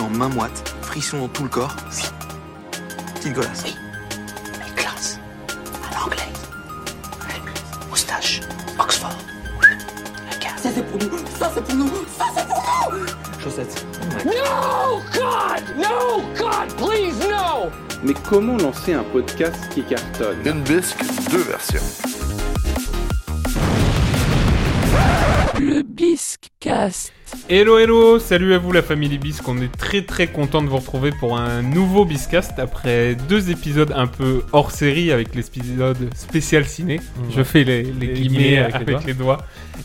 en main moite, frisson dans tout le corps. Oui. Petite golasse. Oui. Mais classe. À l'anglais. Moustache. Oxford. Regarde. Ça c'est pour nous. Ça c'est pour nous. Ça c'est pour nous. Chaussettes. No, God! No, God, please, no! Mais comment lancer un podcast qui cartonne Une bisque, deux versions. Le Biscast. Hello hello, salut à vous la famille des Bisques, on est très très content de vous retrouver pour un nouveau Biscast après deux épisodes un peu hors série avec l'épisode spécial ciné, je fais les, les Les guillemets, guillemets avec, avec les les, doigts,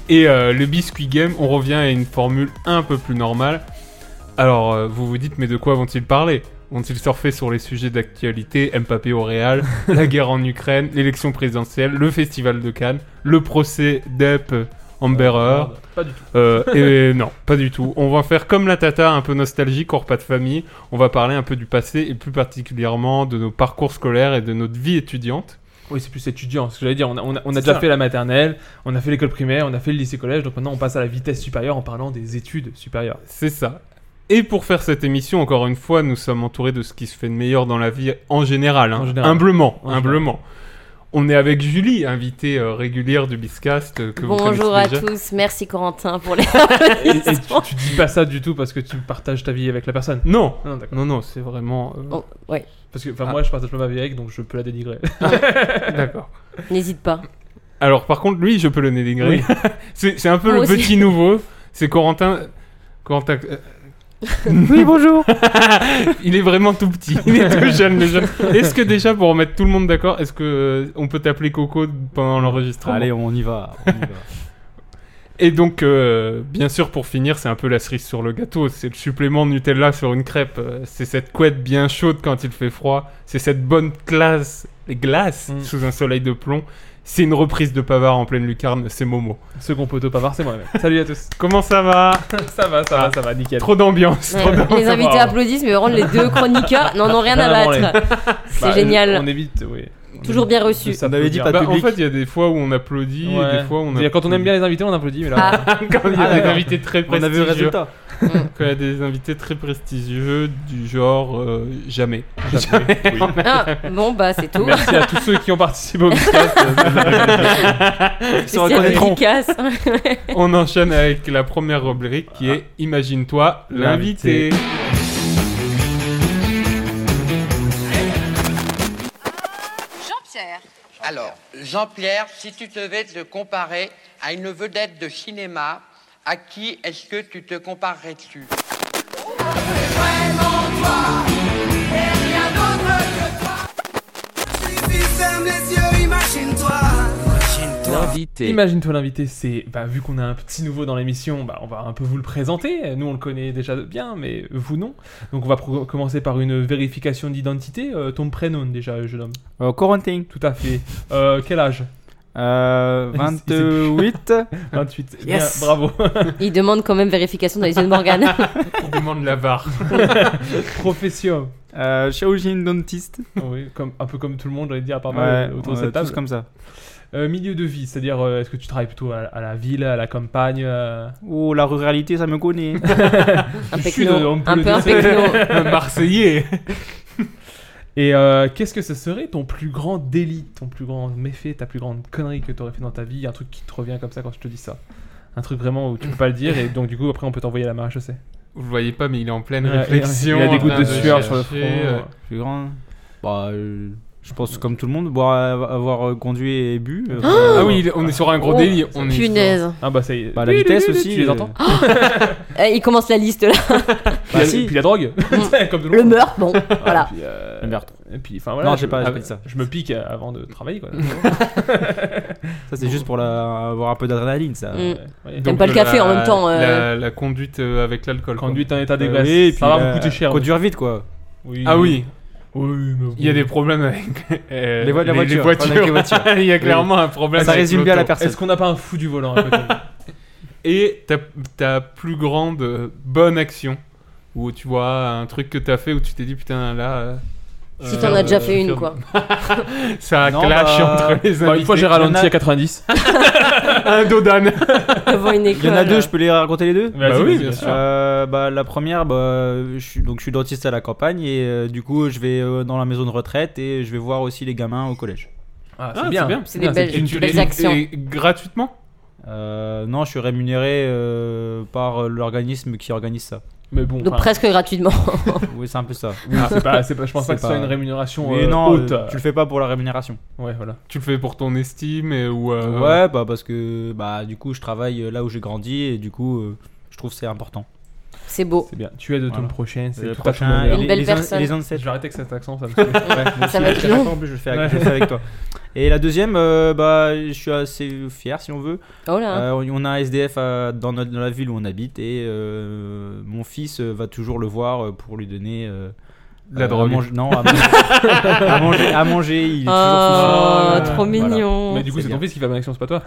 et euh, le Biscuit Game, on revient à une formule un peu plus normale. Alors euh, vous vous dites mais de quoi vont-ils parler Vont-ils surfer sur les sujets d'actualité, Mbappé au Real, la guerre en Ukraine, l'élection présidentielle, le festival de Cannes, le procès d'Ep Amber Heard Pas du tout. euh, et non, pas du tout. On va faire comme la tata, un peu nostalgique, au repas de famille. On va parler un peu du passé et plus particulièrement de nos parcours scolaires et de notre vie étudiante. Oui, c'est plus étudiant. Ce que j'allais dire, on a, on a- on a C'est déjà ça. fait la maternelle, on a fait l'école primaire, on a fait le lycée-collège, donc maintenant on passe à la vitesse supérieure en parlant des études supérieures. C'est ça. Et pour faire cette émission, encore une fois, nous sommes entourés de ce qui se fait de meilleur dans la vie en général, hein. En général. humblement, En humblement. On est avec Julie, invitée euh, régulière du Biscast euh, que vous connaissez Bonjour à déjà. tous, merci Corentin pour les. Et, et tu, tu dis pas ça du tout parce que tu partages ta vie avec la personne. Non, Non, d'accord. non, non, c'est vraiment. euh, Oh, ouais, Parce que enfin, Ah. moi je partage pas ma vie avec, donc je peux la dénigrer. D'accord. n'hésite pas. Alors par contre, lui, je peux le dénigrer. c'est c'est un peu Moi le aussi. petit nouveau. C'est Corentin. Corentin. oui, bonjour. il est vraiment tout petit. Il est tout jeune déjà. Est-ce que déjà pour mettre tout le monde d'accord, est-ce que euh, on peut t'appeler Coco pendant l'enregistrement Allez, on y va. on y va. Et donc, euh, bien sûr, pour finir, c'est un peu la cerise sur le gâteau. C'est le supplément Nutella sur une crêpe. Euh, C'est cette couette bien chaude quand il fait froid. C'est cette bonne classe glace Mm. sous un soleil de plomb. C'est une reprise de Pavard en pleine lucarne. C'est Momo. Second poteau pavard, c'est moi-même. Salut à tous. Ah. Comment ça va ça va, ça va, ça va, nickel. Trop d'ambiance. Ouais, trop d'ambiance. les invités applaudissent, mais vraiment les deux chroniqueurs n'en ont rien à Vraiment, battre. C'est Bah, génial, On évite, oui. toujours bien reçu. Ça On avait peut dit dire. pas Bah, en public. fait, il y a des fois où on applaudit et Ouais. des fois où on. Quand on aime bien les invités, on applaudit, mais là. applaudit. Quand il y a Ah, des d'accord. invités très On a vu prestigieux. le résultat. Quand il y a des invités très prestigieux du genre euh, jamais. jamais. Oui. Ah, bon, bah c'est tout. Merci à tous ceux qui ont participé au podcast. Ils se C'est reconnaîtront. efficace. On enchaîne avec la première rubrique qui Ah. est Imagine-toi l'invité. Jean-Pierre. Alors, Jean-Pierre, si tu devais te comparer à une vedette de cinéma, à qui est-ce que tu te comparerais-tu Si ferme les yeux, imagine-toi. L'invité. Imagine-toi l'invité, c'est bah, vu qu'on a un petit nouveau dans l'émission, bah, on va un peu vous le présenter. Nous on le connaît déjà bien, mais vous non. Donc on va pro- commencer par une vérification d'identité. Euh, ton prénom déjà, jeune homme. Euh, Quarantine. Tout à fait. Euh, quel âge Euh, Il s- il sait 28. 28. Yes. Bien, bravo. Il demande quand même vérification dans les yeux de Morgane. On demande la barre. Profession. euh, chirurgien dentiste. Oui, comme, un peu comme tout le monde, j'allais dire, pas Ouais, mal Ah autour on de est cette table. tous comme ça. Euh, milieu de vie, c'est-à-dire euh, est-ce que tu travailles plutôt à, à la ville, à la campagne euh, Oh, la ruralité, ça me connaît. Un du pecno, sud, on peut un le peu un dire. pecno. Le Marseillais. Et euh, qu'est-ce que ce serait ton plus grand délit, ton plus grand méfait, ta plus grande connerie que t'aurais fait dans ta vie Un truc qui te revient comme ça quand je te dis ça Un truc vraiment où tu peux pas le dire et donc du coup après on peut t'envoyer à la main HEC. Vous le voyez pas, mais il est en pleine Ouais, réflexion. il a des en gouttes train de sueur sur le front. chercher, euh, Plus grand. Bah, euh, je pense comme tout le monde, boire, avoir euh, conduit et bu. euh, Ah oui, il- on est sur un gros Oh, délit. On est sur- Punaise. Ah bah ça y est. Bah, la vitesse Tu aussi. les euh, entends Eh, il commence la liste là. Puis la- si. Puis la drogue Comme tout le Le monde. meurtre, bon, voilà. Puis, euh, Le meurtre. Et puis enfin voilà. Non, je- j'ai pas- j'ai ah, pas dit ça. Je me pique euh, avant de travailler quoi. Ça, c'est juste pour la- avoir un peu d'adrénaline, ça. Euh, Mm. Ouais. T'aimes pas le café, en même temps, euh. La, la conduite euh, avec l'alcool. quoi. Conduite en état Euh, dégueulasse. oui, puis, ça va euh, me coûter cher. mais- Conduire vite, quoi. Oui. Ah oui, Oui, mais bon. il y a des problèmes avec euh, Les voies de la voiture, voitures. avec les voitures. il y a clairement un problème. Ça avec résume bien la l'auto. personne. Est-ce qu'on n'a pas un fou du volant à côté Et ta, ta plus grande euh, bonne action où tu vois un truc que t'as fait où tu t'es dit putain là euh, Si t'en as déjà fait une, quoi. Ça Non, clash bah, entre les bah, invités. une fois, j'ai ralenti à 90. un dodan. Devant une Il y en a école. deux, je peux les raconter les deux Vas-y, Bah oui, vas-y, bien sûr. Euh, bah, la première, bah, je, suis, donc, je suis dentiste à la campagne et euh, du coup, je vais euh, dans la maison de retraite et je vais voir aussi les gamins au collège. Ah, c'est bien. C'est des Ah, belles, Et tu belles les- actions. et gratuitement Euh, non, je suis rémunéré euh, par l'organisme qui organise ça. Mais bon, Donc enfin, presque gratuitement. oui, c'est un peu ça. oui, c'est pas, c'est pas- je pense C'est pas que ce soit pas- une rémunération Mais euh, non, haute. euh, tu le fais pas pour la rémunération. Ouais, voilà. Tu le fais pour ton estime et- ou. euh, Ouais, bah, parce que bah, du coup, je travaille euh, là où j'ai grandi et du coup, euh, je trouve que c'est important. C'est beau. C'est bien. Tu aides Voilà. ton prochain, c'est Le tout à ton prochain, honneur. Une les- belle les ans- personne. les ancêtres. Je vais arrêter avec cet accent, ça me Ouais, moi Ça aussi, va être je le fais long. en plus, je le fais avec, je le fais avec toi. Et la deuxième, euh, bah, je suis assez fier si on veut. Oh là. Euh, on a un SDF à- euh, dans, notre- dans la ville où on habite et euh, mon fils euh, va toujours le voir euh, pour lui donner. euh, La euh, drogue. À manger, non, à manger. à manger. à manger, il est Ah, toujours sous- trop Voilà. mignon. Mais du coup, C'est c'est ton bien. fils qui fait l'action, c'est pas toi.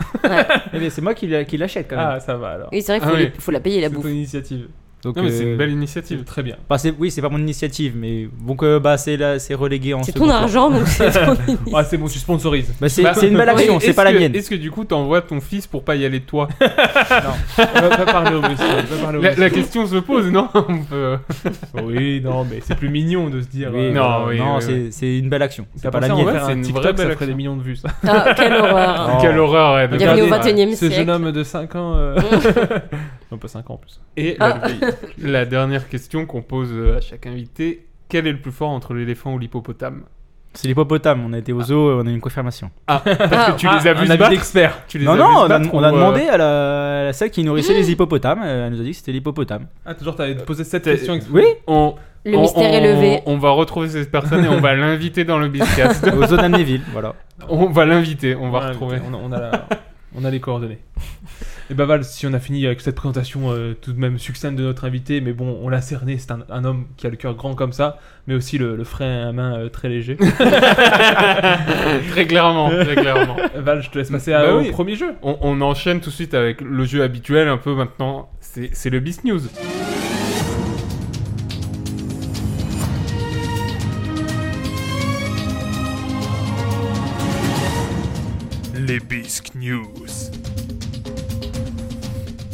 Eh bien, c'est moi qui, l'a- qui l'achète quand même. Ah, ça va alors. Oui, c'est vrai qu'il Ah faut, oui. les- faut la payer la C'est bouffe. ton initiative. Donc, Non, mais c'est euh, une belle initiative. Très bien. bah, c'est- oui, c'est pas mon initiative, mais donc euh, bah, c'est, la- c'est relégué en C'est second ton plan. argent, donc c'est ton Ah, c'est bon, tu sponsorises. Bah, c'est, Bah, c'est une belle action, est-ce c'est pas la que- mienne. Est-ce que du coup t'envoies ton fils pour pas y aller toi On va pas parler au monsieur. on va pas parler au la, monsieur. la question se pose, non On peut- euh, Oui, non, mais c'est plus mignon de se dire. Oui, euh, Non, voilà. oui, non, oui, c'est, c'est une belle action. C'est T'as pas pensé la en mienne. vrai, c'est faire un une TikTok, vraie belle ça ferait des action. millions de vues. Ça. Ah, quelle horreur. Oh. Quelle horreur elle, de Bienvenue garder- au 21e Ce siècle. jeune homme de 5 ans. euh, non, pas 5 ans en plus. Et la, la dernière question qu'on pose euh, à chaque invité quel est le plus fort entre l'éléphant ou l'hippopotame C'est l'hippopotame, on a été au zoo, on a eu une confirmation. Ah, Parce que tu les as vus se battre d'expert. Tu les non, as non, vus se on a, battre on ou, a euh, demandé à la, à la celle qui nourrissait les hippopotames, euh, elle nous a dit que c'était l'hippopotame. Ah, toujours, t'avais posé cette t'es- question. Oui, on- Le on- mystère est on- levé. On va retrouver cette personne et on va l'inviter dans le biscast. aux zones d'Amnéville, voilà. on va l'inviter, on va Ouais, retrouver. On a, on a, la- on a les coordonnées. Et bah Val, si on a fini avec cette présentation euh, tout de même succincte de notre invité, mais bon, on l'a cerné, c'est un, un homme qui a le cœur grand comme ça, mais aussi le, le frein à main euh, très léger. très clairement, très clairement. Val, je te laisse passer Bah à- oui. au premier jeu. On, on enchaîne tout de suite avec le jeu habituel un peu maintenant. C'est c'est le Bis News. Les Bisque News.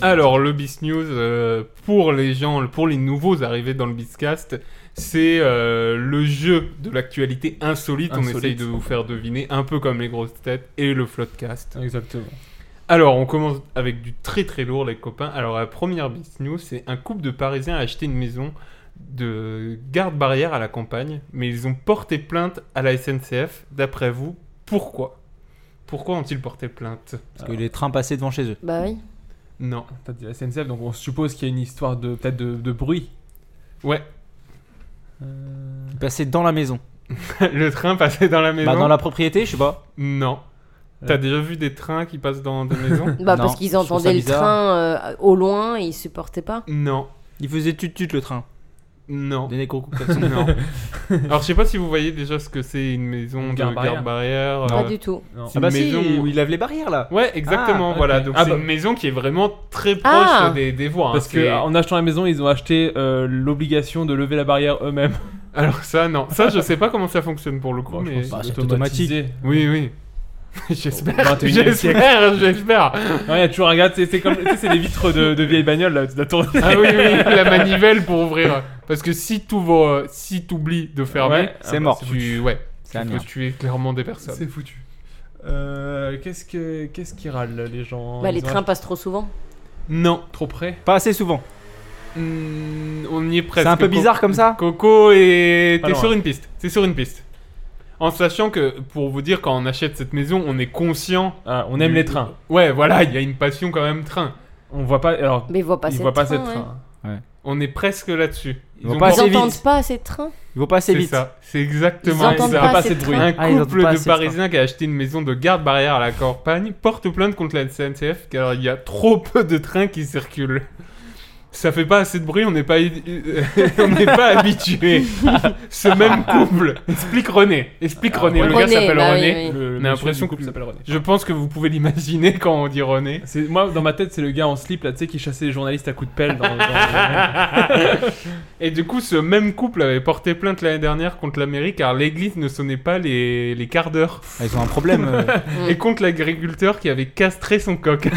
Alors, le Bis News, euh, pour les gens, pour les nouveaux arrivés dans le Biscast, c'est euh, le jeu de l'actualité insolite. On Insolite. essaye de vous faire deviner, un peu comme les grosses têtes et le Floodcast. Exactement. Alors, on commence avec du très très lourd, les copains. Alors, la première Bis News, c'est un couple de Parisiens a acheté une maison de garde-barrière à la campagne, mais ils ont porté plainte à la SNCF. D'après vous, pourquoi Pourquoi ont-ils porté plainte Parce que les trains passaient devant chez eux. Bah oui. Non. T'as dit la SNCF, donc on suppose qu'il y a une histoire de peut-être de, de bruit. Ouais, Ils passaient dans la maison. le train passait dans la maison. Bah, dans la propriété, je sais pas. Non. Euh. T'as déjà vu des trains qui passent dans des maisons Bah Non, parce qu'ils je trouve ça entendaient le bizarre. train euh, au loin et ils supportaient pas. Non. Ils faisaient tut-tut le train. Non. Des nécros Non. Alors, je sais pas si vous voyez déjà ce que c'est une maison Une de garde-barrière. garde-barrière. Pas euh, du tout. Non. Ah bah si, où ils lavent les barrières là. Ouais, exactement. Ah, ok. Voilà. Donc, Ah c'est bah- une maison qui est vraiment très proche Ah des, des voies. hein. Parce C'est- qu'en achetant la maison, ils ont acheté euh, l'obligation de lever la barrière eux-mêmes. Alors, ça, non. Ça, je sais pas comment ça fonctionne pour le coup. Bon, je mais... pense que Bah, c'est automatisé. Oui, oui. J'espère. 21e siècle. J'espère, j'espère. Ouais, il y a toujours un gars, c'est c'est comme tu sais, c'est les vitres de, de vieilles bagnoles là, tu dois tourner. Ah oui, oui, la manivelle pour ouvrir. Parce que si tout va, si t'oublies de fermer, Ouais, ah bah, c'est mort. Tu, ouais, C'est la tu peux merde. tuer clairement des personnes. C'est foutu. Euh, qu'est-ce que qu'est-ce qui râle les gens Bah Ils les ont trains passent trop souvent. Non, un- trop près. Pas assez souvent. Mm, on y est C'est presque. un peu Co- bizarre comme ça. Coco et Pas t'es loin. sur une piste. C'est sur une piste. En sachant que pour vous dire quand on achète cette maison, on est conscient. Ah, on aime du- les trains. Ouais, voilà, il y a une passion quand même train. On voit pas alors Mais ils voient pas ils assez voient de pas trains. assez de ouais. trains. On est presque là-dessus. Ils vont pas Ils assez vite. entendent pas assez de trains. Ils vont pas assez C'est vite. ça. C'est Ils exactement entendent ça. pas pas assez assez de de bruit. trains. Un Ah, ils entendent couple pas de assez de trains. Parisiens qui a acheté une maison de garde-barrière à la campagne porte plainte contre la SNCF car il y a trop peu de trains qui circulent. ça fait pas assez de bruit, on n'est pas, on n'est pas habitué à ce même couple. Explique René. Explique Ah, René. Le René, gars s'appelle bah oui, René. oui. Le- on le a monsieur l'impression du couple que- s'appelle René. Je pense que vous pouvez l'imaginer quand on dit René. C'est- Moi, dans ma tête, c'est le gars en slip là, tu sais, qui chassait les journalistes à coups de pelle. Dans, dans- Et du coup, ce même couple avait porté plainte l'année dernière contre la mairie car l'église ne sonnait pas les, les quarts d'heure. Ils ont un problème, euh. Mm. Et contre l'agriculteur qui avait castré son coq.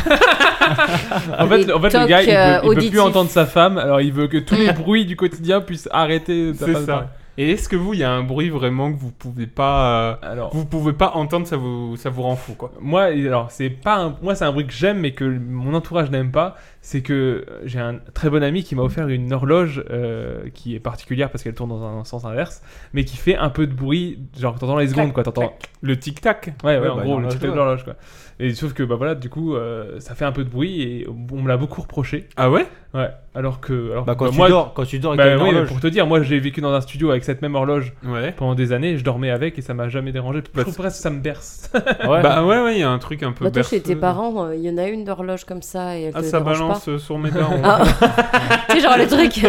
en fait, en fait le gars, il euh, peut, il peut plus entendre sa femme, alors il veut que tous les bruits du quotidien puissent arrêter. sa C'est femme de parler. ça. Et est-ce que vous, il y a un bruit vraiment que vous pouvez pas, euh, vous pouvez pas entendre, ça vous, ça vous rend fou quoi. Moi, et alors c'est pas un- moi c'est un bruit que j'aime mais que mon entourage n'aime pas. C'est que euh, j'ai un très bon ami qui m'a offert une horloge euh, qui est particulière parce qu'elle tourne dans un sens inverse, mais qui fait un peu de bruit, genre t'entends les secondes quoi, t'entends le tic tac. Ouais, ouais, Ouais, en bah, gros une le tic tac horloge, de l'horloge quoi. Et sauf que bah voilà, du coup euh, ça fait un peu de bruit et on me l'a beaucoup reproché. Ah ouais Ouais. Alors que alors Bah, que, quand tu moi- dors- quand tu dors avec Bah une oui, mais horloge. Pour te dire, moi j'ai vécu dans un studio avec cette même horloge Ouais. pendant des années, je dormais avec et ça m'a jamais dérangé. Je trouve presque que ça me berce. Bah ouais, ouais, il y a un truc un peu. Bah, toi, chez berceuse. tes parents, euh, il y en a une d'horloge comme ça et elle Ah, te ça dérange balance pas. euh, sur mes parents. Ah. tu sais, genre le truc.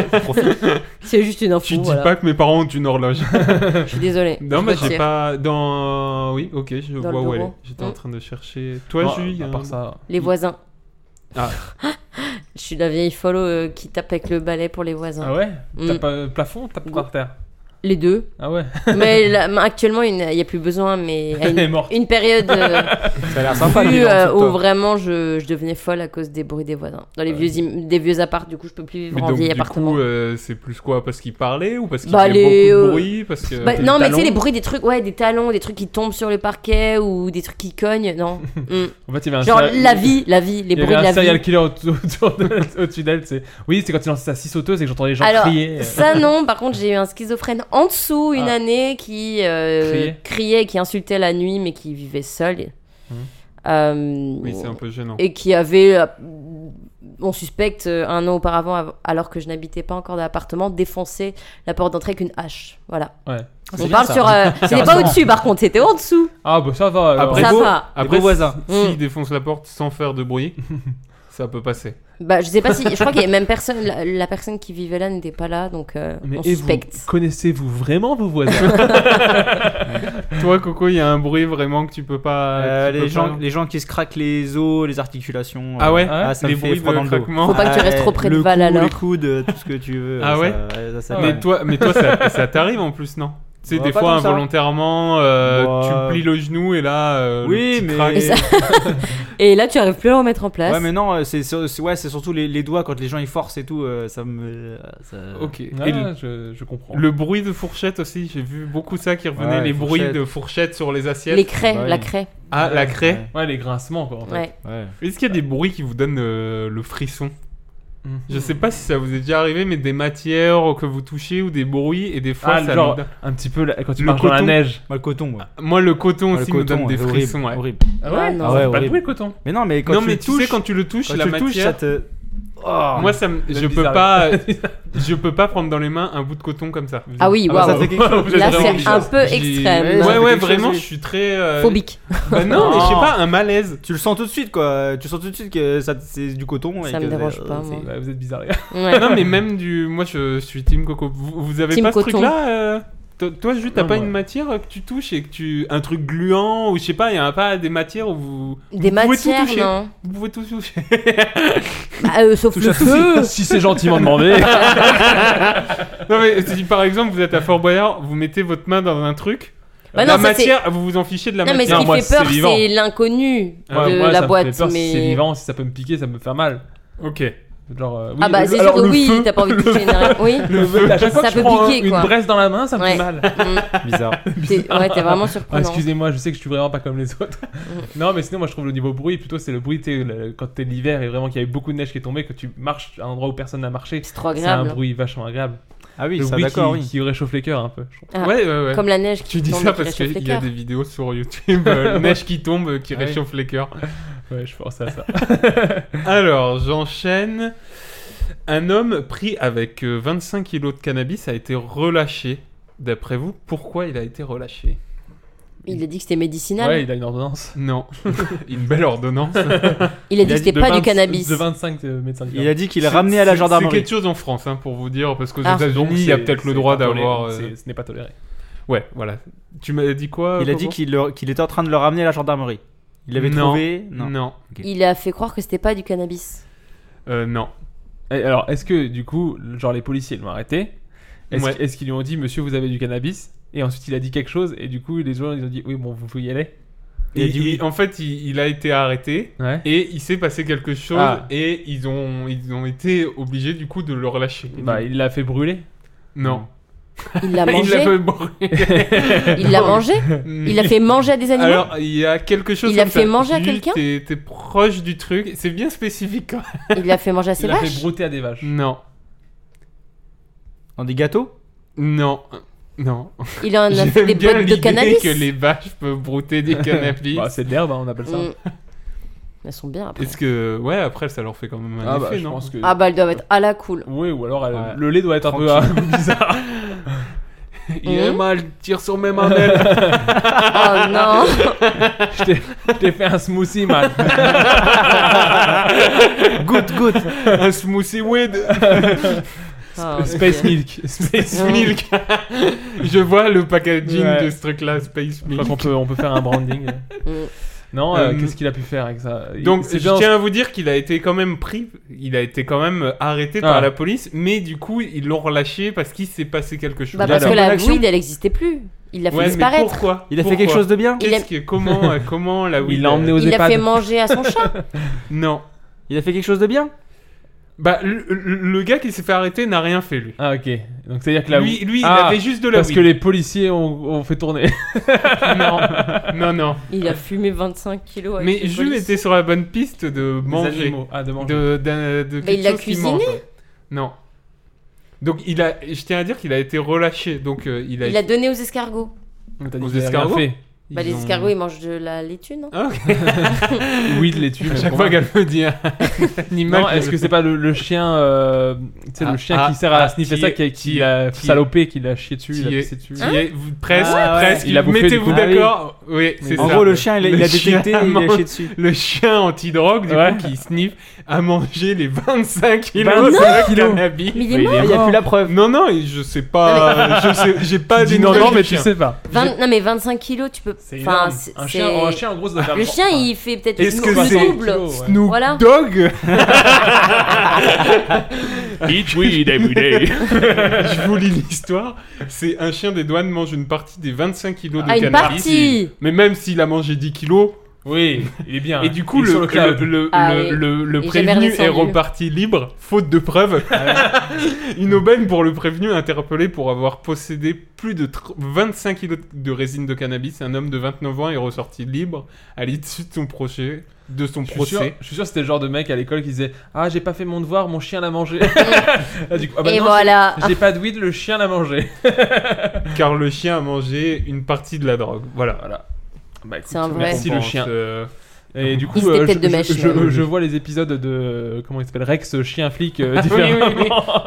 C'est juste une info. Tu dis voilà. pas que mes parents ont une horloge. Je suis désolée, Non, je mais j'ai retire. pas. Dans. Oui, ok, je Dans le vois où elle est. bureau. J'étais en Mm. train de chercher. Toi, Bon, Julie, à hein. part ça. Les voisins. Ah. Je suis la vieille follow euh, qui tape avec le balai pour les voisins. Ah ouais Mm. Tape euh, plafond ou tape par terre Les deux. Ah ouais Mais là, ma- actuellement, il n'y a il y a plus besoin, mais à Elle une, est morte. une période euh, Ça a l'air sympa, plus, le bilan, euh, sur toi. où vraiment je, je devenais folle à cause des bruits des voisins. Dans les Ouais. vieux, im- des vieux apparts, du coup, je peux plus vivre Mais en donc, vieil du appart. coup, euh, c'est plus quoi Parce qu'il parlait ou parce qu'il Bah, faisait les, beaucoup de euh, bruit parce que... Bah, non, mais tu sais, les bruits des trucs, ouais, des talons, des trucs qui tombent sur le parquet ou des trucs qui cognent, non. Mm. En fait, il y avait un Genre serial- la vie, la vie, les Il y bruits avait de la un serial vie. killer autour autour de- au-dessus d'elle, c'est. Oui, c'est quand il lançait sa scie sauteuse et que j'entendais les gens Alors, crier. ça non, par contre, j'ai eu un schizophrène en dessous une année qui euh, Criait. criait, qui insultait la nuit, mais qui vivait seul. Mhm. Euh, Oui, c'est un peu gênant. Et qui avait, euh, on suspecte, euh, un an auparavant, av- alors que je n'habitais pas encore d'appartement, défoncé la porte d'entrée avec une hache. Voilà. Ouais. On parle sur. euh, c'était pas au-dessus, par contre, c'était en dessous. Ah, bah ça va. Après, Ça beau- va. après Des beaux voisins. si- S'il Mm. défonce la porte sans faire de bruit, ça peut passer. Bah, je sais pas si. Je crois qu'il y a même personne. La, la personne qui vivait là n'était pas là, donc euh, Mais on et vous, suspecte. connaissez-vous vraiment vos voisins Toi, Coco, il y a un bruit vraiment que tu peux pas. Euh, tu peux les, gens, pas- les gens qui se craquent les os, les articulations. Ah ouais ça Les me fait bruits froid de dans le dos. craquement. Faut pas que tu Ah restes ouais, trop près de le Val, cou, alors. Les coudes, euh, tout ce que tu veux. Ah ça- ouais ça, ça mais, me- toi, mais toi, ça, ça t'arrive en plus, non Tu sais, Bah, des pas fois, tant que ça. involontairement, euh, Bah, tu plies le genou et là. euh, le Oui, petit mais- craque. Et ça- Et là, tu arrives plus à le remettre en place. Ouais, mais non, euh, c'est sur- c'est- ouais, c'est surtout les, les doigts quand les gens ils forcent et tout. euh, Ça me. ça- Ok. Ah, Et le- je, je comprends. Le bruit de fourchette aussi, j'ai vu beaucoup ça qui revenait, Ouais, les bruits fourchette. de fourchette sur les assiettes. Les craies, Bah oui. la craie. Ah, la craie Ouais, les grincements, quoi. En fait. Ouais. Est-ce qu'il y a des bruits qui vous donnent euh, le frisson Mmh. Je Hmm. sais pas si ça vous est déjà arrivé, mais des matières que vous touchez ou des bruits et des fois Ah, ça genre, me donne- un petit peu la- quand tu Le marches dans la coton. neige. Bah, le coton, ouais. Moi, le coton Ah, le aussi me coton, donne des horrible, frissons. ouais. horrible. Ah ouais Ah non, Ah ouais, c'est pas le horrible. bruit, le coton. Mais non, mais quand non, tu mais le tu sais, touches- quand tu le touches, quand la tu le matière. touches, ça te- Oh. Moi, ça me- Même je peux bizarre. pas, je peux pas prendre dans les mains un bout de coton comme ça. Ah oui, Ah bah, waouh. ça fait quelque chose. Vous êtes Là, vraiment c'est bizarre. un peu J'ai- extrême. Ouais, Ça ouais, fait quelque vraiment, chose, je oui. suis très euh, Phobique. Bah non, mais je sais pas, un malaise. Tu le sens tout de suite, quoi. Tu sens tout de suite que ça, c'est du coton. et Ça me que- dérange euh, pas, c'est- moi. Ouais, vous êtes bizarre, les non, mais même du. Moi, je suis Team Coco. Vous, vous avez Team pas ce Coton. truc-là euh, to- Toi, juste, t'as Non, pas moi. une matière euh, que tu touches et que tu. Un truc gluant ou je sais pas, il y a pas des matières où vous. Des vous pouvez tout matières, toucher. non. Vous pouvez tout toucher. Ah, euh, sauf le feu. Si c'est gentiment demandé. non, mais si par exemple, vous êtes à Fort Boyard, vous mettez votre main dans un truc. Bah la non, ça, c'est- matière, vous vous en fichez de la Non, mais ce matière. qui fait peur, c'est l'inconnu de Ouais, moi, ça la me boîte. fait peur, mais... Si c'est vivant, si ça peut me piquer, ça peut me faire mal. Ok. Genre, euh, oui, Ah bah, le- c'est sûr alors, que le oui, feu- t'as pas envie de le toucher une feu- araignée. Oui. le feu, à chaque fois Ça que je peut prends un- piquer, quoi. une braise dans la main, ça me Ouais. fait mal. Bizarre. Hum, T'es- ouais, t'es vraiment surprenant. Ah, Excusez-moi, je sais que je suis vraiment pas comme les autres. Mm. non, mais sinon, moi je trouve le niveau bruit, plutôt c'est le bruit, t'es, le- quand t'es l'hiver et vraiment qu'il y avait beaucoup de neige qui est tombée, que tu marches à un endroit où personne n'a marché. C'est trop un agréable. bruit vachement agréable. Ah oui, le ça, bruit d'accord, qui, oui. qui réchauffe les cœurs un peu. je trouve. Ah, Ouais, ouais, ouais. comme la neige qui Tu dis tombe ça et qui parce réchauffe les qu'il y a cœurs. des vidéos sur YouTube, euh, neige qui tombe euh, qui Ah oui. réchauffe les cœurs. Ouais, je pense à ça. Alors, j'enchaîne. Un homme pris avec euh, 25 kilos de cannabis a été relâché. D'après vous, pourquoi il a été relâché Il a dit que c'était médicinal. Ouais, il a une ordonnance. Non. une belle ordonnance. Il a dit que c'était de pas du 20 cannabis. De 25 euh, médecins Il a dit qu'il C'est- ramenait à la c'est- gendarmerie. C'est quelque chose en France, hein, pour vous dire, parce qu'aux Ah. États-Unis, il y a peut-être le droit d'avoir. euh, Ce n'est pas toléré. Ouais, voilà. Tu m'as dit quoi Il a Coco dit qu'il le- qu'il était en train de le ramener à la gendarmerie. Il l'avait Non. trouvé Non. Ok. Il a fait croire que c'était pas du cannabis. Euh, non. Et alors, est-ce que du coup, genre les policiers l'ont arrêté Est-ce Ouais. qu- est-ce qu'ils lui ont dit, monsieur, vous avez du cannabis Et ensuite, il a dit quelque chose, et du coup, les gens, ils ont dit, oui, bon, vous pouvez y aller. Il a Il- dit oui. il- en fait, il, il a été arrêté Ouais. et il s'est passé quelque chose Ah. et ils ont, ils ont été obligés du coup de le relâcher. Bah, il l'a fait brûler. Non. Il l'a Il l'a mangé. fait brûler. Il l'a mangé. Il l'a fait manger à des animaux. Alors, il y a quelque chose. Il l'a comme ça. fait manger à Jules, quelqu'un T'es t'es proche du truc. C'est bien spécifique. hein. Il l'a fait manger à ses Il l'a fait vaches. brouter à des vaches. Non. Dans des gâteaux Non. Non. Il en a fait J'aime des bien bottes de l'idée cannabis. que les vaches peuvent brouter des cannabis. Bah, c'est de l'herbe, hein, on appelle ça. Mm. Elles sont bien après. Est-ce que ouais après ça leur fait quand même un Ah, bah, effet je non pense que. Ah bah elles doivent être à la cool. Oui, ou alors elle- Ouais. le lait doit être un peu euh, Tranquille. un goût bizarre. Il est Hmm mal, tire sur mes mamelles. Oh non je t'ai- je t'ai fait un smoothie, man. Goutte, goutte un smoothie weed. Ah, Space ok. Milk. Space Ouais. Milk. Mmh. Je vois le packaging Ouais. de ce truc-là, Space Je crois qu'on Milk. peut, on peut faire un branding. Mm. Non, euh, Euh, qu'est-ce qu'il a pu faire avec ça Il- Donc, c'est je bien- tiens à vous dire qu'il a été quand même pris, il a été quand même euh, arrêté Ah. par la police, mais du coup, ils l'ont relâché parce qu'il s'est passé quelque chose. Bah, Il a parce la que la bonne action. weed elle existait plus. Il l'a fait Ouais, mais disparaître. pourquoi Il a fait Pourquoi quelque chose de bien Il a- Qu'est-ce que- comment, euh, comment la Il weed l'a euh, emmené aux Il l'a EHPAD. fait manger à son chat. Non. Il a fait quelque chose de bien Bah, le, le- le gars qui s'est fait arrêter n'a rien fait, lui. Ah, ok. Donc, c'est-à-dire que là. lui, lui, Ah, il avait juste de la Parce weed. que les policiers ont, ont fait tourner. Non, non, non. Il a fumé 25 kilos. avec Mais les Jules polices. était sur la bonne piste de Des manger. animaux. Ah, de manger. de, d'un- Mais de il quelque l'a chose qui cuisiné. mange, ouais. Non. Donc il a, je tiens à dire qu'il a été relâché. Donc euh, il a. Il a donné aux escargots. Donc, t'as dit aux qu'il avait rien escargots. fait. ils Bah, les ont- escargots ils mangent de la laitue, non Ah, ok. Oui, de les tuer. À chaque fois qu'elle me dit hein. un animal. Non, est-ce que c'est pas le, le chien, euh, tu sais, Ah, le chien ah, qui sert à ah, sniffer qui ça, est- qui qui, qui est- l'a qui est- salopé, qui l'a chié dessus, il Qui l'a est- pissé dessus. qui Hein est- vous- presque, Ah, ouais. presque. Il a bouffé du Mettez-vous coup. Ah, oui. d'accord. oui, c'est ça. En gros, le chien, il a, Le il a chien détecté et il a mange- chié dessus. Le chien antidrogue, du Ouais. coup, qui sniff, a mangé les 25 kilos 25 de kilos. cannabis. Mais il est Mais il mort. Ah, il n'y a plus la preuve. Non, non, et je sais pas. je sais, j'ai pas Dis des non, noms non, du mais tu chien. sais pas. Vingt- Non, mais 25 kilos, tu peux. Enfin, c'est- un, c'est- chien, un chien, en gros, ça doit faire Le chien, il fait peut-être Est-ce une que une c'est- double. kilos, ouais. Snoop Voilà. Dogg Eat weed every day. je vous lis l'histoire. C'est un chien des douanes mange une partie des 25 kilos de Ah, une cannabis. partie Mais même s'il a mangé 10 kilos, Oui, il est bien. et du coup Il est le, sur le le, cloud. le- Ah le- oui. le- le Il est jamais prévenu est redescendu. reparti libre, faute de preuves. Ah Une aubaine pour le prévenu interpellé pour avoir possédé plus de tr- 25 kilos de résine de cannabis. Un homme de 29 ans est ressorti libre à l'issue de son procès. De son Je suis, sûr, procès. je suis sûr que c'était le genre de mec à l'école qui disait Ah, j'ai pas fait mon devoir, mon chien l'a mangé. Ah, du coup, ah bah Et non, voilà. j'ai- J'ai pas de weed, le chien l'a mangé. Car le chien a mangé une partie de la drogue. Voilà. Voilà. Bah, écoute, C'est un vrai. Merci le Récompense, chien. euh, Et du coup, Il se euh, je, détecte de je- mèche, je- ouais. je vois les épisodes de. Comment il s'appelle Rex, chien flic, euh, Oui, oui, oui. différemment.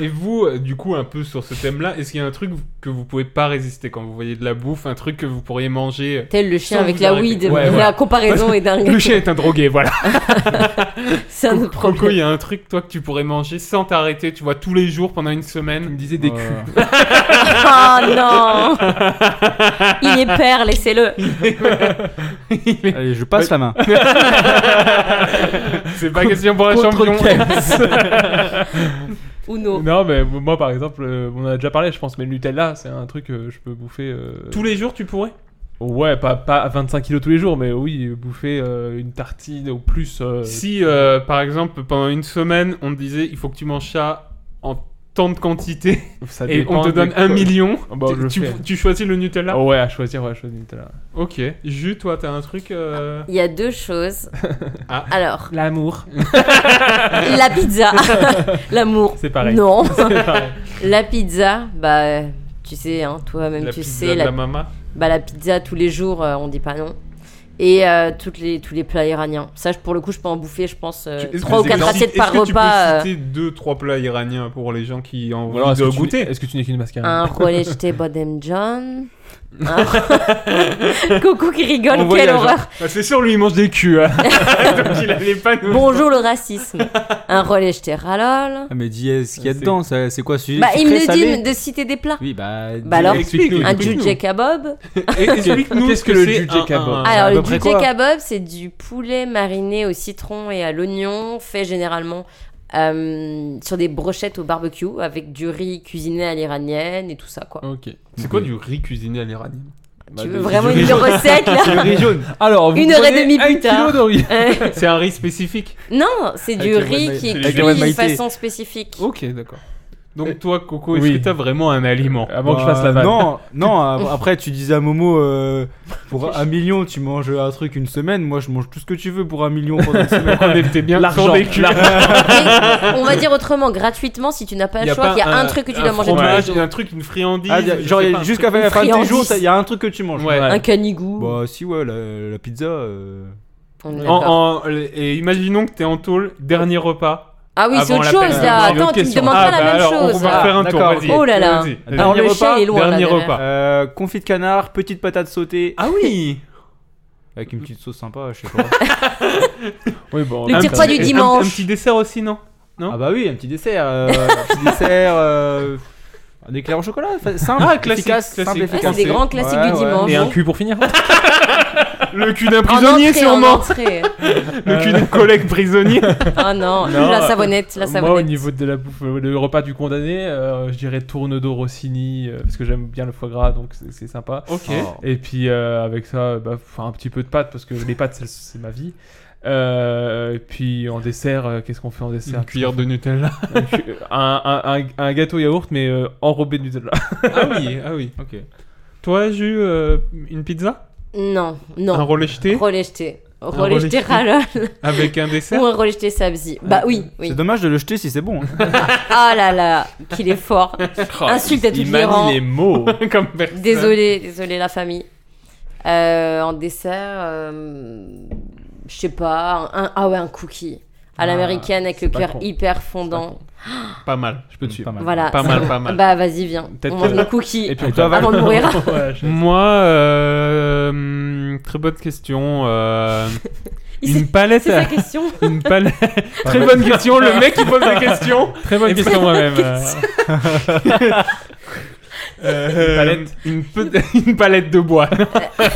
Et vous, euh, du coup, un peu sur ce thème-là, est-ce qu'il y a un truc que vous pouvez pas résister quand vous voyez de la bouffe, un truc que vous pourriez manger Tel le chien Sans avec vous la arrêter. weed. Ouais, La voilà. comparaison est dingue. Le chien est un drogué, voilà. C'est un autre Coco, il Ah, problème. y a un truc, toi, que tu pourrais manger sans t'arrêter, tu vois, tous les jours pendant une Il me semaine. disait des culs. Oh non Il est père, laissez-le. Allez, je passe la main. C'est pas question pour un Contre champion. Uno. Non, mais moi par exemple, euh, on en a déjà parlé, je pense, mais le Nutella, c'est un truc que je peux bouffer. euh, Tous les jours, tu pourrais Ouais, pas, pas 25 kilos tous les jours, mais oui, bouffer euh, une tartine ou plus. euh, Si, euh, par exemple, pendant une semaine, on te disait, il faut que tu manges ça en tant de quantité, ça et dépend on te des donne un co- million, Ah bah, tu- je le tu, fais. tu choisis le Nutella Ah ouais, à choisir, ouais, à choisir Nutella. Ok. Jus, toi, t'as un truc... euh, Il y a deux choses. Ah. Alors, L'amour. la pizza. L'amour. C'est pareil. Non. C'est pareil. La pizza, bah, tu sais, hein, toi-même, La tu pizza sais, de la, la maman bah, la pizza tous les jours, euh, on dit pas non. Et euh, toutes les, tous les plats iraniens. Ça, je- pour le coup, je peux en bouffer, je pense, euh, Tu- est-ce trois ou que c'est quatre possible- assiettes par est-ce que repas. euh. Tu peux citer deux, trois plats iraniens pour les gens qui ont Ou alors, envie est-ce de que tu n'es- goûter. Est-ce que tu n'es qu'une euh, mascarade un relais jeté Bodem John. Hein Coco qui rigole, On quelle voyage, hein. horreur. Bah, c'est sûr, lui, il mange des culs. hein. Donc il allait pas nous. Bonjour le racisme. Un relais, je t'ai ralole. Ah, mais dis euh, ce qu'il y a dedans, ça- c'est quoi ce sujet Bah, C'est il très me salé. dit de citer des plats. Oui, bah. Bah alors, explique-nous, un explique-nous. jujé kabob. Explique-nous Qu'est-ce ce que que le c'est jujé un- kabob un- Alors, à le peu près jujé quoi kabob, c'est du poulet mariné au citron et à l'oignon, fait généralement euh, sur des brochettes au barbecue avec du riz cuisiné à l'iranienne et tout ça, quoi. Ok. C'est quoi du riz cuisiné à l'iranienne Tu veux vraiment une recette là Le riz jaune. Alors, Une heure et demie plus tard. Euh, C'est un riz spécifique. non, c'est du Avec les riz Whey- qui c'est est les cuit Whey de Maïté. façon spécifique. Ok, d'accord. Donc toi, Coco, est-ce Oui. que t'as vraiment un aliment Avant que je fasse la Euh, vanne. Non, non, a- après tu disais à Momo, euh, pour un million tu manges un truc une semaine, moi je mange tout ce que tu veux pour un million pendant une semaine. On était bien L'argent, sur des culs. Mais on va dire autrement, gratuitement, si tu n'as pas Y le a choix, pas il y a un, truc que tu dois manger tous les fromage, jours. un truc, une friandise. Ah, y a- je genre sais y a- pas, un jusqu'à truc. la fin de tes Friandise. jours, il y a un truc que tu manges. Ouais. Un canigou. Bah si ouais, la, la pizza. euh, On est En- d'accord. en- et imaginons que t'es en tôle, dernier repas. Ah oui, c'est avant autre l'appel. chose là. Ah, une autre Attends, tu me question. demandes Ah, pas la bah même alors, chose. On va Ah. faire un tour, d'accord. vas-y. Oh là là. Vas-y. Alors, le chien, il est loin, là, Dernier derrière. repas. euh, confit de canard, petite patate sautée. Ah oui Avec une petite sauce sympa, je sais pas. Oui, bon. Le Un petit repas du petit- un- dimanche. Un petit dessert aussi, non Non ah bah oui, un petit dessert. euh, un petit dessert. euh, un éclair au chocolat, fa- simple, Ah, classique, efficace, classique. simple, Ouais, Ouais, efficace. Ah, c'est des grands classiques Ouais, du ouais. dimanche. Et un cul pour finir Le cul d'un En prisonnier, entrée, en sûrement entrée. Le cul d'un collègue prisonnier Ah non, Non. la savonnette, la Moi, au savonnette. niveau de la bouffe, euh, le repas du condamné, euh, je dirais tourne d'eau Rossini, euh, parce que j'aime bien le foie gras, donc c'est c'est sympa. Ok. Oh. Et puis euh, avec ça, euh, bah, faut un petit peu de pâtes, parce que les pâtes, c'est- c'est ma vie. Euh, et puis en dessert, euh, qu'est-ce qu'on fait en dessert Une cuillère de Nutella. un, un- un- un gâteau yaourt, mais euh, enrobé de Nutella. ah oui, ah oui. Ok. Toi, Jus, euh, une pizza Non, Un non. relais jeté Relais jeté. relais Relais jeté jeté. ralol Avec un ou dessert un relais jeté sabzi. Bah oui, C'est oui. dommage de le jeter si c'est bon. hein. Ah là là, qu'il est fort. Oh, Insulte à toutes les rangs. mots Comme personne. Désolé, désolé la famille. Euh, en dessert, euh, je sais pas, un, ah ouais, un cookie. À Ah, l'américaine avec c'est le pas cœur con. hyper fondant. Pas mal, je peux te suivre. Pas mal. Voilà. Pas mal, pas mal. Bah vas-y, viens. Peut-être On mange que- nos cookies Et puis Et on toi, va- avant de mourir. Ouais, je- Moi, euh, hum, très bonne question. euh, Il une s'est- palette. C'est sa question. Une palette. très bonne question. Le mec qui pose des questions. Très bonne Et question moi-même. euh. Euh, une, pe- une palette de bois.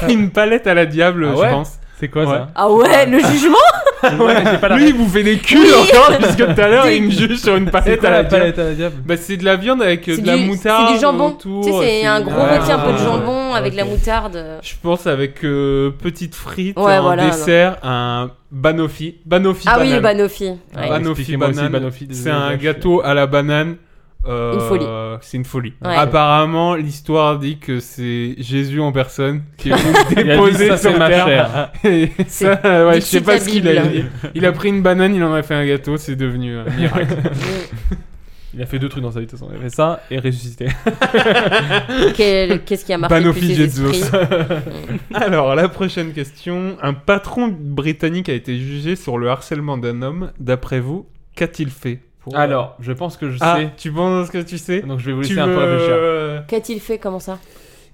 une palette à la diable, Ah je ouais pense. C'est quoi Ouais. ça Ah ouais, le jugement Lui, il vous fait des culs Oui. encore, puisque tout à l'heure, il me juge sur une C'est palette quoi à la la diable. palette à la diable Bah, c'est de la viande avec euh, C'est de la du- moutarde. C'est du jambon. autour, tu sais, c'est un gros Ouais, rôti, un peu de ouais, ouais. jambon avec de la ok. moutarde. Je pense avec euh, petite frite, Ouais, un voilà, dessert, un banoffee. Banoffee Ah oui, banane. le banoffee. Ah, ouais. Banoffee expliquez-moi aussi, banane. Banoffee, désolé, C'est je un suis- gâteau à la banane. Euh, Une folie. C'est une folie. Ouais. Apparemment, l'histoire dit que c'est Jésus en personne qui est venu Il a dit, déposer ça, c'est sur ma terre. chair. Et ça, euh, ouais, dit je sais toute pas la ce qu'il a dit. Bible. Il a pris une banane, il en a fait un gâteau, c'est devenu un miracle. Il a fait deux trucs dans sa vie de toute façon. Il a fait ça et ressuscité. Quel- Qu'est-ce qui a marqué le plus Banoffee tes esprits Jesus. Alors, la prochaine question. Un patron britannique a été jugé sur le harcèlement d'un homme. D'après vous, qu'a-t-il fait pour- Alors, je pense que je Ah, sais. tu penses que tu sais Donc je vais vous Tu laisser un peu veux- euh, réfléchir. Qu'a-t-il fait Comment ça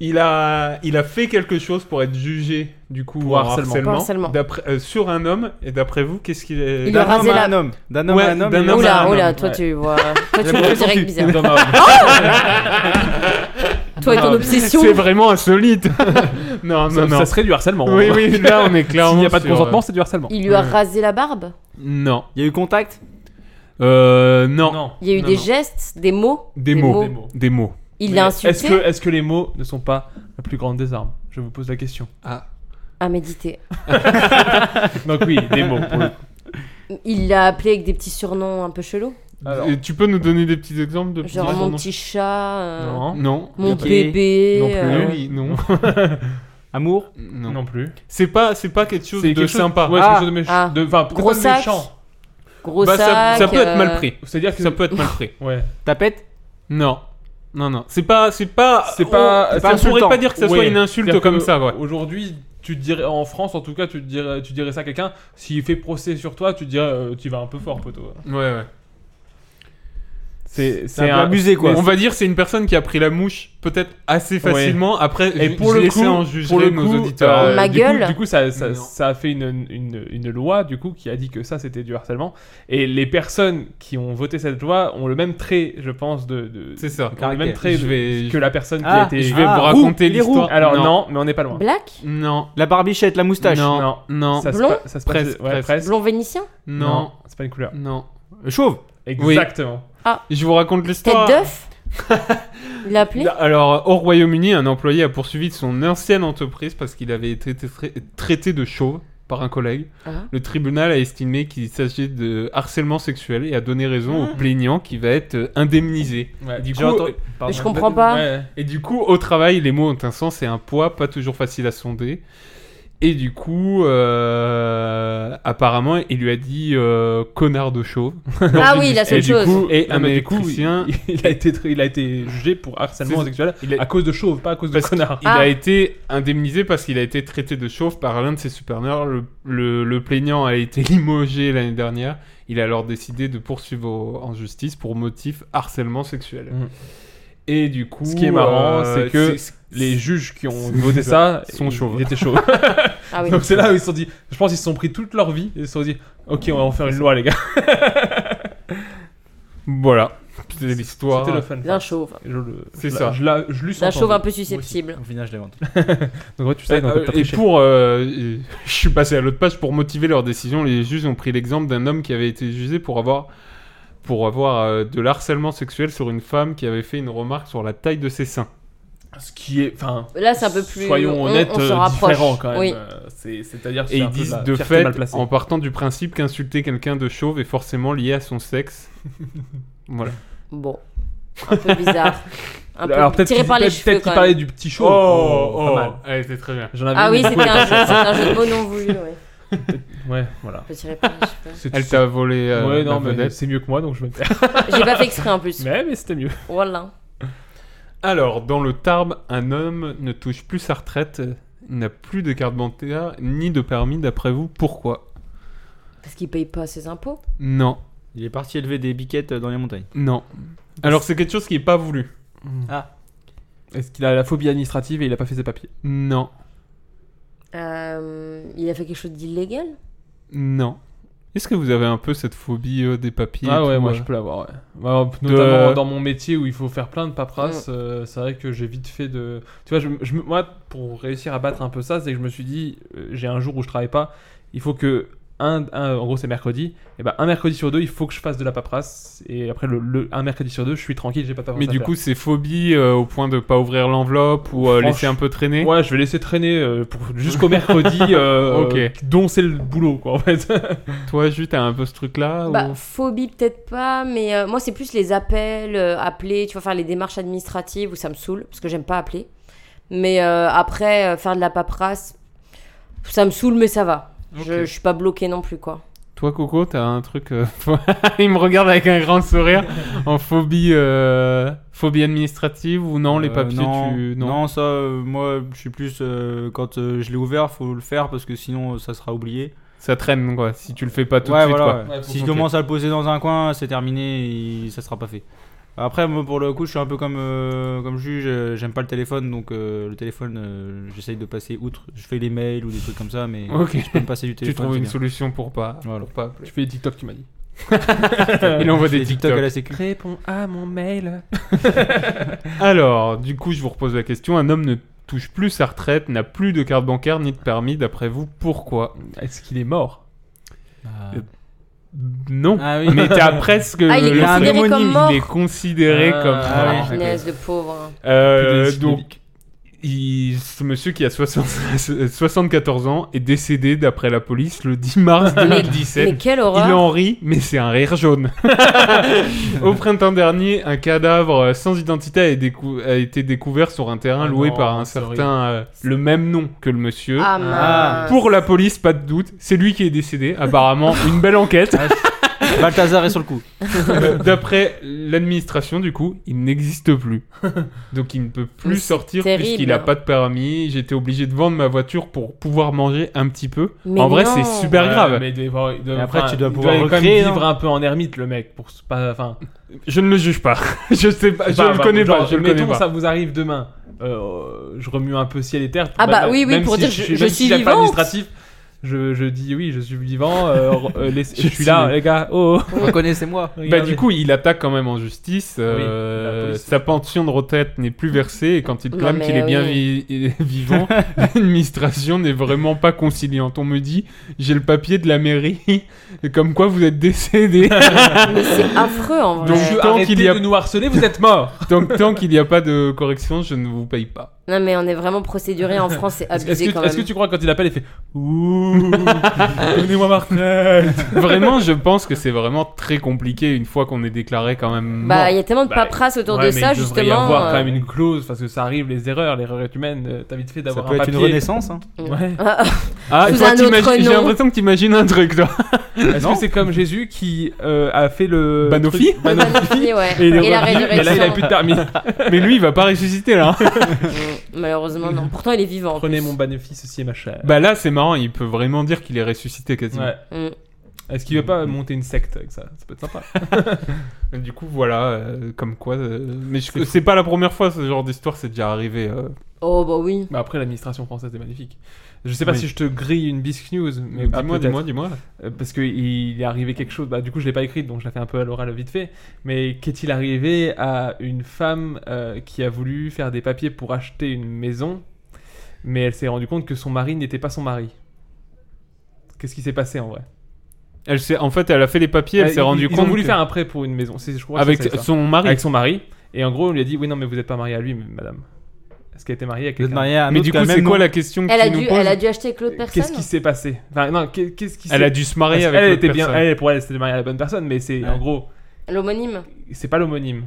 Il a, il a fait quelque chose pour être jugé, du coup, Pour en harcèlement. harcèlement, Pour harcèlement. d'après- euh, sur un homme. Et d'après vous, qu'est-ce qu'il est... Il a D'un homme rasé à la- un homme. D'un homme Ouais, à un homme. d'un homme et- à Oula, un oula, homme, toi ouais. tu vois. Toi tu me vois direct bizarre. Dans ma- Toi et ton obsession. C'est vraiment insolite. non, non, ça, non. ça serait du harcèlement. hein. Oui, oui, là, on est clairement. S'il n'y a pas de sur, consentement, euh, c'est du harcèlement. Il lui a rasé la barbe Non. Il y a eu contact Euh, non. Il y a eu Non, des non. gestes, des mots Des, mots. Des mots. Il Mais l'a Est-ce insulté que, est-ce que les mots ne sont pas la plus grande des armes Je vous pose la question. à méditer. Donc oui, des mots. Pour le... coup. Il l'a appelé avec des petits surnoms un peu chelous. Alors, Et tu peux nous donner des petits exemples de petits Genre mon surnoms petit chat, euh, non, Non. mon Ok. bébé. Non plus. euh, Oui, non. Amour Non. non, plus. C'est pas, c'est pas quelque chose C'est de quelque chose- sympa. Ouais, c'est Ah. quelque chose de méchant. Ah. De- Enfin, peut-être Gros pas sac. méchant. Gros Bah, ça, sac. ça peut être mal euh, pris. C'est-à-dire que Ça peut être mal pris. Ouais. Tapette Non. Non, non. C'est pas. C'est pas. C'est pas- on- ça c'est pas pourrait insultant. pas dire que ça soit Ouais. une insulte C'est-à-dire comme que ça, ouais. Aujourd'hui, tu te dirais en France, en tout cas, tu te dirais, tu dirais ça à quelqu'un. S'il fait procès sur toi, tu te dirais, euh, tu vas un peu fort, poteau. Ouais, ouais. C'est un peu abusé, quoi. On va dire c'est une personne qui a pris la mouche peut-être assez Ouais. facilement. Après, Et je- pour je le laisserai coup, en juger pour le nos coup, auditeurs. euh, Ma du coup- gueule. Du coup, ça, ça, Non. ça a fait une, une, une loi du coup qui a dit que ça c'était du harcèlement. Et les personnes qui ont voté cette loi ont le même trait, je pense, de. de- C'est ça. ont le même trait Je de- vais- que la personne Ah, qui a été. Je vais Ah, vous roux, raconter les roux. l'histoire. Alors non. mais on n'est pas loin. Black non, La barbichette, la moustache. non, non, non, Ça se Blond pa- ça se passe- Presque, ouais, presque. presque. Blond vénitien non, c'est pas une couleur. non. Euh, Chauve. Exactement. Je vous raconte Tête l'histoire. d'œuf Il l'a appelé Alors, au Royaume-Uni, un employé a poursuivi de son ancienne entreprise parce qu'il avait été tra- traité de chauve par un collègue. Ah. Le tribunal a estimé qu'il s'agit de harcèlement sexuel et a donné raison au plaignant qui va être euh, indemnisé. Ouais. Du J'ai coup, entendu- Mais euh, Pardon. je comprends pas. Ouais. Et du coup, au travail, les mots ont un sens et un poids pas toujours facile à sonder. Et du coup, euh, apparemment, il lui a dit euh, connard de chauve. Ah oui, la Et seule du chose. coup, et Non, un euh, mais du coup, électricien, il, il a été, il a été jugé pour harcèlement C'est- sexuel il a- à cause de chauve, pas à cause de Parce connard. Il Ah. a été indemnisé parce qu'il a été traité de chauve par l'un de ses supérieurs. Le, le- le plaignant a été limogé l'année dernière. Il a alors décidé de poursuivre au- en justice pour motif harcèlement sexuel. Mhm. Et du coup, Ce qui est marrant, euh, c'est que c'est- Les juges qui ont voté ça Sont ils- chauves. Ils étaient chauves. Ah oui. Donc c'est là où ils se sont dit, je pense qu'ils se sont pris toute leur vie et ils se sont dit, ok, on va en faire une loi, les gars. voilà, c'est l'histoire. Mmh. C'était le fun. D'un fact. chauve. Je le- C'est je la- ça. Je, la, je l'ai D'un senti. chauve un peu susceptible. Au final, je l'ai inventé. Donc ouais, tu sais, donc t'as Euh, pas et triché. pour, euh, euh, je suis passé à l'autre page pour motiver leur décision. Les juges ont pris l'exemple d'un homme qui avait été jugé pour avoir pour avoir euh, de l'harcèlement sexuel sur une femme qui avait fait une remarque sur la taille de ses seins. Ce qui est, enfin, Là, c'est un peu plus. soyons on- honnêtes, on se euh, rapproche. différent quand même. Oui. Euh, c'est- C'est-à-dire, c'est Et un ils peu disent la de fierté fait, mal placée. en partant du principe qu'insulter quelqu'un de chauve est forcément lié à son sexe. voilà. Bon. Un peu bizarre. Un peu Alors peut-être tiré qu'ils par les peut-être cheveux qu'ils quand parlaient même. du petit chauve. Oh, Oh, pas mal. Elle était Eh, très bien. J'en avais Ah une, oui, du coup, c'était un, jeu- c'était un jeu de mots non voulu, ouais. Ouais, voilà. Un peu tiré par les cheveux. C'est- Elle t'a volé euh, Ouais, la non, mais vedette. c'est mieux que moi, donc je vais me faire. J'ai pas fait exprès en plus. Mais, mais c'était mieux. Voilà. Alors, dans le Tarbes, un homme ne touche plus sa retraite, euh, n'a plus de carte bancaire ni de permis. D'après vous, pourquoi Parce qu'il paye pas ses impôts. Non. Il est parti élever des biquettes euh, dans les montagnes. Non. Alors c'est quelque chose qui est pas voulu. Est-ce qu'il a la phobie administrative et il a pas fait ses papiers Non. Euh, il a fait quelque chose d'illégal Non. Est-ce que vous avez un peu cette phobie euh, des papiers et Ah ouais, tout, moi euh, je peux l'avoir, ouais. Alors, De- notamment dans mon métier où il faut faire plein de Mm. paperasse, euh, c'est vrai que j'ai vite fait de. Tu vois, je, me- je me- moi, pour réussir à battre un peu ça, c'est que je me suis dit, euh, j'ai un jour où je travaille pas, il faut que. Un, un- en gros, c'est mercredi. Et ben, un mercredi sur deux, il faut que je fasse de la paperasse. Et après, le, le- un mercredi sur deux, je suis tranquille, j'ai pas de paperasse. Mais à du faire. coup, c'est phobie euh, au point de pas ouvrir l'enveloppe ou euh, Franche- laisser un peu traîner. Ouais, je vais laisser traîner euh, pour- jusqu'au mercredi, euh, Ok. euh, dont c'est le boulot, quoi, en fait. Toi, juste, t'as un peu ce truc-là Bah, ou- phobie peut-être pas, mais euh, moi c'est plus les appels, euh, appeler, tu vois, faire les démarches administratives où ça me saoule, parce que j'aime pas appeler. Mais euh, après, euh, faire de la paperasse, ça me saoule, mais ça va. Je, je suis pas bloquée non plus, quoi. Toi, Coco, t'as un truc. euh, Il me regarde avec un grand sourire en phobie, euh, phobie administrative ou non les Euh, papiers non, tu non. ça, euh, moi, je suis plus. euh, quand euh, je l'ai ouvert, faut le faire parce que sinon, euh, ça sera oublié. ça traîne quoi. Si tu le fais pas tout Ouais, de suite, voilà, quoi. ouais. Ouais, faut- si je ok. commence à le poser dans un coin, c'est terminé, il- ça sera pas fait. Après, moi, pour le coup, je suis un peu comme, euh, comme juge, euh, j'aime pas le téléphone, donc euh, le téléphone, euh, j'essaye de passer outre. Je fais les mails ou des trucs comme ça, mais Ok. je peux me passer du Tu téléphone. trouves c'est une bien. solution pour pas. Voilà. Pour pas appeler. Je fais des TikTok, tu m'as dit. Il envoie Les des TikTok à TikTok. la sécu. Réponds à mon mail. Alors, du coup, je vous repose la question. Un homme ne touche plus sa retraite, n'a plus de carte bancaire ni de permis. D'après vous, pourquoi Est-ce qu'il est mort Non. Ah oui. Ah. Mais t'as presque Ah, il est le considéré homonyme, comme mort. Il est considéré Ah, comme ah mort. oui. Punaise, le pauvre. hein. Euh, Plus de donc, il- ce monsieur qui a 60 74 ans est décédé, d'après la police, le 10 mars Mais 2017. quelle Il horreur en rit, mais c'est un rire jaune. Au printemps dernier, un cadavre euh, sans identité a, décou- a été découvert sur un terrain Ah loué non, par un c'est horrible. certain, euh, le même nom que le monsieur. Ah Ah, mince Pour la police, pas de doute, c'est lui qui est décédé. Apparemment, une belle enquête. Balthazar est sur le coup. Euh, D'après l'administration, du coup, il n'existe plus. Donc il ne peut Mais plus c'est sortir terrible. puisqu'il n'a pas de permis. J'étais obligé de vendre ma voiture pour pouvoir manger un petit peu. Mais en vrai, non. c'est super Ouais, grave. mais il doit y avoir- il doit- Et enfin, il doit quand même vivre un peu en ermite, le mec, pour se- pas. Enfin. Je ne le juge pas. je sais Ah, pas, je le connais pas. Je le connais mettons, pas. ça vous arrive demain. euh, je remue un peu ciel et terre. Ah bah Même- oui, oui, même pour si dire je, je- suis- je même si suis j'ai pas vivante. administratif, je, je dis oui, je suis vivant. euh, euh, laisse- je, Je suis là, suis- les gars. Oh, oh. Reconnaissez-moi. Bah, Regardez. du coup, il attaque quand même en justice. euh, la police. sa pension de retraite n'est plus versée et quand il Non, clame mais qu'il est bien oui. vi- vivant, l'administration n'est vraiment pas conciliante. On me dit, j'ai le papier de la mairie, et comme quoi vous êtes décédé. Mais c'est affreux en vrai. Donc, tant qu'il y a... de nous harceler, vous êtes mort. Donc, tant qu'il n'y a pas de correction, je ne vous paye pas. Non, mais on est vraiment procéduré en France, c'est Est-ce abusé que, quand est-ce même. que tu crois que quand il appelle, il fait Ouh, donnez-moi ma retraite. Vraiment, je pense que c'est vraiment très compliqué une fois qu'on est déclaré quand même. Bah, mort. il y a tellement de paperasse autour Ouais, de mais ça, il devrait y justement. avoir quand euh, même une clause parce que ça arrive, les erreurs, l'erreur est humaine. euh, T'as vite fait d'avoir peut un être une papier. renaissance, hein. Ouais. Ah, Sous toi, un t'imagines- autre j'ai nom. l'impression que t'imagines un truc, toi. Est-ce que c'est comme Jésus qui euh, a fait le Banofi truc- Banofi Banofi, ouais. et, il est Et la revenu, résurrection. mais là il a plus de permis. Mais lui, il va pas ressusciter là. hein. Malheureusement, non. Pourtant, il est vivant. en Prenez plus. mon Banofi, ceci est ma chair. bah là, c'est marrant, il peut vraiment dire qu'il est ressuscité quasiment. Ouais. Mm. Est-ce qu'il veut pas monter une secte avec ça Ça peut être sympa. Du coup, voilà, euh, comme quoi. euh, mais je- c'est pas la première fois ce genre d'histoire, c'est déjà arrivé. euh. Oh, bah oui. Mais après l'administration française est magnifique. Je sais pas Oui. si je te grille une bisque news, mais Dis-moi, ah, peut-être. dis-moi, dis-moi. Euh, Parce que il est arrivé quelque chose. Bah, du coup, je l'ai pas écrite, donc je l'ai fait un peu à l'oral vite fait. Mais qu'est-il arrivé à une femme euh, qui a voulu faire des papiers pour acheter une maison, mais elle s'est rendue compte que son mari n'était pas son mari. Qu'est-ce qui s'est passé en vrai Elle s'est- en fait, elle a fait les papiers, elle Euh, s'est ils- rendue ils compte. ont voulu que- faire un prêt pour une maison. C'est- je crois que Avec c'est ça. son mari. Avec son mari. Et en gros, on lui a dit oui, non, mais vous n'êtes pas marié à lui, mais madame. Est-ce qu'elle était mariée à quelqu'un Euh, mariée à un Ah, Mais autre du qui a coup, le c'est même quoi nom. la question que Elle tu a, nous dû, poses elle a dû acheter avec l'autre personne. Qu'est-ce qui s'est passé Enfin, non, qu'est- qu'est-ce qui Elle s'est- a dû se marier Parce avec qu'elle l'autre était bien, personne. elle, pour elle, c'était mariée à la bonne personne, mais c'est en gros, L'homonyme. c'est pas l'homonyme.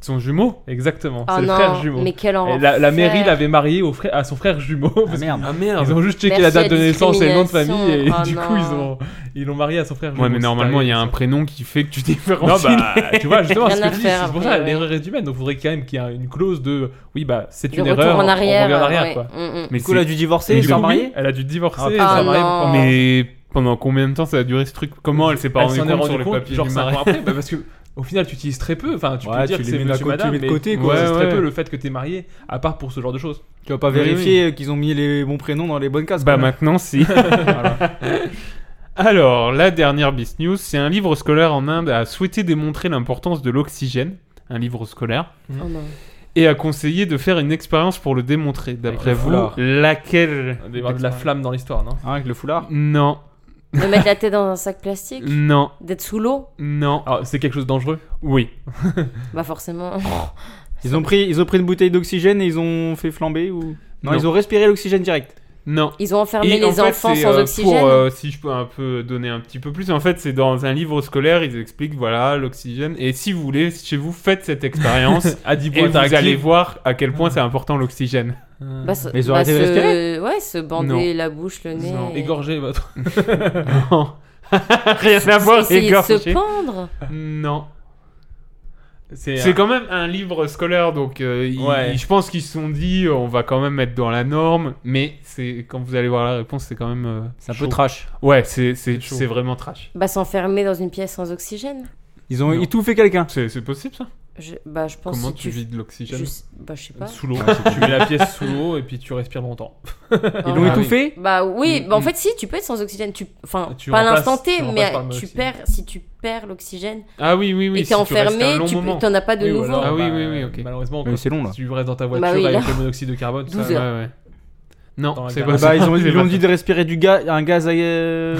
Son jumeau Exactement, Oh c'est le non, frère jumeau. mais quel Et la, la mairie enfer. l'avait marié au frère, à son frère jumeau. parce merde. Ah merde qu'ils ont juste Merci checké la date à de naissance et le nom de famille, et discrimination. Oh non. du coup, ils ont ils l'ont marié à son frère jumeau. Ouais, mais c'est normalement, il y a un terrible. prénom qui fait que tu Non, différencies. bah, tu vois, justement, Rien ce que à je dis, faire c'est pour après, ça, ouais. l'erreur est humaine. Donc, il faudrait quand même qu'il y ait une clause de oui, bah, c'est De une retour erreur. en on- arrière. On revient en arrière, ouais. quoi. Mm, mm. Mais Du coup, c'est- elle a dû divorcer Mais et du s'est coup, mariée. Elle a dû divorcer, Ah, elle s'est putain. mariée non. pour- Mais pendant combien de temps ça a duré ce truc Comment elle s'est pas Elle rendue s'en est compte sur rendue les compte papiers genre du 5 mari ans après, bah, parce que au final tu utilises très peu, enfin tu peux Ouais, dire tu que les c'est mets d'un monsieur côté, tu madame, les mets de mais côté, quoi. tu utilises Ouais, très ouais. peu le fait que t'es marié, à part pour ce genre de choses. Tu vas pas Oui, vérifier euh, qu'ils ont mis les bons prénoms dans les bonnes cases. Bah quoi. maintenant, si. Alors, la dernière Beast News, c'est un livre scolaire en Inde a souhaité démontrer l'importance de l'oxygène, un livre scolaire, Oh non. et a conseillé de faire une expérience pour le démontrer. D'après le vous, foulard. laquelle Ah, Il doit y avoir de la flamme dans l'histoire, non Hein, avec le Bah, foulard. Non, De mettre la tête dans un sac plastique non, D'être sous l'eau non. Alors c'est quelque chose de dangereux Oui. Bah forcément. Ils ont pris, ils ont pris une bouteille d'oxygène et ils ont fait flamber ou non, Non. ils ont respiré l'oxygène direct. Non. Ils ont enfermé Et les en fait, enfants c'est, sans euh, oxygène. Pour, euh, si je peux un peu donner un petit peu plus, en fait, c'est dans un livre scolaire, ils expliquent, voilà, l'oxygène. Et si vous voulez, chez vous, faites cette expérience. Adi et vous allez voir à quel point c'est important l'oxygène. Bah, se- Mais ils ont bah, arrêté de se- respirer Ouais, se bander la bouche, le nez. Non. et- égorger votre. Non. Rien à voir, Essayer de se égorgé. pendre. Non. C'est C'est euh, un- quand même un livre scolaire, donc euh, ils- Ouais. ils- je pense qu'ils se sont dit, euh, on va quand même être dans la norme, mais c'est quand vous allez voir la réponse, c'est quand même... euh, C'est un peu trash. Ouais, c'est c'est- chaud. c'est vraiment trash. Bah s'enfermer dans une pièce sans oxygène. Ils ont Non. étouffé quelqu'un. C'est c'est possible, ça Je... Bah je pense Comment si tu vis de l'oxygène je... sais- Bah je sais pas. sous l'eau, tu mets la pièce sous l'eau et puis tu respires longtemps. Ils l'ont Ah, étouffé. Bah oui, Mm, bah, en mm. fait si tu peux être sans oxygène, tu enfin Tu pas à remplaces- l'instant T, tu remplaces mais par le tu oxygène. perds si tu perds l'oxygène Ah oui, oui, oui. et si t'es tu restes un enfermé, long tu moment. peux- t'en as pas de Oui, ou nouveau. alors, Ah oui, bah, oui, oui, ok. Malheureusement, Mais quand c'est long, là. si tu restes dans ta voiture Bah oui, avec là. le monoxyde de carbone, ça- 12 Ouais, heures. ouais. Dans Non, la c'est gare. pas Bah, ça. ils ont, C'est ils pas ont ça. dit de respirer du gaz, un gaz. euh,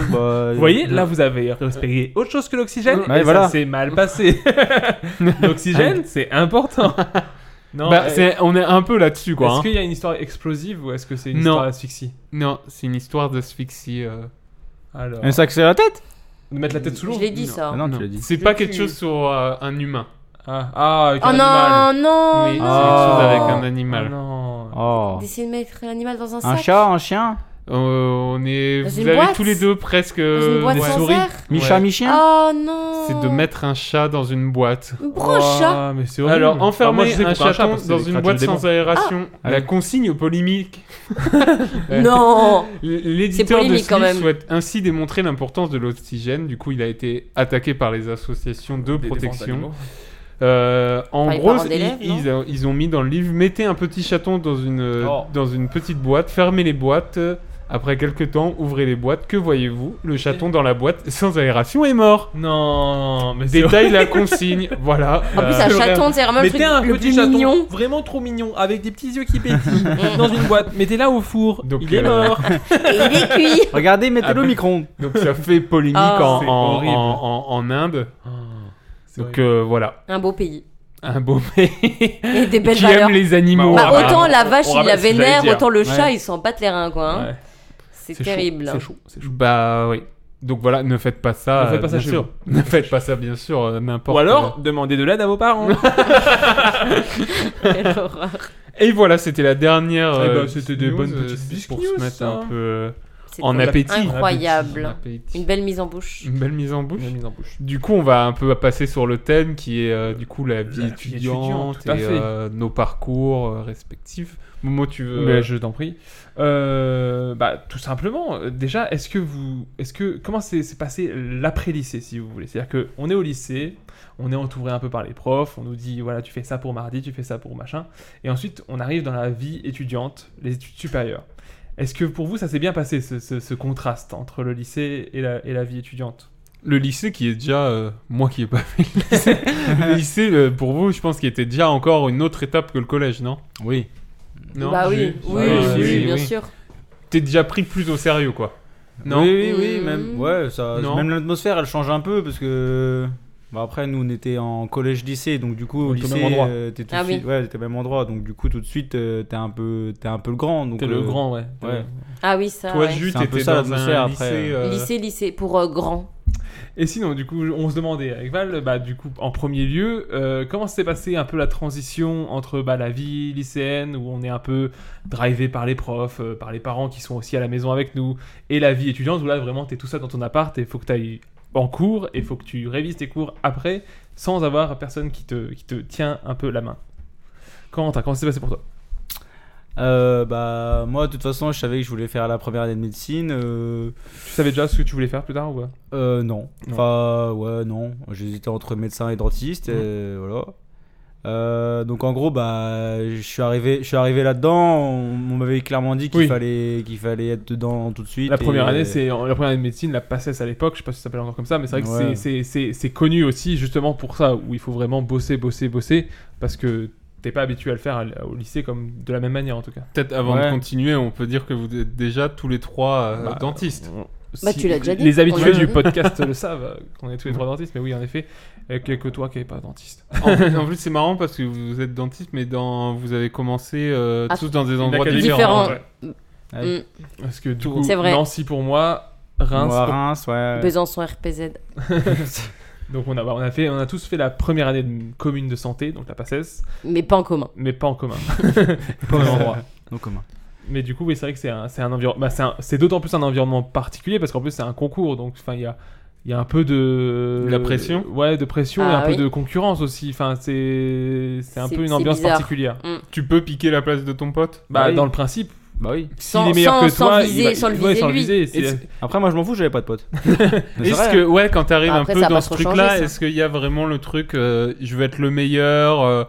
bah, Vous voyez, là vous avez respiré autre chose que l'oxygène Ouais, et voilà. ça s'est mal passé. l'oxygène, c'est important. Non, Bah, euh, c'est- on est un peu là-dessus, quoi. Est-ce hein. qu'il y a une histoire explosive ou est-ce que c'est une Non. histoire d'asphyxie Non, c'est une histoire d'asphyxie. euh. Alors, Un sac c'est la tête. de mettre la tête sous l'eau Je l'ai dit Non. ça. Ah non, tu l'as dit. C'est pas quelque chose sur euh, un humain. Ah, ah, avec Oh un animal. non, non, Oui, c'est quelque non. chose avec un Oh. animal. Ah non. Oh. D'essayer de mettre l'animal dans un sac. Un chat, un chien. Euh, on est, Dans vous une avez boîte tous les deux presque euh, Euh, une boîte des sans souris. verre Mi-chat, mi-chien Oh non C'est de mettre un chat dans une boîte. Mais pourquoi un Oh, chat mais c'est horrible. Alors, Alors, moi, enfermer je sais un pourquoi un chat, chaton parce que c'est dans des une créatures boîte démons. sans aération. Ah. La consigne polémique. Non. C'est L'éditeur de polémique, quand Slee même. souhaite ainsi démontrer l'importance de l'oxygène. Du coup, il a été attaqué par les associations de dépenses protection. d'animaux. Euh, en Par les gros, parents ils, d'élèves, non ils ont- ils ont mis dans le livre mettez un petit chaton dans une, euh, Oh. dans une petite boîte, fermez les boîtes. euh, Après quelques temps, ouvrez les boîtes. Que voyez-vous Le chaton dans la boîte sans aération est mort. Non, mais c'est Détaille la horrible. Ah bah, consigne. Voilà. En plus, un c'est vrai. chaton, c'est vraiment le truc Euh, Mettez un le petit plus chaton mignon. vraiment trop mignon, avec des petits yeux qui pétillent, dans une boîte. Mettez-la au four, Donc, il est euh, mort. Et il est cuit. Regardez, mettez-le au Ah. micro-ondes. Donc ça fait polémique Ah. en, C'est en- horrible. en- en- en Inde. Hein Donc euh, voilà, Un beau pays. un beau pays Et des belles qui valeurs. aime les animaux. Bah, Ah, on rappelle- autant la vache, on il la rappelle ce que j'allais vénère, dire. autant le Ouais. chat, il s'en bat les reins, quoi. hein. Ouais. C'est terrible. C'est chaud, c'est chaud. Bah oui. Donc voilà, ne faites pas ça. Ne faites pas euh, ça bien chez sûr. Ne faites pas ça, bien sûr, euh, n'importe. Ou alors, demandez de l'aide à vos parents. Quelle horreur. Et voilà, c'était la dernière. Eh ben, euh, c'était des news, bonnes euh, petites c'est bisque pour news, se mettre ça. un peu euh, C'était en appétit. En Incroyable. appétit. Une belle mise en bouche. Une belle mise en bouche. La mise en bouche. Du coup, on va un peu passer sur le thème qui est euh, du coup la vie La vie étudiante étudiante, tout à et fait. euh, nos parcours euh, respectifs. Momo, tu veux Mais Ben, je t'en prie. Euh, bah, tout simplement, euh, déjà, est-ce que vous. Est-ce que, comment s'est s'est passé l'après-lycée, si vous voulez C'est-à-dire qu'on est au lycée, on est entouré un peu par les profs, on nous dit, voilà, tu fais ça pour mardi, tu fais ça pour machin. Et ensuite, on arrive dans la vie étudiante, les études supérieures. Est-ce que pour vous, ça s'est bien passé, ce, ce- ce contraste entre le lycée et la, et la vie étudiante le lycée qui est déjà euh, moi qui ai pas fait le lycée. le lycée euh, pour vous, je pense qu'il était déjà encore une autre étape que le collège, non Oui. Non. bah oui, J'ai- oui, Ah, oui, oui, bien oui. sûr. T'es déjà pris plus au sérieux, quoi. Non. Oui, oui, oui, Mm. même. Ouais, ça, Non. même l'atmosphère, elle change un peu parce que. Bah après, nous, on était en collège-lycée, donc du coup, au On était au lycée, même endroit. euh, t'es tout Ah de oui. suite, ouais, t'es au même endroit, donc du coup, tout de suite, euh, t'es un peu, t'es un peu le grand. donc, T'es le euh, grand, ouais. Ouais. Ah oui, ça. Toi, ouais. Jus, C'est un peu t'étais ça, dans l'atmosphère, un après, lycée. euh, Lycée, lycée, pour euh, grand. Et sinon, du coup, on se demandait avec Val, bah, du coup, en premier lieu, euh, comment s'est passée un peu la transition entre bah, la vie lycéenne, où on est un peu drivé par les profs, euh, par les parents qui sont aussi à la maison avec nous, et la vie étudiante, où là, vraiment, t'es tout ça dans ton appart, et faut que t'ailles en cours, et faut que tu révises tes cours après, sans avoir personne qui te, qui te tient un peu la main. Quentin, comment s'est passé pour toi Euh, bah, moi, de toute façon, je savais que je voulais faire la première année de médecine. Euh, Tu savais déjà ce que tu voulais faire plus tard ou quoi euh, non. Non. Enfin, ouais, non. J'hésitais entre médecin et dentiste, et voilà. Euh, donc en gros, bah, je suis arrivé, je suis arrivé là-dedans. On, on m'avait clairement dit qu'il Oui. fallait, qu'il fallait être dedans tout de suite. La première et- année, c'est la première année de médecine, la PACES à l'époque, je sais pas si ça s'appelle encore comme ça, mais c'est vrai que Ouais. c'est- c'est- c'est c'est connu aussi justement pour ça, où il faut vraiment bosser, bosser, bosser, parce que t'es pas habitué à le faire à- au lycée comme de la même manière en tout cas. Peut-être avant de Ouais. continuer, on peut dire que vous êtes déjà tous les trois euh, Bah, dentistes. Bah, tu l'as déjà dit, Mm. Les on habitués l'a du dit. podcast le savent, euh, qu'on est tous les trois dentistes, mais oui, en effet, euh, que que toi qui n'es pas dentiste. en plus, en plus, c'est marrant parce que vous êtes dentiste, mais dans... vous avez commencé euh, Ah, tous dans des endroits académie différents. différent. ouais. Ouais. Mm. Parce que du Tout- coup, C'est vrai. Nancy pour moi, Reims. Moi, pour- Reims, ouais. Besançon RPZ. Donc on a, on, a fait, on a tous fait la première année de commune de santé, donc la PACES, Mais pas en commun. mais pas en commun. pas au même endroit. Donc, commun. Mais du coup, oui, c'est vrai que c'est un, c'est un environnement. Bah, c'est un- c'est d'autant plus un environnement particulier parce qu'en plus, c'est un concours. Donc, enfin, il y a, il y a un peu de. De la pression Ouais, de pression et Ah, un oui. peu de concurrence aussi. Enfin, c'est c'est un C'est- peu une c'est ambiance bizarre. particulière. Tu peux piquer la place de ton pote Bah, Bah oui. dans le principe, Bah oui. s'il Sans- est meilleur sans- que toi, sans il viser- va- sans le ouais, viser, sans le lui. viser. Et c'est- Après, moi, je m'en fous, j'avais pas de pote. Mais c'est Est-ce vrai. que, ouais, quand t'arrives Bah, un après, peu ça va dans pas ce trop changer, truc-là, ça. est-ce qu'il y a vraiment le truc euh, je veux être le meilleur euh,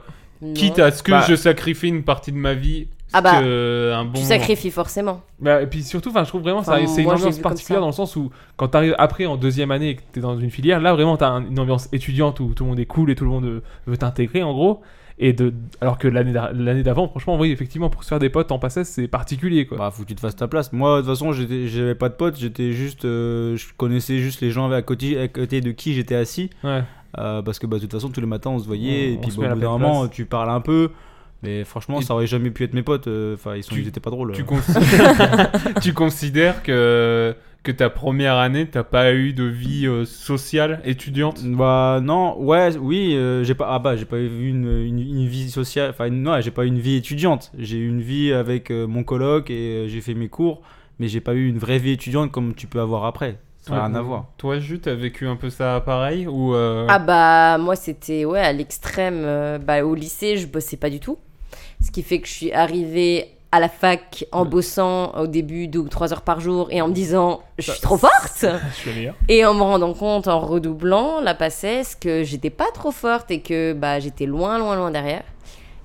Quitte à ce que Bah. je sacrifie une partie de ma vie. Ah bah, que euh, un bon Tu sacrifies forcément. Bah, et puis surtout, enfin, je trouve vraiment ça, Enfin, c'est une moi, je l'ai ambiance vu comme particulière ça. dans le sens où quand t'arrives après en deuxième année et que t'es dans une filière, là vraiment t'as un- une ambiance étudiante où tout le monde est cool et tout le monde euh, veut t'intégrer en gros. Et de, alors que l'année d'a- l'année d'avant, franchement, oui, effectivement, pour se faire des potes en passesse, c'est particulier quoi. Bah, faut que tu te fasses ta place. Moi, de toute façon, j'étais- j'avais pas de pote. J'étais juste. euh, je connaissais juste les gens à côté, à côté de qui j'étais assis. Ouais. Euh, parce que, bah, de toute façon, tous les matins, on se voyait. On- et on puis, se bah, met à au la bout d'un même moment, place. tu parles un peu. Mais franchement, Et- ça aurait jamais pu être mes potes. euh, Enfin, ils, sont, Tu- ils étaient pas drôles. Tu, euh. consi- tu considères que, que ta première année, t'as pas eu de vie euh, sociale, étudiante Bah non, ouais, oui, euh, j'ai pas, ah bah j'ai pas eu une, une, une vie sociale, enfin non, j'ai pas eu une vie étudiante. J'ai eu une vie avec euh, mon coloc et euh, j'ai fait mes cours, mais j'ai pas eu une vraie vie étudiante comme tu peux avoir après. Ça n'a Ouais, rien à ouais. voir. Toi, Jus, t'as vécu un peu ça pareil ou euh, Ah bah moi c'était ouais à l'extrême euh, bah, au lycée je bossais pas du tout ce qui fait que je suis arrivée à la fac en bossant au début deux ou trois heures par jour et en me disant je suis trop forte suis la meilleure. et en me rendant compte en redoublant la passesse que j'étais pas trop forte et que bah j'étais loin loin loin derrière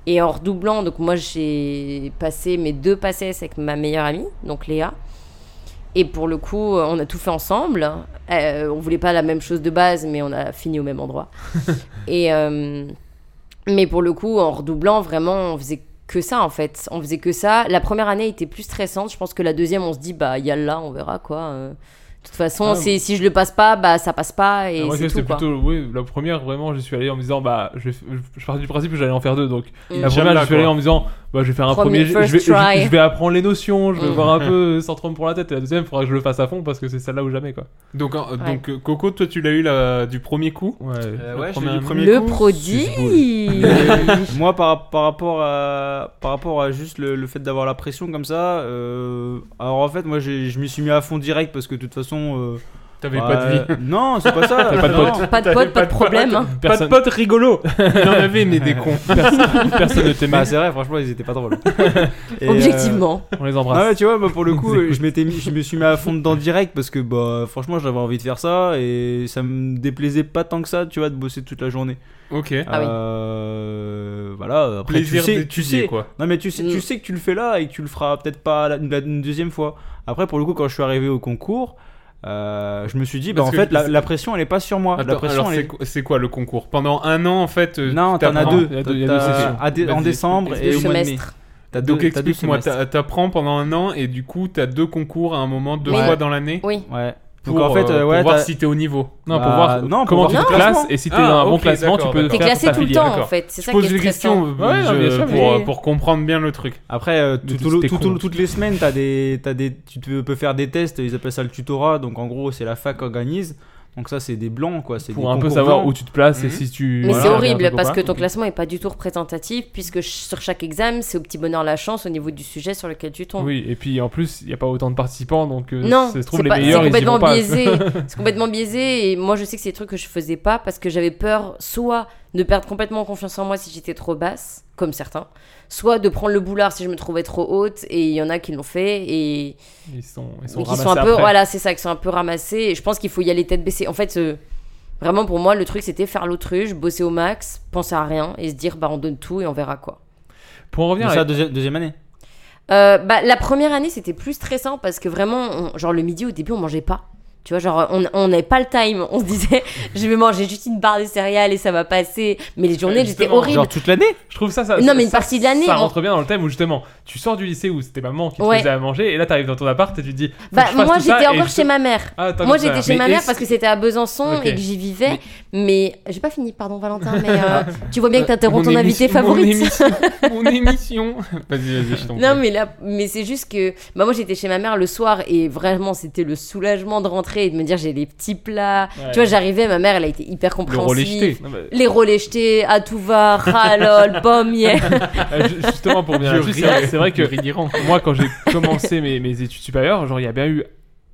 et en redoublant donc moi j'ai passé mes deux passesses avec ma meilleure amie donc Léa et pour le coup, on a tout fait ensemble. Euh, on voulait pas la même chose de base, mais on a fini au même endroit. et euh, mais pour le coup, en redoublant, vraiment, on faisait que ça en fait. On faisait que ça. La première année était plus stressante. Je pense que la deuxième, on se dit bah y a là, on verra quoi. Euh, de toute façon, Ah, c'est si je le passe pas, bah ça passe pas et moi, c'est c'était tout quoi. plutôt. Oui, la première, vraiment, je suis allé en me disant, bah, je, vais- je partais du principe que j'allais en faire deux. Donc, Mm. Jamais la première, là, je suis allé quoi. en me disant, bah, je vais faire un Premier- premier, je- first je, vais, je- try. je vais apprendre les notions, je vais Mm. voir un peu euh, sans trop me prendre la tête. Et la deuxième, il faudra que je le fasse à fond parce que c'est celle-là où jamais, quoi. Donc, euh, donc euh, Coco, toi, tu l'as eu là, du premier coup Ouais, Euh, ouais, le je l'ai eu du premier Le coup, prodige. Moi, par, par, rapport à, par rapport à juste le, le fait d'avoir la pression comme ça, euh, alors en fait, moi j'ai- je m'y suis mis à fond direct parce que de toute façon. euh, bah, T'avais pas de vie. Non, c'est pas ça. T'avais pas de non. potes. Pas de potes, T'avais pas de pas de problème, potes. hein. Personne- Pas de potes rigolos. Il en avait, mais des cons. Personne, Personne ne t'aimait. Bah, c'est vrai, franchement, ils étaient pas drôles. Et, euh, Objectivement. On les embrasse. Ah ouais, tu vois, moi pour le coup, Ils euh, je, m'étais mis- je me suis mis à fond dedans direct parce que bah, franchement, j'avais envie de faire ça et ça me déplaisait pas tant que ça, tu vois, de bosser toute la journée. Ok. Ah oui. Euh, Voilà, après Plaisir tu sais, tu d'étudier, sais quoi. Non, mais tu sais, tu sais que tu le fais là et que tu le feras peut-être pas la, la- une deuxième fois. Après, pour le coup, quand je suis arrivé au concours, euh, je me suis dit, bah, Parce en que- fait, la, la pression elle est pas sur moi. la Attends, pression, alors, elle c'est est- quoi- c'est quoi le concours Pendant un an, en fait euh, Non, t'en as t'apprends- deux. T'as- à Ah, dé- en Vas-y, décembre explique. et au mois de mai. T'as deux- Donc t'as deux explique-moi, semestres. t'a- t'apprends pendant un an et du coup t'as deux concours à un moment, deux Oui. fois dans l'année Oui. Ouais. Pour, Donc, en fait, euh, euh, pour ouais, voir t'as- si t'es au niveau. Non, pour voir comment tu voir te classes ton classement. et si t'es Ah, dans un bon ok, classement, tu d'accord, peux d'accord. faire classé ton tout le tablier. temps, en D'accord. fait. C'est Je ça pose qui est des stressant. questions euh, Ouais, non, je- bien sûr, pour, mais- euh, pour comprendre bien le truc. Après, euh, tout- Mais tout le- c'était tout- con. tout- toutes les semaines, as des, t'as des, tu te- peux faire des tests, ils appellent ça le tutorat, donc en gros, c'est la fac qui organise. Donc ça, c'est des blancs, quoi. c'est des Pour un peu concours savoir blancs. où tu te places et si tu. Mais voilà, c'est un truc horrible ou parce pas. que ton classement est pas du tout représentatif puisque ch- sur chaque examen, c'est au petit bonheur la chance au niveau du sujet sur lequel tu tombes. Oui, et puis en plus, il n'y a pas autant de participants, donc euh, Non, si ça se trouve, c'est les pas- c'est meilleurs, ils y vont complètement pas. biaisé. c'est complètement biaisé. Et moi, je sais que c'est des trucs que je faisais pas parce que j'avais peur soit de perdre complètement confiance en moi si j'étais trop basse, comme certains, soit de prendre le boulard si je me trouvais trop haute. Et il y en a qui l'ont fait et Ils sont, ils sont Donc, ils ramassés sont un peu, après. voilà, c'est ça, qui sont un peu ramassés. Et je pense qu'il faut y aller tête baissée. En fait, euh, vraiment pour moi, le truc c'était faire l'autruche, bosser au max, penser à rien et se dire bah on donne tout et on verra quoi. Pour en Mais revenir ça, à- deuxième, deuxième année. Euh, bah, la première année, c'était plus stressant parce que vraiment, on- genre le midi au début, on mangeait pas. Tu vois, genre, on on n'avait pas le time. On se disait, je vais manger juste une barre de céréales et ça va passer. Mais les journées, j'étais Justement, horrible. Genre toute l'année Je trouve ça, ça Non, ça- mais une ça- partie de l'année, Ça on- rentre bien dans le thème où justement, tu sors du lycée où c'était maman qui te Ouais. faisait à manger, et là t'arrives dans ton appart et tu te dis. faut que Bah, je fasse moi, tout ça, j'étais et encore je- chez ma mère. Ah, t'as moi, encore j'étais ça. chez ma Mais mère est-ce- parce que c'était à Besançon Ok. et que j'y vivais. Mais, j'ai pas fini, pardon, Valentin, mais Ah. euh, tu vois bien que Mon t'interromps ton invité émission- favori. Mon émission. mon émission. Vas-y, vas-y, je t'en Non prie. mais là, mais c'est juste que bah moi j'étais chez ma mère le soir et vraiment c'était le soulagement de rentrer et de me dire j'ai les petits plats. Ouais. Tu vois j'arrivais, ma mère elle a été hyper relais jeté. compréhensive. Non, mais- Les relais jetés, à tout va, ralol, pomme, miel. Euh, ju- justement pour bien Je juste, ris, c'est c'est vrai que je ris d'Iran. moi quand j'ai commencé mes, mes études supérieures genre il y a bien eu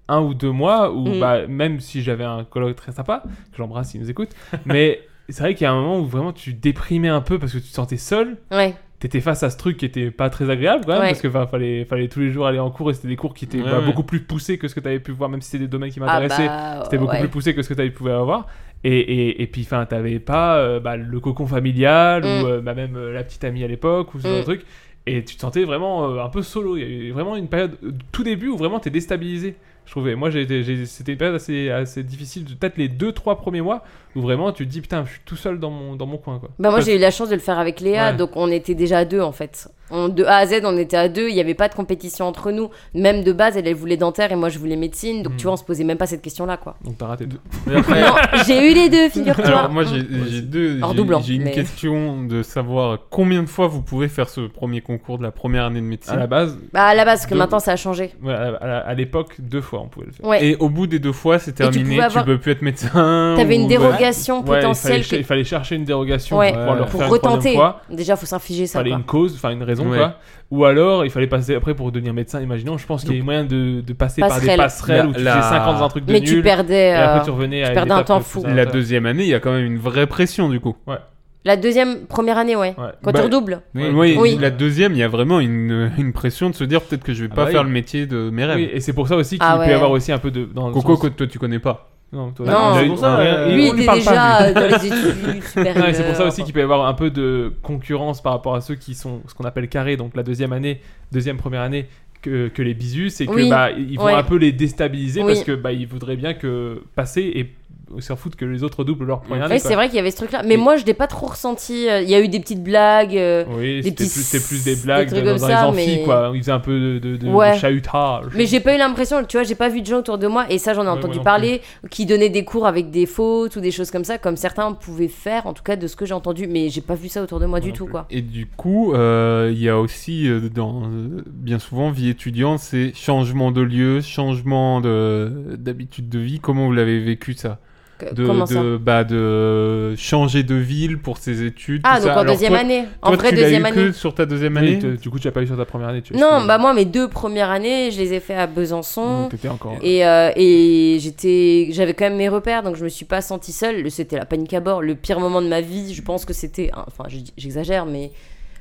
un ou deux mois où Mm. bah, même si j'avais un colloque très sympa que j'embrasse s'il nous écoute mais c'est vrai qu'il y a un moment où vraiment tu déprimais un peu parce que tu te sentais seul Ouais. t'étais face à ce truc qui était pas très agréable quand même Ouais. parce que bah, fallait fallait tous les jours aller en cours et c'était des cours qui étaient Ouais, bah, ouais. beaucoup plus poussés que ce que t'avais pu voir même si c'était des domaines qui Ah, m'intéressaient bah, c'était beaucoup ouais. plus poussé que ce que t'avais pu avoir et, et, et puis enfin t'avais pas euh, bah, le cocon familial Mm. ou euh, bah, même euh, la petite amie à l'époque ou ce genre Mm. de truc et tu te sentais vraiment euh, un peu solo il y a eu vraiment une période euh, tout début où vraiment t'es déstabilisé je trouvais moi j'ai été- j'ai- c'était une période assez, assez difficile peut-être les deux trois premiers mois où vraiment tu te dis putain je suis tout seul dans mon, dans mon coin quoi Bah moi Parce- j'ai eu la chance de le faire avec Léa, Ouais. donc on était déjà à deux en fait. On, de A à Z on était à deux, il n'y avait pas de compétition entre nous. Même de base elle, elle voulait dentaire et moi je voulais médecine, donc Mm. tu vois on se posait même pas cette question là quoi. donc t'as raté tout. Non, j'ai eu les deux, figure-toi. Alors moi j'ai j'ai deux Hors j'ai- doublant, j'ai une mais- question de savoir combien de fois vous pouvez faire ce premier concours de la première année de médecine à la base Bah à la base, parce que Deux- maintenant ça a changé. ouais, à la- à la- à l'époque deux fois on pouvait le faire Ouais. Et au bout des deux fois, c'est tu terminé, pouvais tu, avoir- peux plus être médecin. T'avais ou- une dérogation Ouais, il potentielle fallait, cher- il fallait chercher une dérogation Ouais. pour pouvoir le que- pour refaire une troisième retenter. fois Déjà, faut s'infliger Il ça. fallait quoi. une cause, enfin une raison, Ouais. quoi. Ou alors, il fallait passer après pour devenir médecin, imaginons. Je pense qu'il y a moyen de, de passer par des Passerelle. passerelles La- où tu la- faisais 50 un truc de Mais nul. tu perdais, Et après, euh, tu revenais tu à une perdais un étape temps de- fou. de- La deuxième année, il y a quand même une vraie pression du coup. Ouais. La deuxième, première année, ouais. Quand Bah, tu redoubles. Oui, oui, Oui. la deuxième, il y a vraiment une, euh, une pression de se dire peut-être que je vais pas bah oui. faire le métier de mes rêves. Oui, et c'est pour ça aussi qu'il Ah peut y ouais. avoir aussi un peu de. Dans le Coco, sens- que toi tu connais pas. Non, toi, Non. il- C'est il- pour ça, il- euh, il- Lui, on il lui était parle pas, déjà lui. euh, dans les études supérieures. Non, et c'est pour ça aussi qu'il peut y avoir un peu de concurrence par rapport à ceux qui sont ce qu'on appelle carrés, donc la deuxième année, deuxième première année que, que les bisus, c'est que Oui, bah ils vont ouais. un peu les déstabiliser Oui. parce que bah ils voudraient bien que passer et s'en foutent que les autres doublent leur première année. Oui, quoi. c'est vrai qu'il y avait ce truc-là. Mais Ah, Et- moi, je l'ai pas trop ressenti. euh, Il y a eu des petites blagues. euh, Oui, Des c'était petits- plus, c'était plus des des blagues trucs dans, comme dans ça, les amphis, mais- quoi. Ils faisaient un peu de, de, de- Ouais. de chahutage. Mais j'ai pas eu l'impression, tu vois, j'ai pas vu de gens autour de moi, et ça j'en ai Ouais, moi entendu non parler, qui donnaient des cours avec des fautes ou des choses comme ça, comme certains pouvaient faire, en tout cas de ce que j'ai entendu, mais j'ai pas vu ça autour de moi Moi du non tout, plus. quoi. Et du coup, euh, il y a aussi, euh, dans, euh, bien souvent, vie étudiante, c'est changement de lieu, changement de- d'habitude de, vie. Comment vous l'avez vécu ça Que- de, Euh, Comment ça de- bah, de changer de ville pour ses études. Ah, tout donc ça. en Alors, deuxième toi- année, toi, en vrai tu l'as deuxième eu année. que sur ta deuxième Oui, année t'as- du coup, tu l'as pas eu sur ta première année, tu vois, Non, c'est- bah moi mes deux premières années, je les ai fait à Besançon. Non, t'étais encore. Et, euh, et j'étais, j'avais quand même mes repères, donc je me suis pas sentie seule. C'était la panique à bord, le pire moment de ma vie. Je pense que c'était, hein, enfin, je dis- j'exagère, mais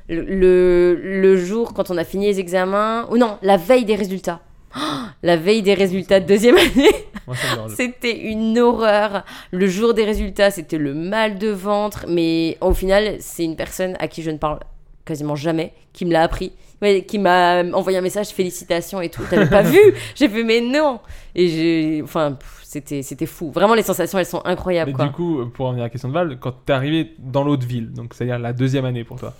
le, le, le jour quand on a fini les examens, ou non, la veille des résultats. Oh, La veille des résultats de deuxième année, Moi, ça me dérange. c'était une horreur. Le jour des résultats, c'était le mal de ventre. Mais au final, c'est une personne à qui je ne parle quasiment jamais qui me l'a appris, ouais, qui m'a envoyé un message félicitations et tout. T'avais pas vu J'ai fait mais non. Et j'ai, enfin, pff, c'était c'était fou. Vraiment, les sensations, elles sont incroyables, Mais quoi. du coup, pour en venir à la question de Val, quand t'es arrivé dans l'autre ville, donc c'est-à-dire la deuxième année pour toi,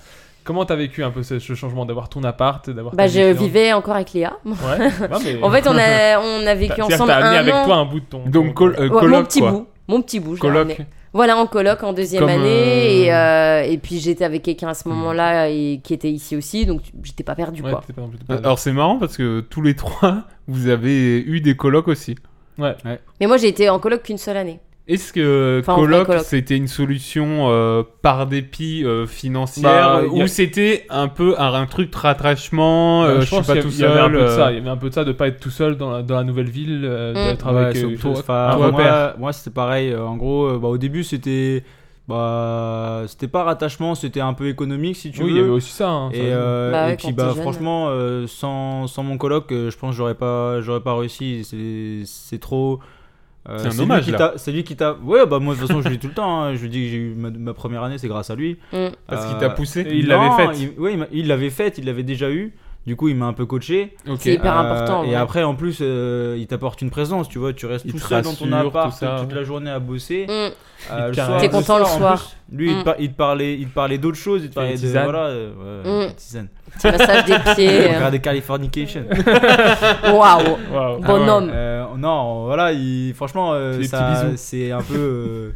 comment t'as vécu un peu ce, ce changement d'avoir ton appart, d'avoir ta bah, vie je étudiante vivais encore avec Léa. Ouais. Ouais, mais- en fait, on a on a T'as- vécu c'est-à-dire que ensemble t'as amené un avec an. toi un bout de ton. Donc, col- euh, Ouais, coloc, mon petit quoi. bout, mon petit bout. je l'ai Coloc. ramené. Voilà, en coloc en deuxième Comme, année. Et, euh, euh, et puis j'étais avec quelqu'un à ce moment-là et qui était ici aussi, donc j'étais pas perdue, Ouais, quoi. t'es pas non plus- t'es pas- Euh, Alors c'est marrant parce que tous les trois, vous avez eu des colocs aussi. Ouais. Mais moi, j'ai été en coloc qu'une seule année. Est-ce que Enfin, en vrai, coloc, coloc. c'était une solution euh, par dépit euh, Bah, financière y a- ou c'était un peu un, un truc de rattrachement Bah, euh, je Je suis pense pas qu'il y a- tout il y avait un seul. peu de ça. euh, Il y avait un peu de ça de pas être tout seul dans la, dans la nouvelle ville, euh, Mm. d'être Ouais, avec. euh, surtout, une- enfin, un repère. moi, moi, c'était pareil. euh, En gros, euh, bah, au début, c'était. Bah, c'était pas rattachement, c'était un peu économique si tu Oui, il y veux. avait aussi ça. hein, ça- Et, euh, Bah et ouais, puis quand bah t'es jeune. franchement euh, sans, sans mon coloc euh, je pense que j'aurais pas j'aurais pas réussi c'est c'est trop euh, C'est un lui hommage, qui là. t'a- C'est lui qui t'a. Ouais, bah moi de toute façon je lui dis tout le temps. hein, Je lui dis que j'ai eu ma, ma première année, c'est grâce à lui. Mm. Parce Euh, qu'il t'a poussé. Et il l'avait non, faite. il- ouais, il m'a- il l'avait faite, il l'avait déjà eu. Du coup, il m'a un peu coaché. Ok. C'est hyper important. Euh, Et ouais. après, en plus, euh, il t'apporte une présence, tu vois. Tu restes Il tout te seul dans ton rassure, appart tout ça. toute la journée à bosser. Mm. Euh, Il le te soir- T'es content le en soir. plus, lui, il, Mm. te par- il te parlait, il te parlait d'autres choses. Il te parlait des de tisanes. voilà, euh, ouais, Mm. des tisanes. Petit massage des pieds. On euh, regarde des Californication. Waouh. Waouh. Bonhomme. Euh, non, voilà, il, franchement, euh, C'est des ça- petits bisous. c'est un peu. euh,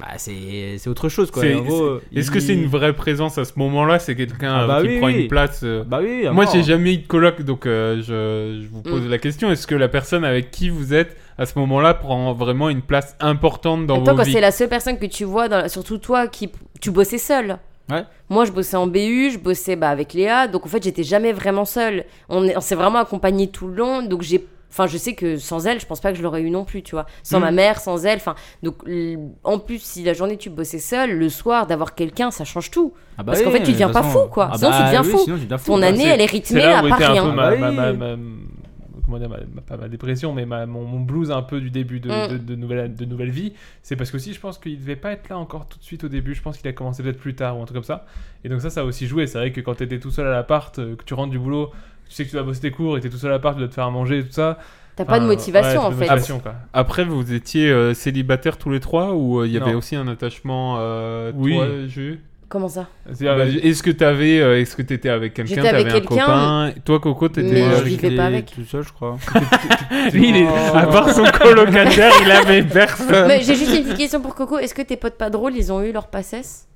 bah, c'est c'est autre chose, quoi. C'est- En gros, c'est- Est-ce il- que c'est une vraie présence à ce moment-là C'est quelqu'un Ah euh, bah qui oui, prend oui. une place. euh, Bah oui, à Moi, mort. j'ai jamais eu de coloc, donc euh, je, je vous Mm. pose la question. Est-ce que la personne avec qui vous êtes à ce moment-là prend vraiment une place importante dans Attends, vos quand vies c'est la seule personne que tu vois, dans la- surtout toi, qui tu bossais seul. Ouais. Moi, je bossais en BU, je bossais bah, avec Léa, donc en fait, j'étais jamais vraiment seule. On, est- on s'est vraiment accompagnés tout le long, donc j'ai. Enfin, je sais que sans elle, je pense pas que je l'aurais eu non plus, tu vois. Sans Hmm. Mm. ma mère, sans elle. Enfin, donc l- en plus, si la journée tu bossais seul, le soir d'avoir quelqu'un, ça change tout. Ah bah parce qu'en oui, fait, tu deviens de pas toute façon. fou, quoi. Ah Sinon, tu bah deviens oui, fou. sinon, tu deviens fou, Ton bah, année, c'est- elle est C'est rythmée là à où part était un peu rien. ma, Ah ma- oui. ma- ma- comment dire, ma- ma- pas ma dépression, mais ma, mon, mon blues un peu du début de, Mm. de, de nouvelle, de nouvelle vie. C'est parce que aussi, je pense qu'il devait pas être là encore tout de suite au début. Je pense qu'il a commencé peut-être plus tard ou un truc comme ça. Et donc ça, ça a aussi joué. C'est vrai que quand t'étais tout seul à l'appart, euh, que tu rentres du boulot, tu sais que tu dois bosser tes cours, et t'es tout seul à l'appart, tu dois te faire à manger, tout ça. T'as pas de Enfin, motivation, en Ah, ouais, de fait. motivation, quoi. Après, vous étiez euh, célibataires tous les trois ou euh, il y avait Non. aussi un attachement euh, Oui. toi, Jules Comment ça C'est-à-dire, Bah, euh, est-ce que t'avais, euh, est-ce que t'étais avec quelqu'un, J'étais t'avais avec un quelqu'un, copain Toi, Coco, t'étais. mais Ouais, je vivais j'étais pas avec. Tout seul, je crois. Lui, il est- Oh. à part son colocataire, il avait personne. Mais j'ai juste une petite question pour Coco. Est-ce que tes potes pas drôles, ils ont eu leur passesse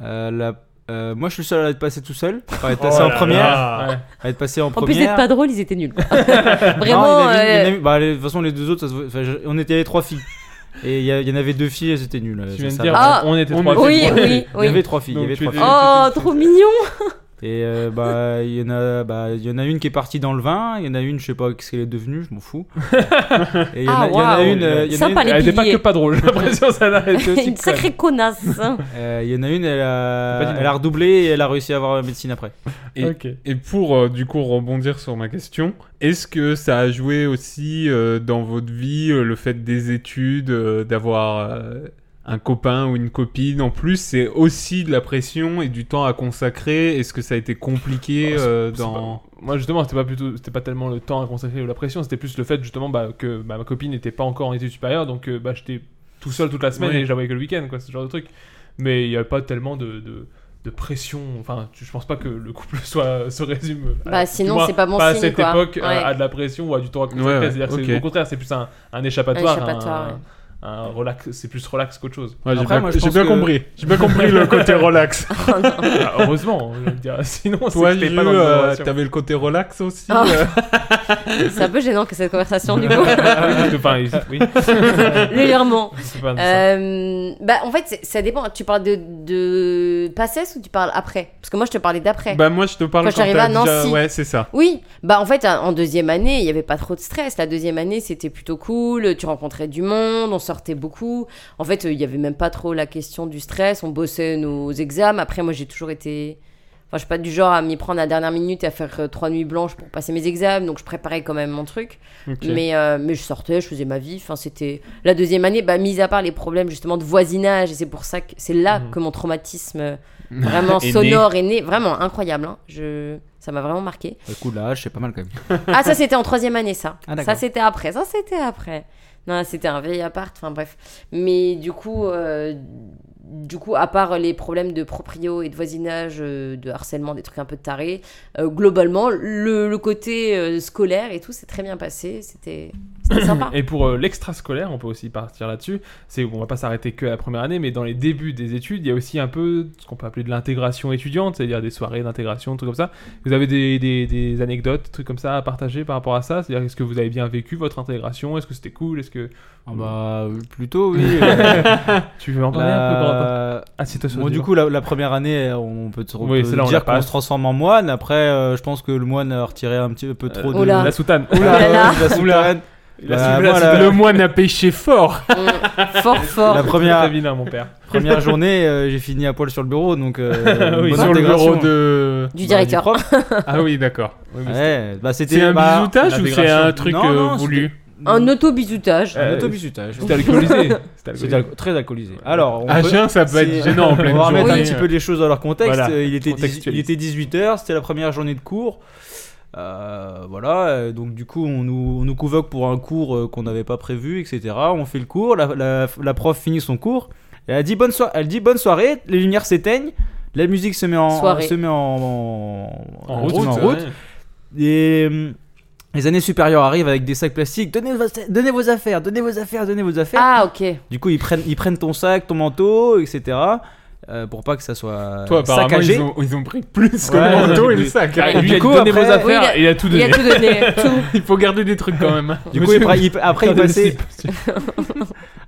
Euh, la- euh, moi, je suis le seul à être passé tout seul. Enfin, à être Oh passé en première. Ouais. À être passé en, En première. plus d'être pas drôle, ils étaient nuls. Non, Vraiment. il y en avait- il y en euh, avait- bah, les- de toute façon, les deux autres, ça se voit- enfin, je- on était les trois filles. Et il y, a- il y en avait deux filles, et c'était nul. Tu euh, viens ça- de ça dire, va. Ah, on était on trois. était Oui, filles. oui, Il y oui. avait trois filles. il y Donc, avait tu trois étais- filles. Oh, trop mignon. Et euh, bah il y en a bah il y en a une qui est partie dans le vin, il y en a une je sais pas ce qu'elle est devenue, je m'en fous. Et il y en a- Ah, il y en a waouh. une, euh, il y en a Sympa, une- les Elle était pas piliers. que pas drôle, j'ai l'impression, ça l'a été aussi, Une sacrée connasse. hein. Euh, Il y en a une, elle Pas dit a, non. elle a redoublé et elle a réussi à avoir la médecine après. Et, et pour euh, du coup rebondir sur ma question, est-ce que ça a joué aussi euh, dans votre vie euh, le fait des études, euh, d'avoir euh, un copain ou une copine en plus C'est aussi de la pression et du temps à consacrer. Est-ce que ça a été Ah, compliqué euh, dans... Moi justement, c'était pas plutôt, c'était pas tellement le temps à consacrer ou la pression, c'était plus le fait justement bah, que bah, ma copine n'était pas encore en études supérieures, donc euh, bah, j'étais tout seul toute la semaine Oui. et je la voyais que le week-end, quoi, ce genre de truc. Mais il n'y avait pas tellement de, de, de pression. Enfin, tu- je pense pas que le couple soit se résume. à- Bah, du sinon, moins, c'est pas bon Pas à signe, cette quoi. époque à- Ouais. à, de la pression ou à du temps à consacrer. Ouais, ouais, C'est-à-dire que ok. c'est au contraire, c'est plus un, un échappatoire, Un échappatoire, un- ouais. un relax. C'est plus relax qu'autre chose. Ouais, j'ai Après, bien- moi, je j'ai pense bien que- compris. J'ai bien compris le côté relax. Oh non. Ah, heureusement, je veux dire, sinon c'est Toi, que t'es Ju, pas dans une euh, bonne relation. t'avais le côté relax aussi Ah. euh C'est un peu gênant que cette conversation du coup. Enfin, il- oui. Légèrement. C'est pas ça. Euh, bah, en fait, c'est- ça dépend. Tu parles de, de passesse ou tu parles après Parce que moi, je te parlais d'après. Bah moi je te parle Quand quand, je suis t'as arrivée à déjà- Nancy. Ouais c'est ça. Oui, bah en fait en deuxième année il n'y avait pas trop de stress. La deuxième année c'était plutôt cool, tu rencontrais du monde, on sortait beaucoup. En fait euh, il n'y avait même pas trop la question du stress, on bossait nos examens. Après moi j'ai toujours été... Enfin je suis pas du genre à m'y prendre à la dernière minute et à faire euh, trois nuits blanches pour passer mes examens, donc je préparais quand même mon truc. Ok. Mais, euh, mais je sortais, je faisais ma vie. Enfin, c'était la deuxième année, bah, mis à part les problèmes justement de voisinage, et c'est pour ça que c'est là que mon traumatisme euh, vraiment Mhm. Est né. sonore est né. Vraiment incroyable. hein. Je... Ça m'a vraiment marqué. Le coup là, c'est pas mal quand même. Ah, ça c'était en troisième année, ça. Ah, ça d'accord. c'était après. Ça c'était après. Non, c'était un vieil appart. Enfin bref. Mais du coup, euh, du coup, à part les problèmes de proprio et de voisinage, euh, de harcèlement, des trucs un peu tarés, euh, globalement, le, le côté euh, scolaire et tout s'est très bien passé. C'était c'était sympa. Et pour euh, l'extrascolaire, on peut aussi partir là-dessus. C'est on va pas s'arrêter que à la première année, mais dans les débuts des études, il y a aussi un peu ce qu'on peut appeler de l'intégration étudiante, c'est-à-dire des soirées d'intégration, trucs comme ça. Vous avez des, des, des anecdotes, trucs comme ça à partager par rapport à ça C'est-à-dire est-ce que vous avez bien vécu votre intégration Est-ce que c'était cool Est-ce que Ah bah plutôt oui. Euh, tu veux en parler un peu la- Ah, c'est toi sur le Bon, du divan. coup, la, la première année, euh, on peut, se on Oui, peut c'est là, on la dire qu'on passe. se transforme en moine. Après, euh, je pense que le moine a retiré un petit peu trop de Euh, Oula. la soutane Oula, Oula. ouais, de la soutane. La Bah, soutane, moi, la la- soutane. Le moine a péché fort. fort, Oh. fort. La première- Très vilain, mon père. Première journée, euh, j'ai fini à poil sur le bureau, donc Ah euh, Oui, bonne sur le intégration. bureau de... Du Bah, directeur. prof. Ah oui d'accord. Oui, mais Ouais, bah, c'était C'est un bah, bisoutage ou c'est l'intégration. un truc Non, euh, non, voulu Un auto-bisoutage. c'était Euh, Un autobisutage. C'était alcoolisé. C'était C'était alcoolisé. al- très alcoolisé. Alors, on À peut- jeun Ah, ça peut être c'est- gênant en pleine On va remettre journée. un petit peu les choses dans leur contexte. Voilà, Euh, il, était dix- il contextualise. était 18h, c'était la première journée de cours. Euh, voilà, euh, donc du coup, on nous, on nous convoque pour un cours euh, qu'on n'avait pas prévu, etc. On fait le cours, la, la- la prof finit son cours, et elle dit bonne, soirée elle dit bonne soirée, les lumières s'éteignent, la musique se met en, Soirée. se met en, en, En route, se met en route. Et hum, les années supérieures arrivent avec des sacs plastiques. Donnez vos, donnez vos affaires, donnez vos affaires, donnez vos affaires. Ah, ok. Du coup, ils prennent, ils prennent ton sac, ton manteau, etc. euh, pour pas que ça soit Toi apparemment saccagé. ils ont, ils ont pris plus que Ouais, le manteau et le mais- sac. Ah, Et lui, du il a coup, donné après- vos affaires, Oui, il a- il a tout Il a tout donné. donné. tout. Il faut garder des trucs quand même. Du coup, ils pra- ils- après, ils Regardez le passaient, slip.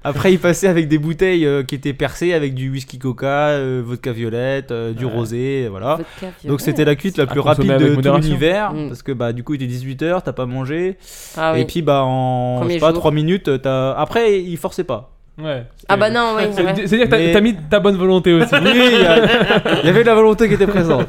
après, ils passaient avec des bouteilles euh, qui étaient percées avec du whisky coca, euh, vodka violette, euh, du rosé, voilà. Vodka, Donc violette. c'était la cuite la À plus consommer rapide avec de tout modération. l'univers Mm. parce que bah du coup il était 18h, t'as pas mangé Ah, oui. et puis bah en je Premier sais pas jour. 3 minutes euh, t'as après ils forçaient pas. Ouais. ah euh, bah non, oui. C'est- ouais. C'est-à-dire que t'as- Mais- t'as mis ta bonne volonté aussi. Oui, il y, a- il y avait de la volonté qui était présente.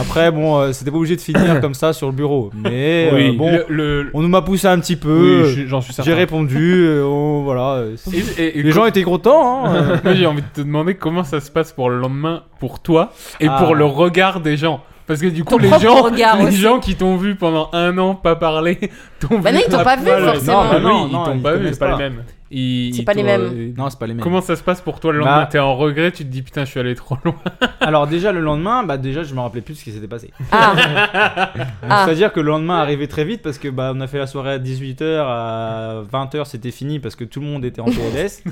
Après bon, euh, c'était pas obligé de finir comme ça sur le bureau mais euh, Oui. bon Le- le- on nous m'a poussé un petit peu. Oui, je- j'en suis certain. J'ai répondu, euh, on- voilà. euh, c'est- Et- et- et les gens étaient contents. hein, euh. Moi, j'ai envie de te demander comment ça se passe pour le lendemain, pour toi et Ah. pour le regard des gens. Parce que du coup, Ton les propre gens, regard les aussi. gens qui t'ont vu pendant un an pas parler, t'ont Bah vu non, ils t'ont à pas vu, poil. forcément. Non, bah Non, oui, non, ils t'ont ils pas vu, connaissent c'est pas pas. les mêmes. Ils- C'est ils pas les t'ont- mêmes. euh, Non, c'est pas les mêmes. Comment ça se passe pour toi le lendemain Bah- T'es en regret, tu te dis putain, je suis allé trop loin. Alors déjà le lendemain, bah déjà je me rappelais plus de ce qui s'était passé. Ah, Donc, Ah. C'est-à-dire que le lendemain arrivait très vite parce que bah on a fait la soirée à 18h à 20h, c'était fini parce que tout le monde était en PLS.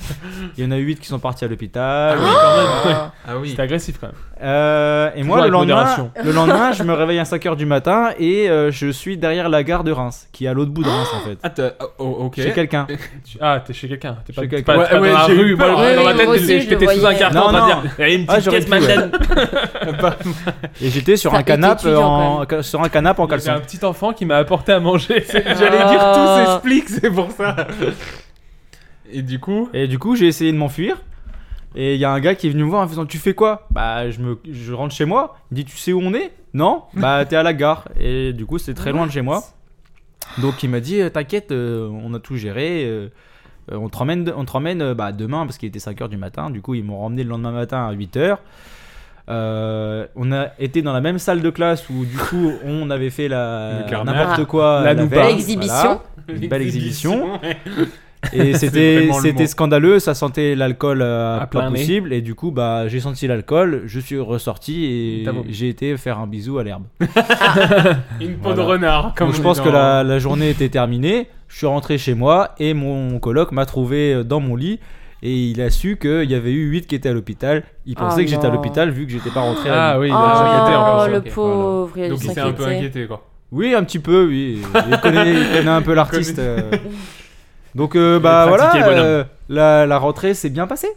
Il y en a 8 qui sont partis à l'hôpital. Ah oui. C'était agressif quand même. Euh, et moi, le avec lendemain, modération. le lendemain, je me réveille à 5h du matin et euh, Ah, je suis derrière la gare de Reims, qui est à l'autre bout de Reims en fait. Ah, t'as- oh, ok. Chez quelqu'un. Tu- Ah, t'es chez quelqu'un. T'es pas, Chez t'es quelqu'un. pas- t'es pas Ouais, dans la ouais, j'ai rue, eu moi, peur. Ouais, dans ma oui, tête, moi j'étais aussi, je j'étais le sous un voyais. carton, Non, on va non. dire. Il y a une Ah, petite j'aurais caisse pu, madame. Et j'étais sur Ça un canapé était étudiant, en ca- sur un canapé en J'ai un caleçon. petit enfant qui m'a apporté à manger. C'est- J'allais Ah. dire tout Oh. s'explique, c'est pour ça. Et du coup Et du coup, j'ai essayé de m'enfuir. Et il y a un gars qui est venu me voir en faisant Tu fais quoi Bah, je, me, je rentre chez moi. Il me dit Tu sais où on est Non Bah, t'es à la gare. Et du coup, c'est très loin de chez moi. Donc, il m'a dit Euh, T'inquiète, euh, on a tout géré. euh, euh, on te ramène, on te ramène euh, bah, demain parce qu'il était 5h du matin. Du coup, ils m'ont ramené le lendemain matin à 8h. Euh, on a été dans la même salle de classe où du coup on avait fait la Le carnage. n'importe quoi La veille, nouba. voilà. L'exhibition. une belle exhibition L'exhibition. et C'est c'était vraiment le c'était mot. scandaleux ça sentait l'alcool euh, À pas plein nez. possible et du coup bah j'ai senti l'alcool je suis ressorti et T'as vomi. j'ai été faire un bisou à l'herbe Une peau de renard, comme Donc, je on pense dit que dans- la, la journée était terminée je suis rentré chez moi et mon coloc m'a trouvé euh, dans mon lit et il a su qu'il y avait eu 8 qui étaient à l'hôpital. Il Ah pensait que j'étais à non. l'hôpital vu que j'étais pas rentré. la Ah nuit. oui, il a dû s'inquiéter en Oh, plus, le ok. pauvre, il a Donc dû il s'est un peu s'inquiéter. inquiété quoi. Oui, un petit peu, oui. Il connaît, il connaît un peu l'artiste. connaît. euh. Donc, euh, bah Il a pratiqué, voilà, le bonhomme. euh, la, la rentrée s'est bien passée.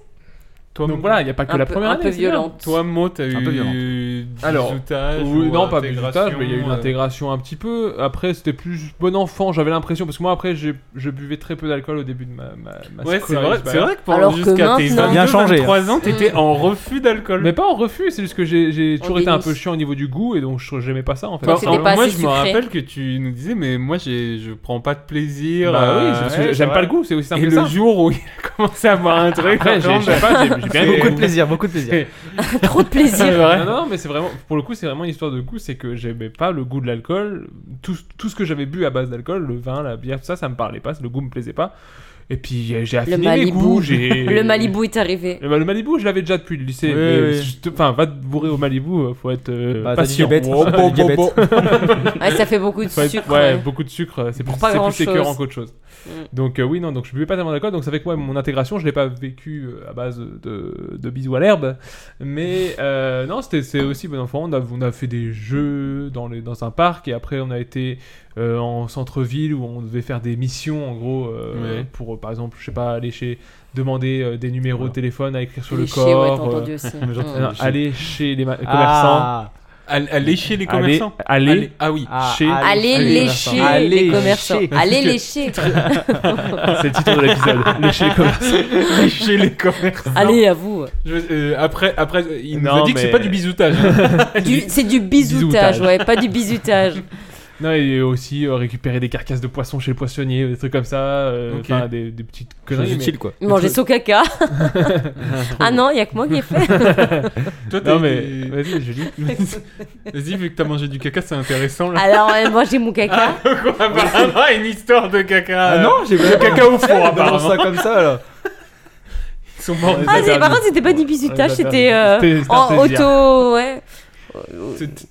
Donc voilà, il n'y a pas que Un la peu- première un année. peu c'est bien. violente. Toi, Mo, t'as eu. Un peu hein. violente. du Alors, bizutage oui, ou non, pas intégration, bizutage, mais il y a eu une euh, intégration un petit peu. Après, c'était plus bon enfant, j'avais l'impression. Parce que moi, après, j'ai- je buvais très peu d'alcool au début de ma, ma, ma Ouais, c'est scolarité. vrai, c'est vrai que pendant Alors jusqu'à maintenant- tes 22, Bien changé, 23 hein. ans, t'étais en refus d'alcool. Mais pas en refus, c'est juste que j'ai j'ai On toujours été un dénonce. peu chiant au niveau du goût et donc je- j'aimais pas ça en fait. Enfin, en- moi, je me rappelle que tu nous disais, mais moi, j'ai- je prends pas de plaisir. Bah oui, euh, c'est parce que ouais, j'aime c'est pas le vrai. goût, c'est aussi simple Et que le ça. jour où il a commencé à boire un truc, Après, j'ai- vraiment, je sais pas, j'ai- j'ai bien aimé. Beaucoup de plaisir, beaucoup de plaisir. Trop de plaisir. C'est vrai. Non, non, mais c'est vraiment, pour le coup, c'est vraiment une histoire de goût. C'est que j'aimais pas le goût de l'alcool. Tout, tout ce que j'avais bu à base d'alcool, le vin, la bière, tout ça, ça me parlait pas. Le goût me plaisait pas. Et puis euh, j'ai affiné Le mes goûts. Malibu. j'ai- Le Malibu est arrivé. Eh ben, le Malibu, je l'avais déjà depuis le lycée. Oui, mais oui. je te- Enfin, va te bourrer au Malibu, euh, faut être euh, Bah, t'as dit patient. des bêtes. Wow, T'as wow, dit des wow, bêtes. wow. Ouais, Ah, ça fait beaucoup de Faut être- sucre, Ouais, ouais. beaucoup de sucre. euh, C'est plus, Pour pas c'est plus grand-chose. écœurant qu'autre chose. Mm. Donc euh, oui, non, donc je buvais pas tellement d'alcool. Donc ça fait que ouais, mon intégration, je l'ai pas vécu euh, à base de, de bisous à l'herbe. Mais euh, non, c'était c'est aussi bon enfant. On a, on a fait des jeux dans, les, dans un parc et après on a été euh, en centre-ville où on devait faire des missions en gros euh, Ouais. pour euh, par exemple, je sais pas, aller chez demander euh, des numéros de téléphone à écrire sur le Lécher, ouais, corps, euh, t'as entendu aussi. Mais Mm. j'entends non, lécher. aller chez les ma- Ah. commerçants. Al- aller chez les commerçants. Aller, Aller- ah oui. chez Aller chez lécher les commerçants. Aller lécher. C'est le titre de l'épisode. Lécher les commerçants. Lécher les commerçants. Allez, à vous. Je- euh, après, après, euh, il nous Non, a dit que c'est mais- pas du hein, bisoutage. Du- C'est du Bisoutage. bisoutage, ouais, pas du bisutage. Non, et aussi euh, récupérer des carcasses de poissons chez le poissonnier, des trucs comme ça, euh, Ok. enfin des, des petites conneries. Chose mais- utile, quoi. des Manger trucs- son caca. ah bon. non, il y a que moi qui ai fait. Toi, t'as non mais été- vas-y, Julie. Vas-y, vu que t'as mangé du caca, c'est intéressant là. Alors, euh, moi j'ai mon Ah, caca. Apparemment, une histoire de caca. euh, Ah non, j'ai le caca au four, apparemment. ça comme ça là. Ils sont morts. Ah, c'est- par contre, c'était pas du bisutage, c'était euh, en auto. Ouais.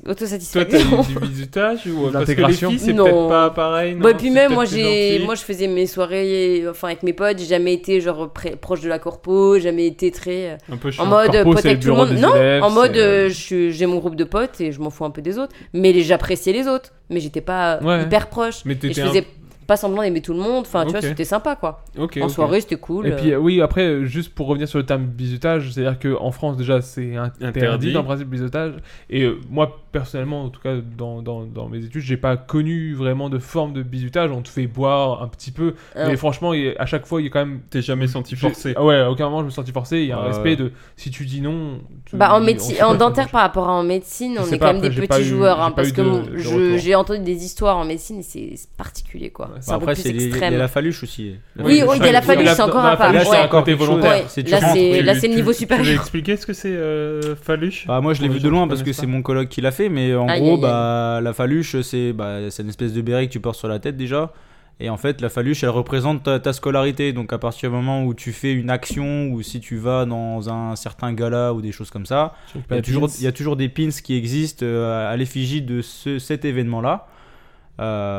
Autosatisfaction. Toi, t'as eu du bisutage ou euh, parce que les L'intégration. filles, c'est Non. peut-être pas pareil. Non, Bah, et puis c'est même, peut-être moi, plus j'ai, gentil. moi, je faisais mes soirées, euh, enfin, avec mes potes. J'ai jamais été genre pré- proche de la corpo, j'ai jamais été très euh, Un peu chiant. en mode Corpo, euh, pote c'est avec le tout le bureau monde. des Non, élèves, en mode c'est, euh, euh, je suis- j'ai mon groupe de potes et je m'en fous un peu des autres, mais les- j'appréciais les autres, mais j'étais pas euh, Ouais. hyper proche. Mais Et t'étais je un- faisais pas semblant d'aimer tout le monde. Enfin, tu Ok. vois, c'était sympa quoi. Ok, en ok. soirée, c'était cool. Et euh. puis euh, oui, après, euh, juste pour revenir sur le terme bizutage, c'est-à-dire qu'en France déjà c'est interdit, Interdit. dans le principe bizutage. Et euh, moi personnellement, en tout cas dans, dans, dans mes études, j'ai pas connu vraiment de forme de bizutage. On te fait boire un petit peu, Ah. mais franchement, il y a- à chaque fois, il y a quand même. T'es jamais senti J'ai- forcé. Ah ouais, à aucun moment je me suis senti forcé. Il y a un Ah ouais. respect de si tu dis non. tu- Bah, en, on médecine- sait pas en comment- dentaire par rapport à en médecine, Je on sais est pas, quand même après, des j'ai petits pas eu- joueurs. hein, j'ai pas parce eu que de- mon- de je- retour. j'ai entendu des histoires en médecine et c'est c'est particulier quoi. c'est Bah, un peu après, plus c'est les- extrême. la faluche aussi. Oui, oui, dès la faluche, c'est encore un part. Là, c'est Ouais. encore Ouais. volontaire. Là, c'est là, c'est le niveau Tu veux supérieur. expliquer ce que c'est euh, phalluche Bah moi je l'ai Pour vu les de gens loin qui parce que connaissent c'est mon coloc qui l'a fait, mais en Aïe, gros aïe, aïe. bah la faluche c'est bah, c'est une espèce de béret que tu portes sur la tête déjà. Et en fait la faluche elle représente ta, ta scolarité, donc à partir du moment où tu fais une action ou si tu vas dans un certain gala ou des choses comme ça, Sur le il y, a pins. toujours, il y a toujours des pins qui existent euh, à l'effigie de ce, cet événement là.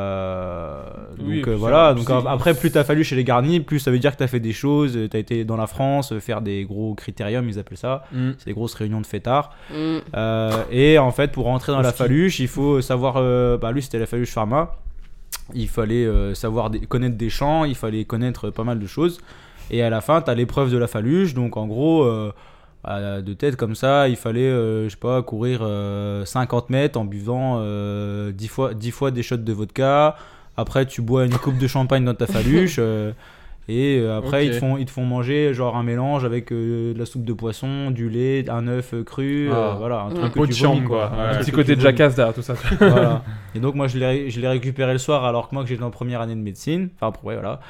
Oui, et donc puis euh, ça- voilà, donc c'est- a- après plus ta faluche elle est garnie, plus ça veut dire que t'as fait des choses, euh, t'as été dans la France, euh, faire des gros critériums, ils appellent ça, Hmm. Mm. c'est des grosses réunions de fêtards. Mm. Euh, et en fait, pour rentrer dans Au la ski. faluche, il faut savoir, euh, bah lui c'était la faluche pharma, il fallait euh, savoir des- connaître des champs, il fallait connaître euh, pas mal de choses. Et à la fin, t'as l'épreuve de la faluche. Donc en gros, euh, à- de tête comme ça, il fallait, euh, je sais pas, courir euh, 50 mètres en buvant euh, 10, fois, 10 fois des shots de vodka. Après, tu bois une coupe de champagne dans ta faluche. euh, et euh, après, Ok. ils, te font, ils te font manger genre un mélange avec euh, de la soupe de poisson, du lait, un œuf cru. euh, Ah. voilà, Un un truc que pot de tu vomis, chambre, quoi. Ouais. Un Un truc petit que côté tu vomis. Jackass derrière tout ça. voilà. Et donc, moi, je l'ai je l'ai récupéré le soir alors que moi, que j'étais en première année de médecine. Enfin, ouais, voilà.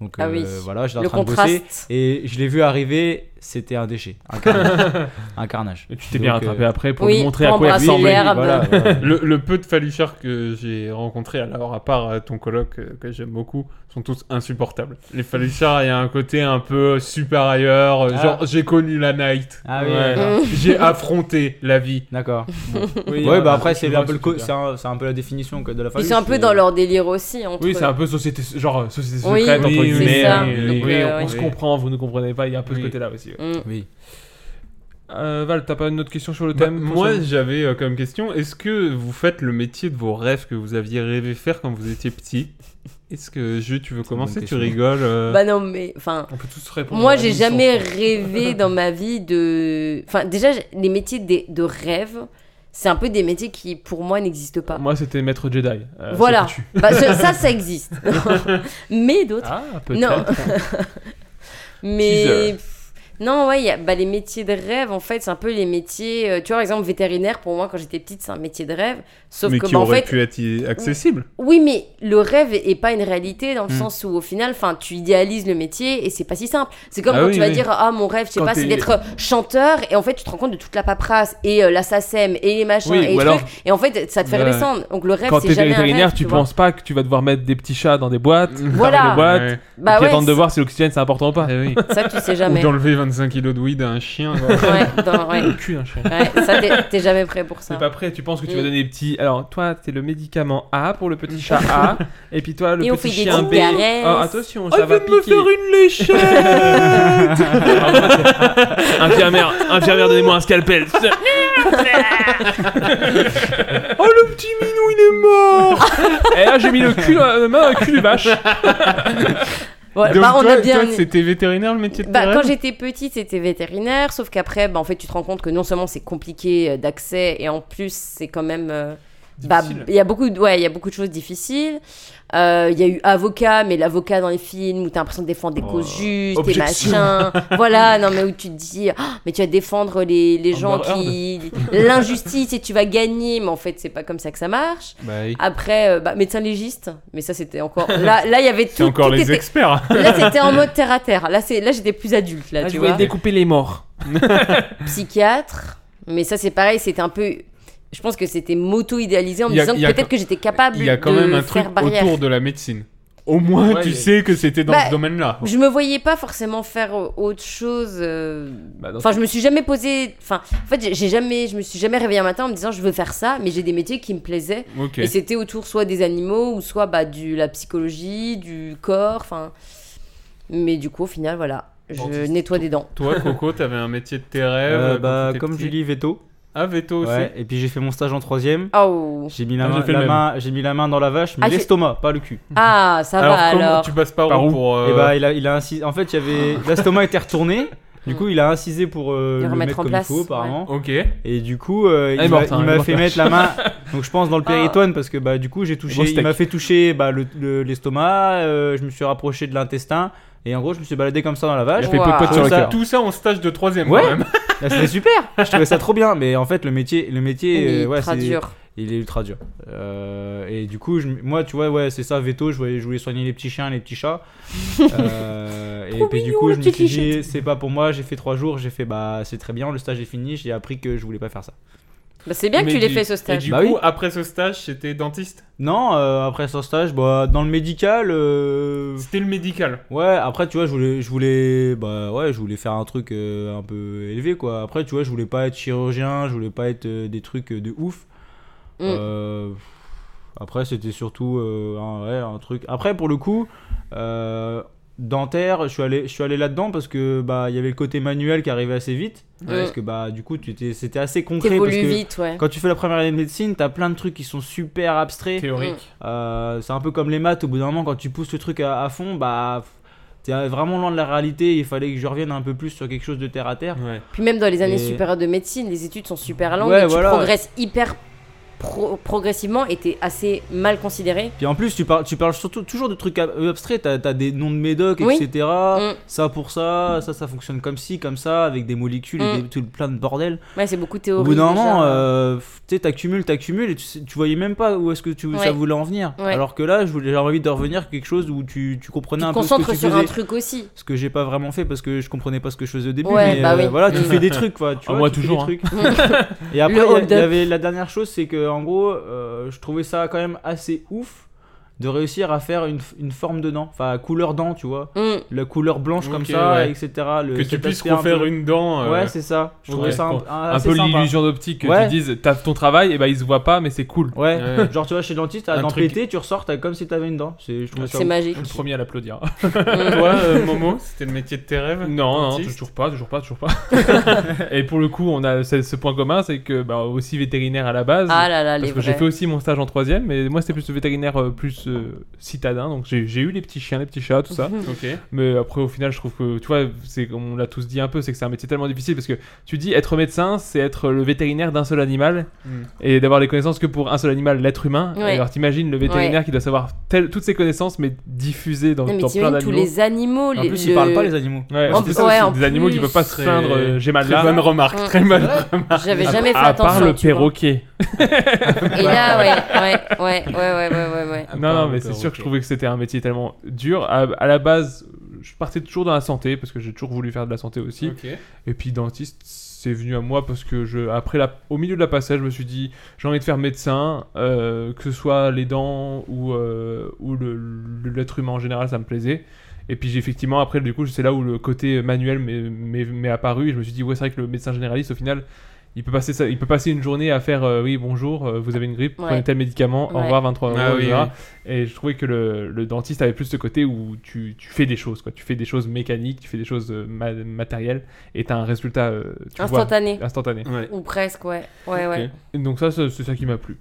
Donc, Ah euh, oui. voilà, j'étais en Le train de bosser. contraste. Et je l'ai vu arriver, c'était un déchet. Un carnage. un carnage. Et tu t'es bien Donc, rattrapé euh, après pour Oui, lui montrer à pour quoi il embrasser ressemble. l'herbe. Voilà, voilà. le, le peu de falicheurs que j'ai rencontrés, alors à part euh, ton coloc euh, que j'aime beaucoup, sont tous insupportables. Les falicheurs, il y a un côté un peu super ailleurs, euh, Ah. genre j'ai connu la night, Ah oui, Ouais. d'accord. j'ai affronté la vie. D'accord. Bon. Oui, voilà, bah après, je c'est vois un, peu ce le que co- tu veux c'est un- c'est un peu la définition que de la Ils famille. sont un peu dans leur délire aussi. Entre Oui, c'est un eux. peu société, genre euh, société Oui, secrète entre oui, c'est guillemets. ça. Oui, Donc, oui, euh, on oui. se comprend, vous ne comprenez pas, il y a un peu ce côté-là aussi. ouais. Mm. Oui. Euh, Val, t'as pas une autre question sur le Bah, thème moi, j'avais euh, comme question est-ce que vous faites le métier de vos rêves que vous aviez rêvé faire quand vous étiez petit Est-ce que, Ju, tu veux commencer Tu question. rigoles euh, Bah non, mais enfin. Moi, j'ai jamais rêvé dans ma vie de. Enfin, déjà, j'ai- les métiers des- de rêve, c'est un peu des métiers qui, pour moi, n'existent pas. Moi, c'était maître Jedi. euh, voilà. c'est foutu. Bah, ce- ça, ça existe. mais d'autres. Ah, peut-être. Non. mais. Teaser. pff, Non, ouais, il y a- bah, les métiers de rêve, en fait, c'est un peu les métiers. euh, Tu vois, par exemple, vétérinaire, pour moi, quand j'étais petite, c'est un métier de rêve. Sauf mais que, qui bah, en aurait fait, pu être accessible. Oui, mais le rêve est pas une réalité dans le Hmm. Mm. sens où au final, enfin, tu idéalises le métier et c'est pas si simple. C'est comme Ah quand oui, tu vas oui. dire ah mon rêve, je sais Quand pas, c'est t'es- d'être chanteur et en fait tu te rends compte de toute la paperasse et euh, la SACEM et les machins Oui, et ou les alors- trucs et en fait ça te fait Ouais. redescendre. Donc le rêve Quand c'est t'es jamais un vétérinaire, rêve. tu, vois. penses pas que tu vas devoir mettre des petits chats dans des boîtes, fermer Voilà. les boîtes, Ouais. et Bah puis ouais, attendre de c'est- voir si l'oxygène c'est important ou pas. Ça tu sais jamais. Ou d'enlever 25 kilos de weed à un chien. Ouais, dans- ouais. Le cul d'un chien. Ouais, ça t'es- t'es jamais prêt pour ça. T'es pas prêt, tu penses que tu Mm. vas donner des petits. Alors, toi, t'es le médicament A pour le petit chat A, et puis toi, le Et on petit fait des chien petites B. caresses. Oh, attention, Oh, ça il va vient de me piquer. infirmière, infirmière, donnez-moi un scalpel. Oh le petit minou il est mort Et Eh, là, j'ai mis le cul, dans la main, un cul de vache. Ouais, Donc bah, on toi, a bien. toi, c'était vétérinaire le métier de tes Bah, quand rêves j'étais petite, c'était vétérinaire, sauf qu'après, bah, en fait, tu te rends compte que non seulement c'est compliqué euh, d'accès, et en plus, c'est quand même. euh, bah, Difficile. il y a beaucoup de, ouais, il y a beaucoup de choses difficiles. Euh, Il y a eu avocat, mais l'avocat dans les films où t'as l'impression de défendre des causes justes, des Objection. machins. voilà, non, mais où tu te dis, Ah, mais tu vas défendre les, les gens Amber qui. Heard. L'injustice et tu vas gagner, mais en fait, c'est pas comme ça que ça marche. Bah oui. Après, euh, bah, médecin légiste, mais ça, c'était encore. Là, là, il y avait tout. C'est encore tout les était- experts. Là, c'était en mode terre à terre. Là, c'est là j'étais plus adulte. Là, Ah, tu je vois. voulais découper les morts. Psychiatre. Mais ça, c'est pareil. C'était un peu. Je pense que c'était moto-idéalisé en me Il y a- disant il y a que peut-être quand- que j'étais capable Il y a quand de même un faire truc barrière. autour de la médecine. Au moins, Ouais, tu il y a- sais que c'était dans Bah, ce domaine-là. Je me voyais pas forcément faire euh, autre chose. euh, Bah, dans Enfin, ce- je me suis jamais posé. Enfin, en fait, j'ai- j'ai jamais. Je me suis jamais réveillée un matin en me disant je veux faire ça, mais j'ai des métiers qui me plaisaient. Ok. Et c'était autour soit des animaux ou soit bah du la psychologie, du corps. Enfin, mais du coup, au final, voilà, je Dentiste. nettoie des dents. Toi, Coco, t'avais un métier de tes rêves Euh, quand bah, t'étais comme petit Julie Veto. Ah, Veto Ouais, aussi. et puis j'ai fait mon stage en troisième. Oh. J'ai mis la, Ah, j'ai main, fait la le même. main- j'ai mis la main dans la vache, mais Ah, j'ai- l'estomac, pas le cul. Ah, ça va alors. passes par, où, pour, euh, Et bah, il a, il a incisé. En fait, il y avait l'estomac était retourné. Du coup, il a incisé pour euh, Le le remettre mettre en comme place, il faut, apparemment. Ok. Et du coup, euh, Elle est il m'a morte, hein, elle il est m'a morte, fait la mettre la vache. main. Donc, je pense dans le péritoine parce que bah, du coup, j'ai touché. Gros Il m'a steak. fait toucher bah, le- le- l'estomac. euh, je me suis rapproché de l'intestin. Et en gros, je me suis baladé comme ça dans la vache. Il a fait popote Tout sur le ça- cœur. Tout ça en stage de troisième Ouais. quand même. Bah, c'était super. Je trouvais ça trop bien. Mais en fait, le métier, le Il métier, est euh, ouais, ultra c'est- dur. Il est ultra dur. Euh, et du coup, je- moi, tu vois, ouais, c'est ça, veto. Je voulais, je voulais soigner les petits chiens, les petits chats. Euh, et Trop puis du mignon, coup, la je me petite suis dit, lichette. c'est pas pour moi. J'ai fait trois jours. J'ai fait, bah, c'est très bien. Le stage est fini. J'ai appris que je voulais pas faire ça. Bah, c'est bien que Mais tu l'aies du- fait ce Et stage. du Bah coup, après ce stage, c'était dentiste Non, euh, après ce stage, bah, dans le médical. euh, C'était le médical. Ouais, après, tu vois, je voulais, je voulais, bah, ouais, je voulais faire un truc euh, un peu élevé, quoi. Après, tu vois, je voulais pas être chirurgien, je voulais pas être euh, des trucs euh, de ouf. Mm. Euh, après, c'était surtout euh, un, ouais, un truc. Après, pour le coup, euh, dentaire, je suis allé, je suis allé là-dedans parce que bah, il y avait le côté manuel qui arrivait assez vite. Ouais. Parce que bah, du coup, tu étais- c'était assez concret. Mm. T'évolues Parce que vite, ouais. Quand tu fais la première année de médecine, t'as plein de trucs qui sont super abstraits. Mm. Théoriques. Euh, c'est un peu comme les maths, au bout d'un moment, quand tu pousses le truc à, à fond, bah. f- T'es vraiment loin de la réalité. Il fallait que je revienne un peu plus sur quelque chose de terre à terre. Puis même dans les années Et- supérieures de médecine, les études sont super longues Ouais, et tu voilà, progresses hyper pro- progressivement et t'es assez mal considéré. Puis en plus, tu parles, tu parles surtout toujours de trucs ab- euh, abstraits. T'as as des noms de médocs, Oui. etc. Mm. Ça pour ça, ça, ça fonctionne comme ci, comme ça, avec des molécules et Mm. des, tout- plein de bordel. Ouais, c'est beaucoup de Au théorie. bout d'un moment, déjà. euh, f- tu sais, t'accumules, t'accumules et tu, sais- tu voyais même pas où est-ce que tu, ça Ouais. voulait en venir. Ouais. Alors que là, je voulais- j'avais envie de revenir à quelque chose où tu, tu comprenais Tu un te peu ce que concentres tu sur faisais. un truc aussi. Ce que j'ai pas vraiment fait parce que je comprenais pas ce que je faisais au début. Ouais, mais euh, bah oui. voilà, tu Mm. fais des trucs quoi. Tu Ah, vois, moi, tu fais toujours, des hein. trucs. Le et après, il y a- il y, hold-up. avait la dernière chose, c'est que en gros, euh, je trouvais ça quand même assez ouf de réussir à faire une, f- une forme de dent, enfin couleur dent, tu vois, Mm. la couleur blanche comme Ok, ça, ouais. etc. le- Que tu cet puisses aspect Euh, un refaire peu- une dent, euh, Ouais, c'est ça. Je trouvais Ouais, ça un, pour- un- un assez peu sympa. l'illusion d'optique que Ouais. tu dises t'as ton travail et bah il se voit pas mais c'est cool Ouais. Ouais. genre tu vois chez le dentiste, t'as Un la dent truc- pétée, tu ressors, t'as comme si t'avais une dent. C'est, je trouvais ça Ah, C'est ouf. magique. le premier à l'applaudir Toi, euh, Momo, c'était le métier de tes rêves Non, non, dentiste toujours pas, toujours pas, toujours pas. et pour le coup, on a ce, ce point commun, c'est que bah, aussi vétérinaire à la base. Ah là là, parce les que j'ai vrais. fait aussi mon stage en troisième, mais moi c'était plus le vétérinaire euh, plus euh, citadin, donc j'ai j'ai eu les petits chiens, les petits chats, tout ça. Ok. mais après au final, je trouve que tu vois, c'est comme on l'a tous dit un peu, c'est que c'est un métier tellement difficile parce que tu dis être médecin, c'est être le vétérinaire d'un seul animal Hmm. et d'avoir les connaissances que pour un seul animal, l'être humain. Ouais. Alors t'imagines le vétérinaire qui doit savoir tel- toutes ses connaissances mais diffusées dans, Non, mais dans plein t'imagines tous d'animaux. les animaux. En les- plus, le- ils parlent pas les animaux. Ouais, En c'est plus- ça ouais, aussi, en des animaux qui plus. peuvent pas se feindre, euh, j'ai mal Très là. bonne remarque, Mm. très bonne J'avais Ah, jamais fait à part attention. le tu vois. perroquet. Et là, ouais, ouais, ouais, ouais, ouais, ouais, ouais, ouais. Non, non, le mais c'est sûr que perroquet. je trouvais que c'était un métier tellement dur. À, à la base, je partais toujours dans la santé parce que j'ai toujours voulu faire de la santé aussi. Ok. Et puis dentiste, c'est venu à moi parce que je, après la, au milieu de la passage, je me suis dit j'ai envie de faire médecin, euh, que ce soit les dents ou euh, ou le- le- l'être humain en général, ça me plaisait. Et puis j'ai effectivement après du coup c'est là où le côté manuel m'est- m'est m'est apparu. Et je me suis dit ouais c'est vrai que le médecin généraliste au final il peut passer ça, il peut passer une journée à faire euh, oui bonjour euh, vous avez une grippe Ouais. prenez tel médicament au Ouais. revoir 23 euros Ah oui, etc. et je trouvais que le, le dentiste avait plus ce côté où tu, tu fais des choses quoi tu fais des choses mécaniques tu fais des choses euh, ma- matérielles et t'as un résultat euh, tu vois, Instantané. instantané Ouais. Ou presque, ouais. Ouais, ouais. Et donc ça c'est c'est ça qui m'a plu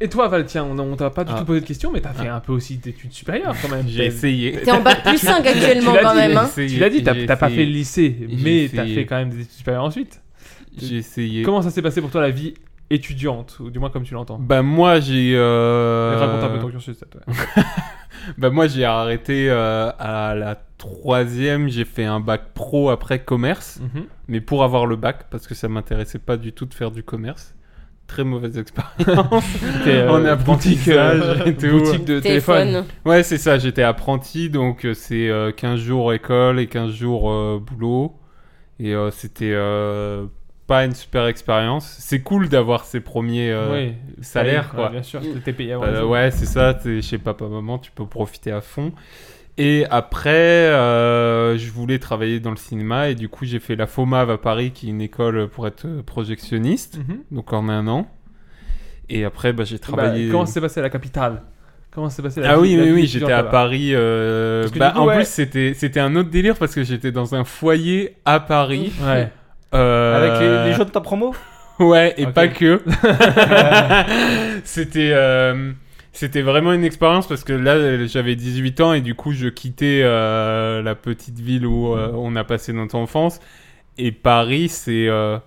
et toi Val tiens on, on t'a pas du Ah. tout posé de questions mais t'as fait un peu aussi d'études supérieures quand même J'ai essayé. T'es en bac plus 5 actuellement l'as quand dit, même, hein. tu l'as dit t'as t'as pas fait le lycée J'ai mais t'as essayé. fait quand même des études supérieures ensuite J'ai essayé. Comment ça s'est passé pour toi la vie étudiante, ou du moins comme tu l'entends Bah moi j'ai. euh, Raconte un peu ton cursus. ça, toi. Bah moi j'ai arrêté euh, à la troisième. J'ai fait un bac pro après commerce, Mhm. mais pour avoir le bac parce que ça m'intéressait pas du tout de faire du commerce. Très mauvaise expérience. T'es, euh, en apprentissage et tout. Boutique de téléphone. Téléphone. Ouais, c'est ça, j'étais apprenti, donc euh, c'est euh, 15 jours école et 15 jours euh, boulot. Et euh, c'était euh, pas une super expérience. C'est cool d'avoir ses premiers euh, Oui, salaires, Ouais, quoi. Bien sûr, t'étais payé avant. Euh, les autres. ouais, c'est ça, t'es chez papa-maman, tu peux profiter à fond. Et après, euh, je voulais travailler dans le cinéma et du coup, j'ai fait la FOMAV à Paris, qui est une école pour être euh, projectionniste, Mhm. donc en un an. Et après, bah, j'ai travaillé. Bah, comment ça s'est passé à la capitale Comment ça s'est passé la Ah vie- oui, la oui, vie oui, étudiante j'étais à là-bas Paris. euh, Parce que bah, du coup, en ouais. plus, c'était c'était un autre délire parce que j'étais dans un foyer à Paris. Ouais. euh, Avec les, les gens de ta promo Ouais, et Ok. pas que. c'était euh, c'était vraiment une expérience parce que là, j'avais 18 ans et du coup, je quittais euh, la petite ville où Mmh. euh, on a passé notre enfance. Et Paris, c'est. euh,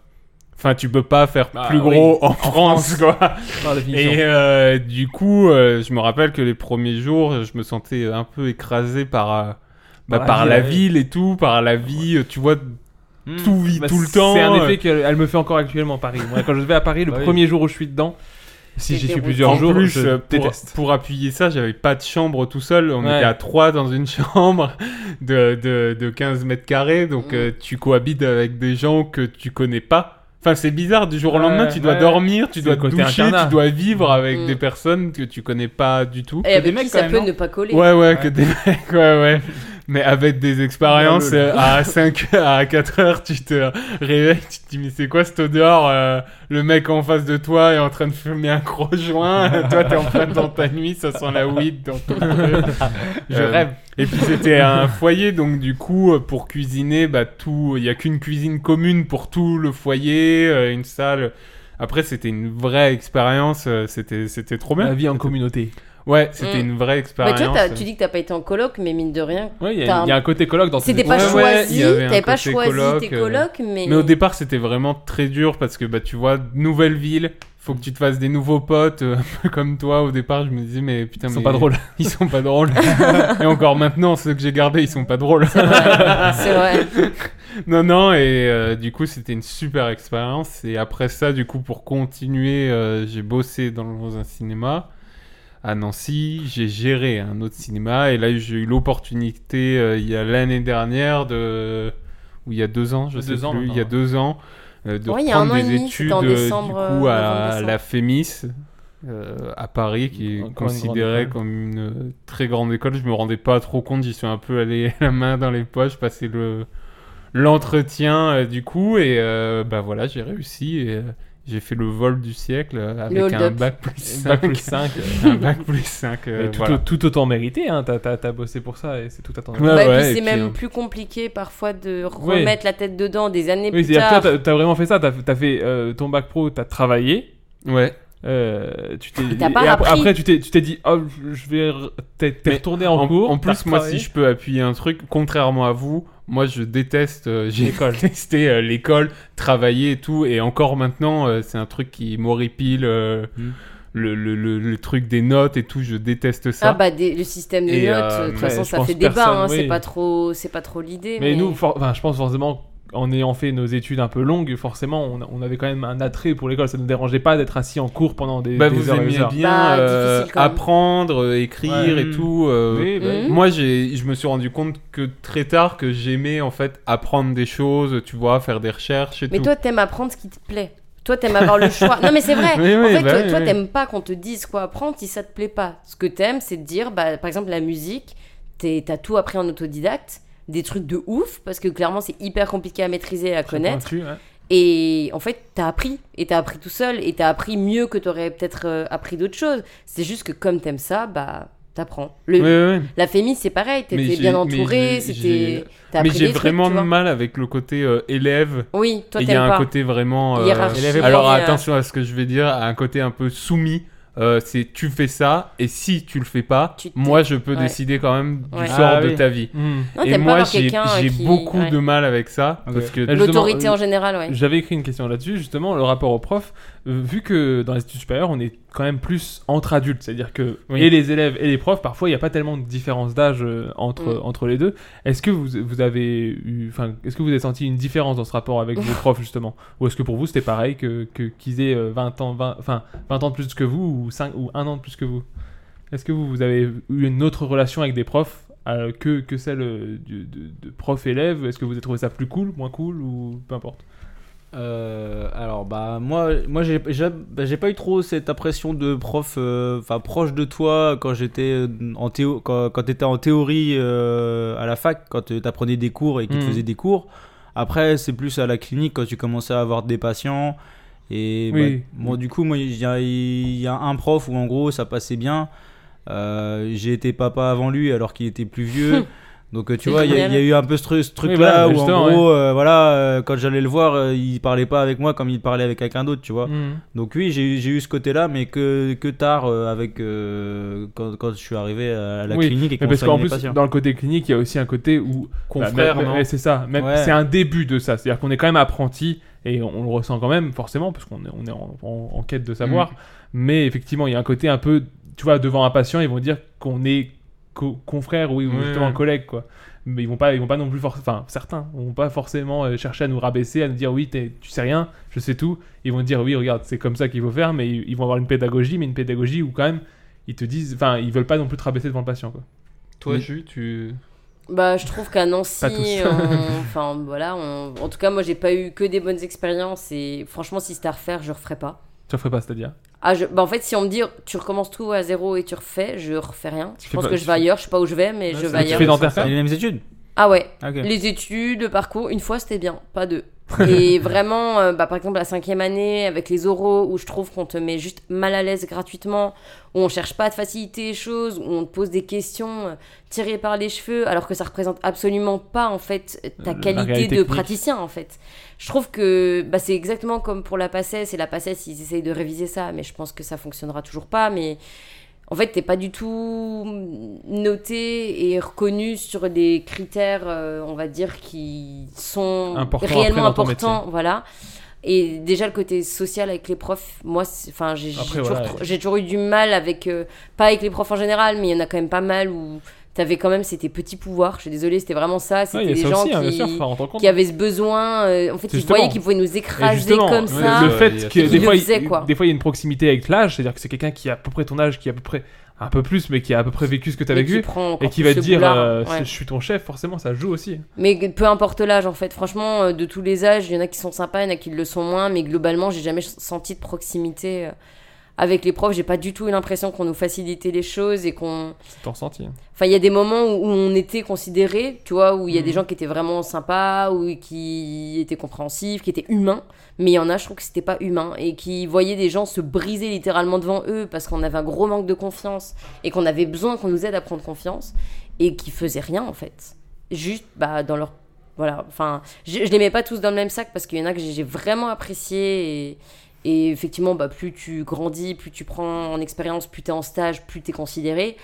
Enfin, tu peux pas faire Bah, plus oui. gros en France, quoi. Par définition. Et euh, du coup, euh, je me rappelle que les premiers jours, je me sentais un peu écrasé par, euh, bah, par Par la vie, la ouais. ville et tout, par la vie, euh, tu vois, tout vit Bah, tout le temps. C'est un euh, effet qu'elle me fait encore actuellement, Paris. Moi, quand je vais à Paris, le Bah oui. premier jour où je suis dedans, C'est si j'y suis déroutant. plusieurs en jours, plus, je euh, pour, déteste. pour appuyer ça, j'avais pas de chambre tout seul. On Ouais. était à trois dans une chambre de, de, de 15 mètres carrés. Donc, Hmm. Mm. euh, tu cohabites avec des gens que tu connais pas. Enfin, c'est bizarre, du jour au Ouais, lendemain, tu dois ouais. dormir, tu C'est dois le te côté doucher, internat. Hmm. tu dois vivre avec Mm. des personnes que tu connais pas du tout. Et avec mecs, qui quand bah, ça même, peut non ne pas coller. Ouais, ouais, que des mecs, ouais, ouais. Mais avec des expériences, euh, à 5 à 4 heures, tu te réveilles, tu te dis, mais c'est quoi cette odeur euh, Le mec en face de toi est en train de fumer un gros joint, toi t'es en train dans ta nuit, ça sent la weed dans ton Je Euh, rêve. Et puis c'était un foyer, donc du coup, euh, pour cuisiner, bah tout, il n'y a qu'une cuisine commune pour tout le foyer, euh, une salle. Après, c'était une vraie expérience, euh, c'était c'était trop bien. La vie en communauté. Ouais, c'était Mm. une vraie Bah, expérience. toi, t'as- tu dis que t'as pas été en coloc, mais mine de rien. Ouais, il y, t'as a- il y a un côté colloque Oh, dans ces C'était pas épreuves. Ouais, choisi, il y avait un t'avais pas côté choisi tes euh, colocs, mais- Mais au départ, c'était vraiment très dur parce que, bah, tu vois, nouvelle ville, faut que tu te fasses des nouveaux potes, euh, un peu comme toi. Au départ, je me disais, mais putain, Ils mais... sont pas drôles. Ils sont pas drôles. et encore maintenant, ceux que j'ai gardés, ils sont pas drôles. C'est vrai, Ah, c'est vrai. Non, non, et euh, du coup, c'était une super expérience. Et après ça, du coup, pour continuer, euh, j'ai bossé dans un cinéma à Nancy. J'ai géré un autre cinéma. Et là, j'ai eu l'opportunité, euh, il y a l'année dernière, de... ou il y a deux ans, je Deux sais ans plus, il y a maintenant. deux ans, euh, de Ouais, il y a reprendre un an et des demi, c'était études en euh, décembre, du coup, euh, à novembre-décembre. la FEMIS. euh, à Paris, qui est grande considérée école. comme une euh, très grande école. Je me rendais pas trop compte, j'y suis un peu allé la main dans les poches, passer le l'entretien euh, du coup et euh, bah voilà, j'ai réussi et euh, j'ai fait le vol du siècle euh, avec un hold-up. bac plus 5. Un bac plus cinq. un bac plus euh, 5. Mais tout, au- tout autant mérité, hein, t'as- t'as t'as bossé pour ça et c'est tout attendu. Bah, et puis c'est même plus compliqué parfois de Oui. remettre la tête dedans des années Oui, plus c'est-à-dire tard. que toi, t'as- t'as vraiment fait ça, t'as as fait euh, ton bac pro, t'as travaillé. euh, Ouais. tu t'es Ah, t'as pas et ap- appris. après tu t'es tu t'es dit oh je vais re- t'es t'es Mais retourné en, cours En t'as plus, moi, retravaillé. si je peux appuyer un truc, contrairement à vous, moi, je déteste. euh, J'ai L'école. détesté euh, l'école, travailler et tout. Et encore maintenant, euh, c'est un truc qui m'horripile. euh, Mm. Le, le- le- le truc des notes et tout, je déteste ça. Ah bah des- le système de Et, notes, euh, de toute façon ouais, je ça pense fait débat, personne, hein, oui. c'est pas trop, c'est pas trop l'idée. mais nous for- enfin, je pense forcément en ayant fait nos études un peu longues forcément on, a- on avait quand même un attrait pour l'école ça ne dérangeait pas d'être assis en cours pendant des, Bah, des vous heures et des aimiez heures. bien euh, apprendre, euh, écrire Ouais. et Mm. tout. euh, Oui, Mmh. bah Hmm. oui. Moi, j'ai, je me suis rendu compte que très tard que j'aimais en fait apprendre des choses, tu vois, faire des recherches et Mais tout. toi, t'aimes apprendre ce qui te plaît. Toi, t'aimes avoir le choix. Non, mais c'est vrai. Oui, en oui, fait, bah toi, oui, toi, oui. t'aimes pas qu'on te dise quoi apprendre si ça te plaît pas. Ce que t'aimes, c'est de dire, bah, par exemple, la musique, t'es- t'as tout appris en autodidacte, des trucs de ouf, parce que clairement, c'est hyper compliqué à maîtriser et à connaître. pointu, hein. ouais. Et en fait, t'as appris. Et t'as appris tout seul. Et t'as appris mieux que t'aurais peut-être euh, appris d'autres choses. C'est juste que comme t'aimes ça, bah, t'apprends. Le- Ouais, ouais. La fémis, c'est pareil. Mais T'étais j'ai- bien mais entouré. j'ai- C'était. j'ai- t'as Mais appris j'ai des trucs, vraiment tu vois. mal avec le côté euh, élève. Oui, toi, Et Il y t'aimes a un pas. côté vraiment. euh, Hiérarchie. Élève et alors premier, euh. attention à ce que je vais dire, à un côté un peu soumis. Euh, c'est tu fais ça et si tu le fais pas, moi je peux ouais. décider quand même du Ouais. sort Ah de oui. ta vie. Mm. Non, Et t'aimes pas moi avoir j'ai quelqu'un, euh, j'ai qui- beaucoup ouais. de mal avec ça parce que Justement, L'autorité euh, en général, ouais. J'avais écrit une question là-dessus, justement, le rapport au prof. euh, vu que dans les études supérieures, on est quand même plus entre adultes, c'est-à-dire que Oui. et les élèves et les profs, parfois, il n'y a pas tellement de différence d'âge euh, entre, Mm. entre les deux. Est-ce que vous, vous avez eu, enfin, est-ce que vous avez senti une différence dans ce rapport avec vos profs, justement Ou est-ce que pour vous, c'était pareil que, que, qu'ils aient euh, 20 ans, 20, enfin, 20 ans de plus que vous ou, 5, ou 1 an de plus que vous Est-ce que vous, vous avez eu une autre relation avec des profs euh, que, que celle euh, du- de, de prof-élève Est-ce que vous avez trouvé ça plus cool, moins cool ou peu importe Euh, alors bah moi moi j'ai j'ai bah, j'ai pas eu trop cette impression de prof euh, enfin proche de toi quand j'étais euh, en théo quand, quand t'étais en théorie euh, à la fac quand euh, t'apprenais des cours et qu'ils te Mhm. faisaient des cours après c'est plus à la clinique quand tu commençais à avoir des patients et bah, Oui. bon du coup moi il y, a- il y a un prof où en gros ça passait bien Euh, j'ai été papa avant lui alors qu'il était plus vieux donc euh, tu C'est vois il y, a- cruel. il y a eu un peu ce, tru- ce Oui, truc voilà, là où en justement, gros ouais. euh, voilà, euh, quand j'allais le voir, euh, il parlait pas avec moi comme il parlait avec quelqu'un d'autre, tu vois. Mhm. Donc oui, j'ai j'ai eu ce côté-là, mais que, que tard, euh, avec euh, quand, quand je suis arrivé à la Oui, clinique mais et qu'on parce qu'en soigne les plus patients. dans le côté clinique il y a aussi un côté où Confrère, Bah, mais- non mais c'est ça même Ouais. c'est un début de ça c'est à dire qu'on est quand même apprenti et on, on le ressent quand même forcément parce qu'on est, on est en, en- en quête de savoir Mm. Mhm. mais effectivement il y a un côté un peu tu vois devant un patient ils vont dire qu'on est co- confrère oui, ou Ouais. justement collègue quoi mais ils vont pas ils vont pas non plus forc- enfin certains vont pas forcément euh, chercher à nous rabaisser à nous dire oui t'es- tu sais rien je sais tout ils vont dire oui regarde c'est comme ça qu'il faut faire mais ils, ils vont avoir une pédagogie mais une pédagogie où quand même ils te disent enfin ils veulent pas non plus te rabaisser devant le patient quoi Toi, Mais- Ju, tu. Bah, je trouve qu'à Pas tous. Nancy, on- enfin voilà, on- en tout cas, moi j'ai pas eu que des bonnes expériences et franchement, si c'était à refaire, je referais pas. Tu referais pas, c'est-à-dire Ah, je... bah, en fait, si on me dit tu recommences tout à zéro et tu refais, je refais rien. Je fais pense pas- que tu je vais fais- ailleurs, je sais pas où je vais, mais je vais Tu ailleurs. fais dans ta fac les mêmes études Ah ouais. Ok. Les études, le parcours, une fois c'était bien, pas deux. Et vraiment, euh, bah, par exemple, la cinquième année, avec les oraux, où je trouve qu'on te met juste mal à l'aise gratuitement, où on cherche pas à te faciliter les choses, où on te pose des questions euh, tirées par les cheveux, alors que ça représente absolument pas, en fait, ta Euh, La qualité réalité de technique. praticien, en fait. Je trouve que bah, c'est exactement comme pour la PACES, et la PACES, ils essayent de réviser ça, mais je pense que ça fonctionnera toujours pas, mais en fait, t'es pas du tout noté et reconnu sur des critères, euh, on va dire, qui sont Important après réellement dans ton importants. métier. Voilà. Et déjà, le côté social avec les profs, moi, c'est- enfin, j'ai j'ai Après, toujours, voilà, tr- ouais. j'ai toujours eu du mal avec, euh, pas avec les profs en général, mais il y en a quand même pas mal où t'avais quand même, c'était petits pouvoirs. Je suis désolée, c'était vraiment ça. C'était il y a des ça gens aussi, hein, bien qui, sûr, faut en rendre compte. qui avaient ce besoin. euh, en fait, C'est ils voyaient justement. qu'ils pouvaient nous Et écraser justement, comme le- ça. Le fait que et des ils fois, le il- faisaient, quoi. des fois, il y a une proximité avec l'âge, c'est-à-dire que c'est quelqu'un qui a à peu près ton âge, qui a à peu près un peu plus, mais qui a à peu près vécu ce que tu as Et qui vécu, prend encore et qui plus va te ce dire goût-là, euh, ouais. je suis ton chef, forcément, ça joue aussi. Mais que- peu importe l'âge, en fait. Franchement, euh, de tous les âges, il y en a qui sont sympas, il y en a qui le sont moins, mais globalement, j'ai jamais s- senti de proximité euh, avec les profs. J'ai pas du tout eu l'impression qu'on nous facilitait les choses et qu'on. T'en ressenti. Enfin, il y a des moments où, où on était considérés, tu vois, où il y a des Mhm. gens qui étaient vraiment sympas, ou qui étaient compréhensifs, qui étaient humains. Mais il y en a, je trouve que c'était pas humain et qui voyaient des gens se briser littéralement devant eux parce qu'on avait un gros manque de confiance et qu'on avait besoin qu'on nous aide à prendre confiance et qui faisaient rien en fait. Juste, bah, dans leur. Voilà, enfin, je, je les mets pas tous dans le même sac parce qu'il y en a que j'ai j'ai vraiment apprécié et. Et effectivement, bah, plus tu grandis, plus tu prends en expérience, plus tu es en stage, plus tu es considéré.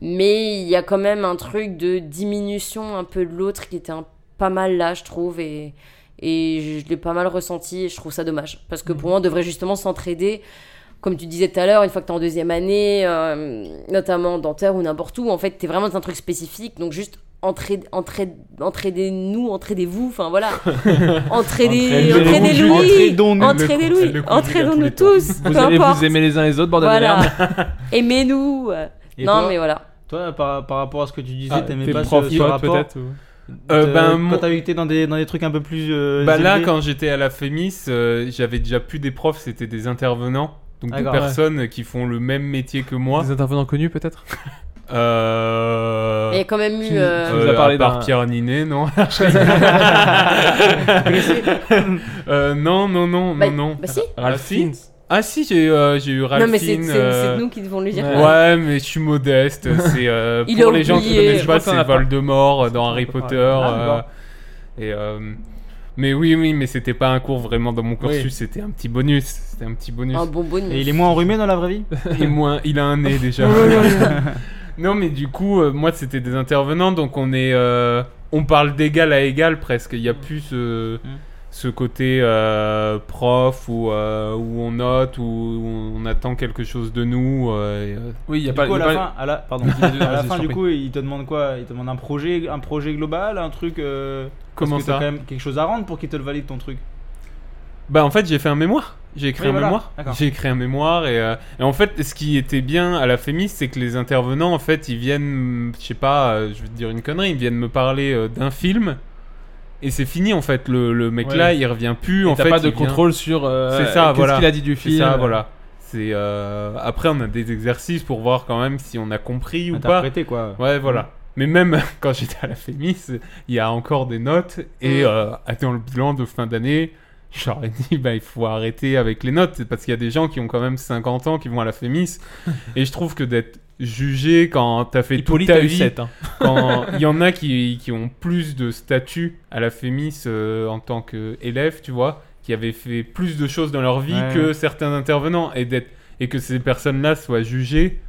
Mais il y a quand même un truc de diminution un peu de l'autre qui était un- pas mal là, je trouve. Et, et je l'ai pas mal ressenti et je trouve ça dommage. Parce que pour moi, on devrait justement s'entraider. Comme tu disais tout à l'heure, une fois que tu es en deuxième année, euh, notamment en dentaire ou n'importe où, en fait, tu es vraiment dans un truc spécifique. Donc juste entraide- entraide- entraidez-nous, entraidez-vous, enfin voilà. Entraidez- Entraidez-vous, Entraidez-Louis, entraidons-nous. entraidez-Louis, Le conjugue à entraidons-nous tous. Vous peu allez importe. vous aimer les uns les autres, bordel de Voilà. merde. Aimez-nous. euh. Et non, toi mais voilà. Toi, par, par rapport à ce que tu disais, Ah, t'aimais tes pas profs, ce, ce potes, rapport peut-être, ou- de- Euh, ben, mon- Quand t'as été dans des, dans des trucs un peu plus. euh, Ben Bah là, élevés. quand j'étais à la FEMIS, euh, j'avais déjà plus des profs, c'était des intervenants. Donc des D'accord. personnes qui font le même métier que moi. Des intervenants connus, peut-être Euh... Il y a quand même eu, qui- euh, Tu nous as parlé à part d'un- Pierre Ninet, non Euh, Non, non, non, Bah- non, non. bah si. Ralph Fiennes. Ah si, j'ai euh, j'ai eu Ralph non, mais c'est Fiennes, c'est- euh, c'est nous qui devons lui dire. Ouais, Ouais, mais je suis modeste. C'est euh, Il pour a les gens qui oublié. connaissent Je pas, crois qu'on c'est a pas- Voldemort euh, dans Harry qu'on a pas Potter. parlé. Ah, euh, et euh, mais oui, oui, mais c'était pas un cours vraiment dans mon cursus. Oui. C'était un petit bonus. C'était un petit bonus. Un bon bonus. Et il est moins enrhumé dans la vraie vie Et moins, il a un nez déjà. non, mais du coup, euh, moi, c'était des intervenants, donc on est, euh, on parle d'égal à égal presque. Il n'y a plus ce, ce côté euh, prof où, euh, où on note, où on attend quelque chose de nous. euh, et, euh, Oui, il y a Du pas. coup, à il Ah, y a la pas- fin, à la, pardon, à la Vas-y, je fin t'en du prie. coup, il te demande quoi Il te demande un projet, un projet global, un truc. euh, Comment parce que t'as ça quand même quelque chose à rendre pour qu'il te le valide ton truc. Bah en fait j'ai fait un mémoire. J'ai écrit Oui, un voilà. mémoire. D'accord. J'ai écrit un mémoire et, euh, et en fait ce qui était bien à la FEMIS c'est que les intervenants en fait ils viennent, je sais pas, euh, je vais te dire une connerie, ils viennent me parler euh, d'un film et c'est fini en fait. Le, le mec là Ouais. il revient plus. et en t'as fait, pas de il vient- contrôle sur. euh, C'est ça, voilà. Qu'est-ce qu'il a dit du C'est film ça, voilà. C'est euh, après on a des exercices pour voir quand même si on a compris ou pas. Interpréter quoi. Ouais, Mm. voilà. Mais même quand j'étais à la FEMIS, il y a encore des notes. Et Mm. euh, dans le bilan de fin d'année, j'aurais dit, bah, il faut arrêter avec les notes. Parce qu'il y a des gens qui ont quand même 50 ans qui vont à la FEMIS. et je trouve que d'être jugé quand t'as fait toute Hippolyte ta a eu vie, 7. hein. quand il y en a qui, qui ont plus de statut à la FEMIS euh, en tant qu'élève, tu vois, qui avaient fait plus de choses dans leur vie Ouais. que certains intervenants. Et, d'être- et que ces personnes-là soient jugées.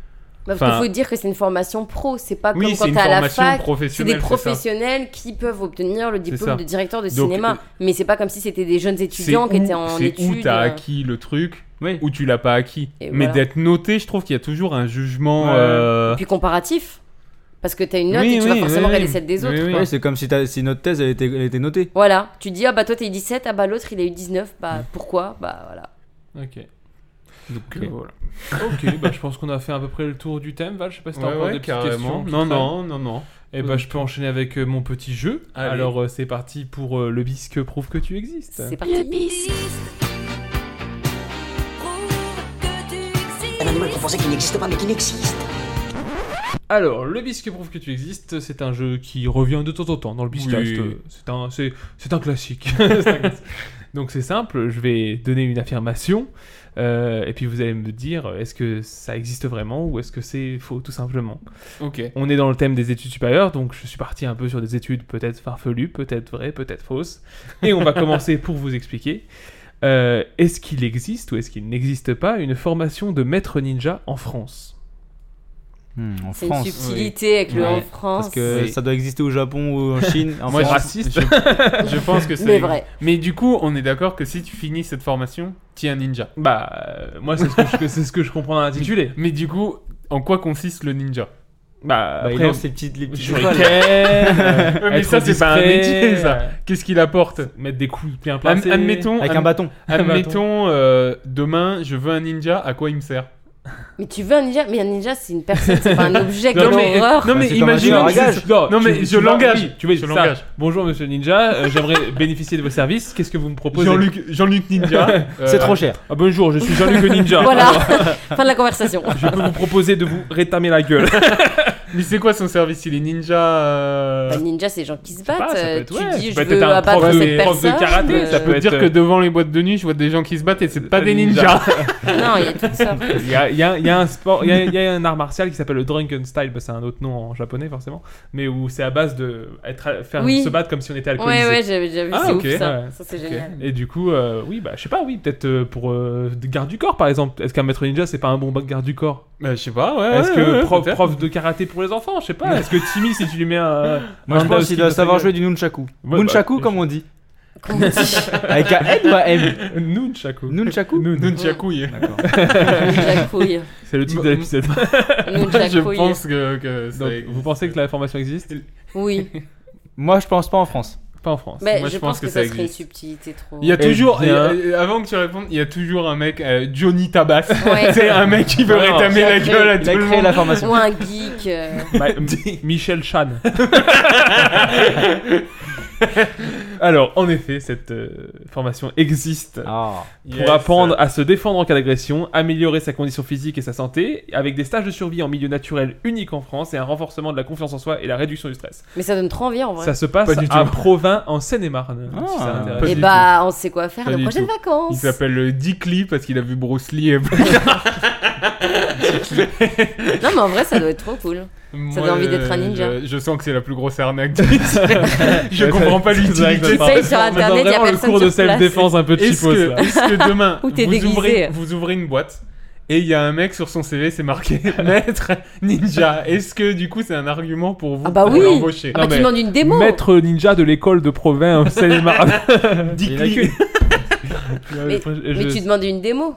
Bah, parce Enfin- qu'il faut dire que c'est une formation pro, c'est pas Oui, c'est Ah, comme une quand t'es à la formation fac. C'est professionnelle, des c'est ça. professionnels qui peuvent obtenir le ça. diplôme de directeur de Donc, cinéma. euh, mais c'est pas comme si c'était des jeunes C'est étudiants où, qui étaient en c'est où études. t'as euh. acquis le truc Oui. ou tu l'as pas acquis. Et Mais voilà. d'être noté, je trouve qu'il y a toujours un jugement. Ouais. euh, Puis comparatif. Parce que t'as une note Oui, et tu oui, vas forcément oui, regarder oui. celle des autres. Oui, oui. quoi. Ouais, c'est comme si, t'as- si notre thèse elle était, elle était notée. Voilà, tu dis, ah bah toi t'as eu 17, ah bah l'autre il a eu 19, bah pourquoi Bah voilà. Ok. donc, Ok. euh, voilà. Ok, bah, je pense qu'on a fait à peu près le tour du thème, Val. Je sais pas si t'as Ouais, encore ouais, des petites carrément. questions. qui Non, traînent. non, non, non. Et bah, je peux enchaîner avec euh, mon petit jeu. Allez. Alors, euh, c'est parti pour euh, le bisque prouve que tu existes. C'est Le parti. bisque. Un animal qu'on pensait qu'il n'existe pas, mais qu'il existe. Alors, le bisque prouve que tu existes, c'est un jeu qui revient de temps en temps dans le bisque. Oui. C'est un, c'est, c'est un classique. C'est un classique. Donc c'est simple, je vais donner une affirmation, euh, et puis vous allez me dire est-ce que ça existe vraiment ou est-ce que c'est faux tout simplement. Ok. On est dans le thème des études supérieures, donc je suis parti un peu sur des études peut-être farfelues, peut-être vraies, peut-être fausses. Et on va commencer pour vous expliquer. Euh, est-ce qu'il existe ou est-ce qu'il n'existe pas une formation de maître ninja en France Hmm, en C'est une France. subtilité hein. avec le en France. Parce que Oui. ça doit exister au Japon ou en Chine. En Ah, Moi, je- France. je, je pense que c'est Mais vrai. Mais du coup, on est d'accord que si tu finis cette formation, t'es un ninja. Bah, Euh, moi, c'est ce que je, c'est ce que je comprends dans l'intitulé. Mais, du coup, en quoi consiste le ninja Bah, Bah, il après, lance les petites, les petites shuriken, étoiles. euh, mais être ça, c'est pas un discret, métier, ça. Qu'est-ce qu'il apporte Mettre des coups bien Ad- placés. Admettons, Avec un ad- bâton. admettons euh, demain, je veux un ninja, à quoi il me sert Mais tu veux un ninja Mais un ninja, c'est une personne, c'est pas un objet, Non, quelle mais- horreur Non, mais c'est comme un imaginons. tueur à que c'est- gages. Non, mais je l'engage. Tu veux Je ça. l'engage. Bonjour, monsieur Ninja. euh, J'aimerais bénéficier de vos services. Qu'est-ce que vous me proposez Jean-Luc Jean-Luc Ninja. C'est euh, trop cher. Ah, bonjour, je suis Jean-Luc le Ninja. Voilà, fin de la conversation. Je peux vous proposer de vous rétamer la gueule. Mais c'est quoi son service Il est ninja. euh, Bah, Un ninja, c'est les gens qui se battent. pas, ça peut euh, être, tu ouais, dis, ça je peut être veux un abattre prof de- cette prof de personne. karaté, euh, ça peut peut dire être- que devant les boîtes de nuit, je vois des gens qui se battent et c'est pas des ninja. ninjas. Non, il y a toutes sortes. Il y a, il y a- il y a un sport, il y a, il y a un art martial qui s'appelle le drunken style, bah, c'est un autre nom en japonais forcément, mais où c'est à base de être, à- faire Oui. se battre comme si on était alcoolisé. Ouais, ouais, j'avais déjà vu, Ah, c'est ok, ouf ça. ouais. Ça, c'est Ok. génial. Et du coup, euh, oui, bah je sais pas, oui, peut-être euh, pour euh, des gardes du corps par exemple. Est-ce qu'un maître ninja c'est pas un bon garde du corps Bah, je sais pas, ouais. Est-ce ouais, que ouais, prof, peut-être. prof de karaté pour les enfants Je sais pas. Est-ce que Timmy, si tu lui mets un. Moi, je un pense doski qu'il doit dans sa savoir jouer gueule- du nunchaku. bah, Nunchaku, je- comme on dit. Comment on dit Avec un N ou un M Nunchaku. Nunchaku Nunchaku, yeah. D'accord. Ninja couille. C'est le titre de Bon, l'épisode. Ninja Bah, Je couille. pense que, que ça Donc, existe. vous pensez que la formation existe Oui, Moi, je pense pas en France. Pas en France. mais Moi, je pense que ça serait une existe. subtilité trop. Il y a toujours, Eh bien. il y a- euh, avant que tu répondes, il y a toujours un mec, euh, Johnny Tabas. Ouais. C'est un mec qui veut Non, non, rétamer il a la créé- gueule à Il a tout le créé monde. la Ah, formation. Ou un geek. euh, Bah, M- Michel Chan. Alors, en effet, cette euh, formation existe Ah. pour Yes. apprendre à se défendre en cas d'agression, améliorer sa condition physique et sa santé, avec des stages de survie en milieu naturel unique en France et un renforcement de la confiance en soi et la réduction du stress. Mais ça donne trop envie en vrai. Ça se passe Pas du à tout. Provins, en Seine-et-Marne. Ah, si ça intéresse. pas Et du bah, on sait quoi faire Pas les du prochaines tout. Il vacances. s'appelle euh, Dick Lee parce qu'il a vu Bruce Lee. Et... Non, mais en vrai, ça doit être trop cool. Moi, donne envie d'être un euh, ninja. Je, je sens que c'est la plus grosse arnaque. du- je comprends pas vrai que l'utilité. ça Essaye sur On a internet, il y a vraiment le personne cours de sur place. self-défense un peu de Est-ce chipos, que, là. est-ce que demain Ou t'es vous, déguisé. ouvrez, vous ouvrez une boîte et il y a un mec sur son CV, c'est marqué maître ninja. Est-ce que du coup c'est un argument pour vous Ah bah pour oui. l'embaucher Ah, bah, tu demandes une démo. Maître ninja de l'école de Provins, en Seine-et-Marne. Dick Il a Lee. Mais, mais tu demandes une démo.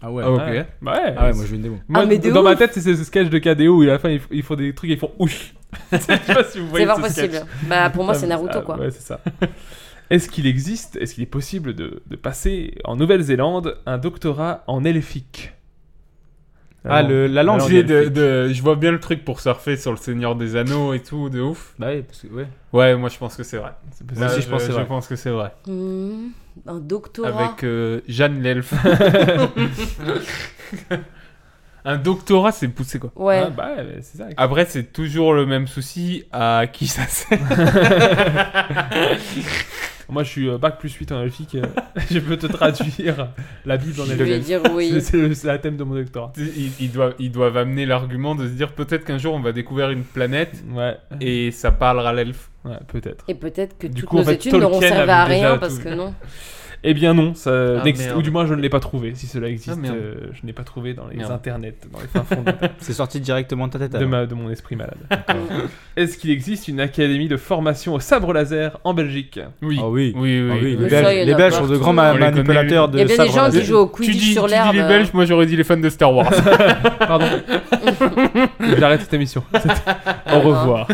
Ah ouais. Ah, ok. Ouais. Ouais. Ah ouais, moi je veux une démo. Moi, Ah, mais de dans ouf. ma tête, c'est ce sketch de KDO où à la fin ils, f- ils font des trucs et ils font ouch. je sais pas si vous voyez C'est pas ce sketch. possible. Bah, pour moi, c'est Ah, Naruto ah, quoi. Ouais, c'est ça. Est-ce qu'il existe, est-ce qu'il est possible de, de passer en Nouvelle-Zélande un doctorat en éléfique Ah, le- la langue. Alors, J'ai il y a de- le flic. de- je vois bien le truc pour surfer sur le Seigneur des Anneaux et tout, de ouf. Bah ouais, parce que ouais. Ouais, moi je pense que c'est vrai. Moi Là, aussi, je pense que c'est vrai. que c'est vrai. Hmm, Un doctorat. Avec euh, Jeanne l'elfe. un doctorat, c'est poussé quoi. Ouais. Ah, bah, ouais, c'est ça. Après, c'est toujours le même souci à qui ça sert. Moi, je suis euh, bac plus 8 en éléfique. euh, je peux te traduire la Bible en Je vais éléfique. dire C'est- oui. C'est le- c'est la thème de mon doctorat. Ils, ils doivent, ils doivent amener l'argument de se dire peut-être qu'un jour on va découvrir une planète Ouais, Ah. et ça parlera l'elfe. ouais peut-être. Et peut-être que Du toutes coup, en nos fait, études n'auront Tolkien servi à avait déjà rien parce tout. que non. Eh bien non, ça Ah, n'existe- merde. ou du moins je ne l'ai pas trouvé. Si cela existe, Ah, merde. euh, je n'ai pas trouvé dans les Merde. internets, dans les fins fonds d'Internet, C'est sorti directement de ta tête. de, alors. ma- de mon esprit malade. Est-ce qu'il existe une académie de formation au sabre laser en Belgique Oui. Ah oui. Oui, oui, Ah oui, oui. les Ça, il y en Belges, a les Belges sont de partout. grands On ma- les manipulateurs Il de y a bien des gens sabre qui laser. jouent au Tu Quidditch dis, sur tu dis l'herbe. les Belges, moi j'aurais dit les fans de Star Wars. Pardon. J'arrête cette émission. Au revoir.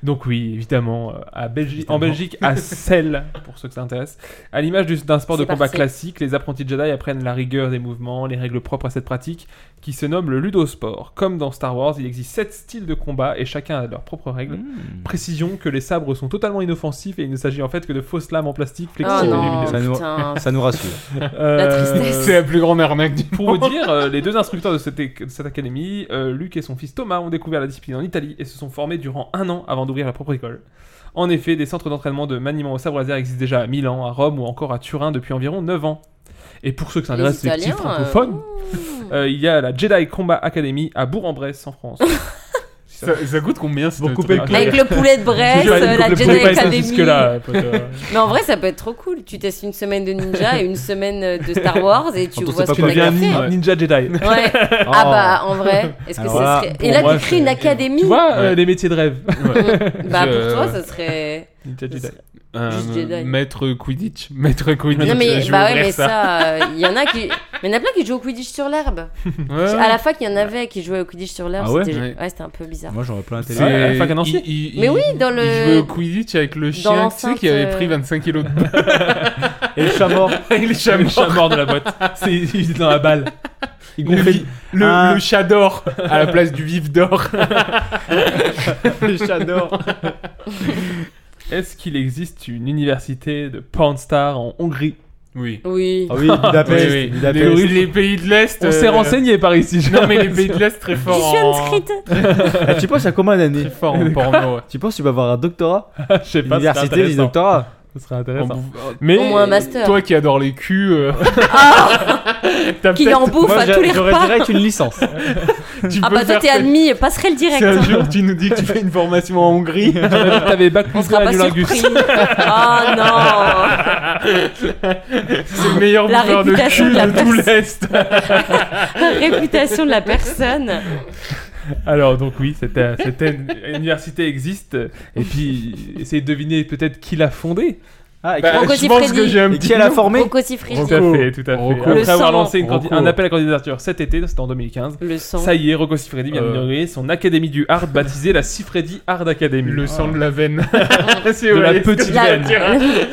Donc oui, évidemment, euh, à Belgi- en Belgique, à Celle, pour ceux que ça intéresse, à l'image du- d'un sport de C'est combat parti. classique, les apprentis Jedi apprennent la rigueur des mouvements, les règles propres à cette pratique, qui se nomme le ludosport. Comme dans Star Wars, il existe sept styles de combat et chacun a leurs propres règles. Hmm. Précision que les sabres sont totalement inoffensifs et il ne s'agit en fait que de fausses lames en plastique Ah flexibles et non, lumineuses. Ça nous- putain. Ça nous rassure. Euh, La tristesse. c'est la plus grande arnaque du pour vous dire, euh, les deux instructeurs de cette, éc- de cette académie, euh, Luc et son fils Thomas, ont découvert la discipline en Italie et se sont formés durant un an avant d'ouvrir leur propre école. En effet, des centres d'entraînement de maniement au sabre laser existent déjà à Milan, à Rome ou encore à Turin depuis environ 9 ans. Et pour ceux que ça Les intéresse, les petits Italiens. euh, francophones, ouh. euh, il y a la Jedi Combat Academy à Bourg-en-Bresse en France. si Ça, ça coûte combien ce Vous coupez le truc Avec le poulet de Brest, Je vais aller euh, la couper Jedi le poulet, pas Academy. jusque là, pote, euh. Mais en vrai, ça peut être trop cool. Tu testes une semaine de ninja et une semaine euh, de Star Wars et tu Quand on vois sait ce pas que quoi t'as faire. fait. Ninja- Ninja Jedi. Ouais. Ah Oh. bah, en vrai, est-ce que Alors ça là, serait- Et pour là, moi, tu crées c'est- une académie. Tu vois, euh, Ouais. les métiers de rêve. Bah, Je- pour toi, ça serait. Ninja ça Jedi. serait- Euh, Juste Jedi. Maître Quidditch. Maître Quidditch. Non mais je vais bah ouais ouvrir mais ça il y en a qui mais il y en a plein qui jouent au Quidditch sur l'herbe. Ouais. À la fac il y en avait qui jouaient au Quidditch sur l'herbe, Ah ouais c'était Euh. Ouais. ouais, c'était un peu bizarre. Moi j'aurais plein la télé. C'est- à la fac à Nancy il- il- Mais il- oui, dans le- Il jouait au Quidditch avec le chien, tu sais, l'enceinte, qui avait pris euh, 25 kilos de boîte. Et le chat mort. Et le chat Le mort. chat mort de la boîte. C'est il est dans la balle. Il Le, gonflait. vi- le- Ah. le chat d'or à la place du vif d'or. le chat d'or. Est-ce qu'il existe une université de porn star en Hongrie Oui. Oui. Ah oui, Budapest. Oui, oui. Budapest. Les, les pays de l'Est. On s'est euh, renseigné par ici. j'ai Non, mais les l'impression. pays de l'Est, très Je fort. suis en- inscrite. Ah, tu penses à combien d'années Très fort en porno. ouais. Tu penses que tu vas avoir un doctorat Je sais pas. ce serait Université, du intéressant. doctorat Ce serait En intéressant. bouffe- Mais Au moins un master. Toi qui adore les culs, euh, Ah, t'as Qu'il peut-être- en bouffe Moi à tous les j'a- j'aurais repas. direct une licence. tu Ah peux bah toi faire t'es cette- admis passerelle Si directe. un hein. jour tu nous dis que tu fais une formation en Hongrie, t'avais bac On plus sera pas surpris. Oh c'est le meilleur La bouffeur de réputation cul de la de tout personne. l'Est. non Réputation de la personne. Euh, Alors donc oui, cette, euh, cette une- université existe. Et puis essayez de deviner peut-être qui l'a fondée. Ah, et Bah, Rocco je pense Siffredi. que j'ai un et petit qui elle a nom. formé Rocco Siffredi. Tout à Rocco. fait, tout à fait. Rocco. Après Le avoir sang. lancé une candi- Rocco. un appel à candidature cet été, c'était en 2015. Le sang. Ça y est, Rocco Siffredi vient Euh. d'inaugurer son académie du hard baptisée la Siffredi Hard Academy. Le sang de la veine. de la petite La- veine.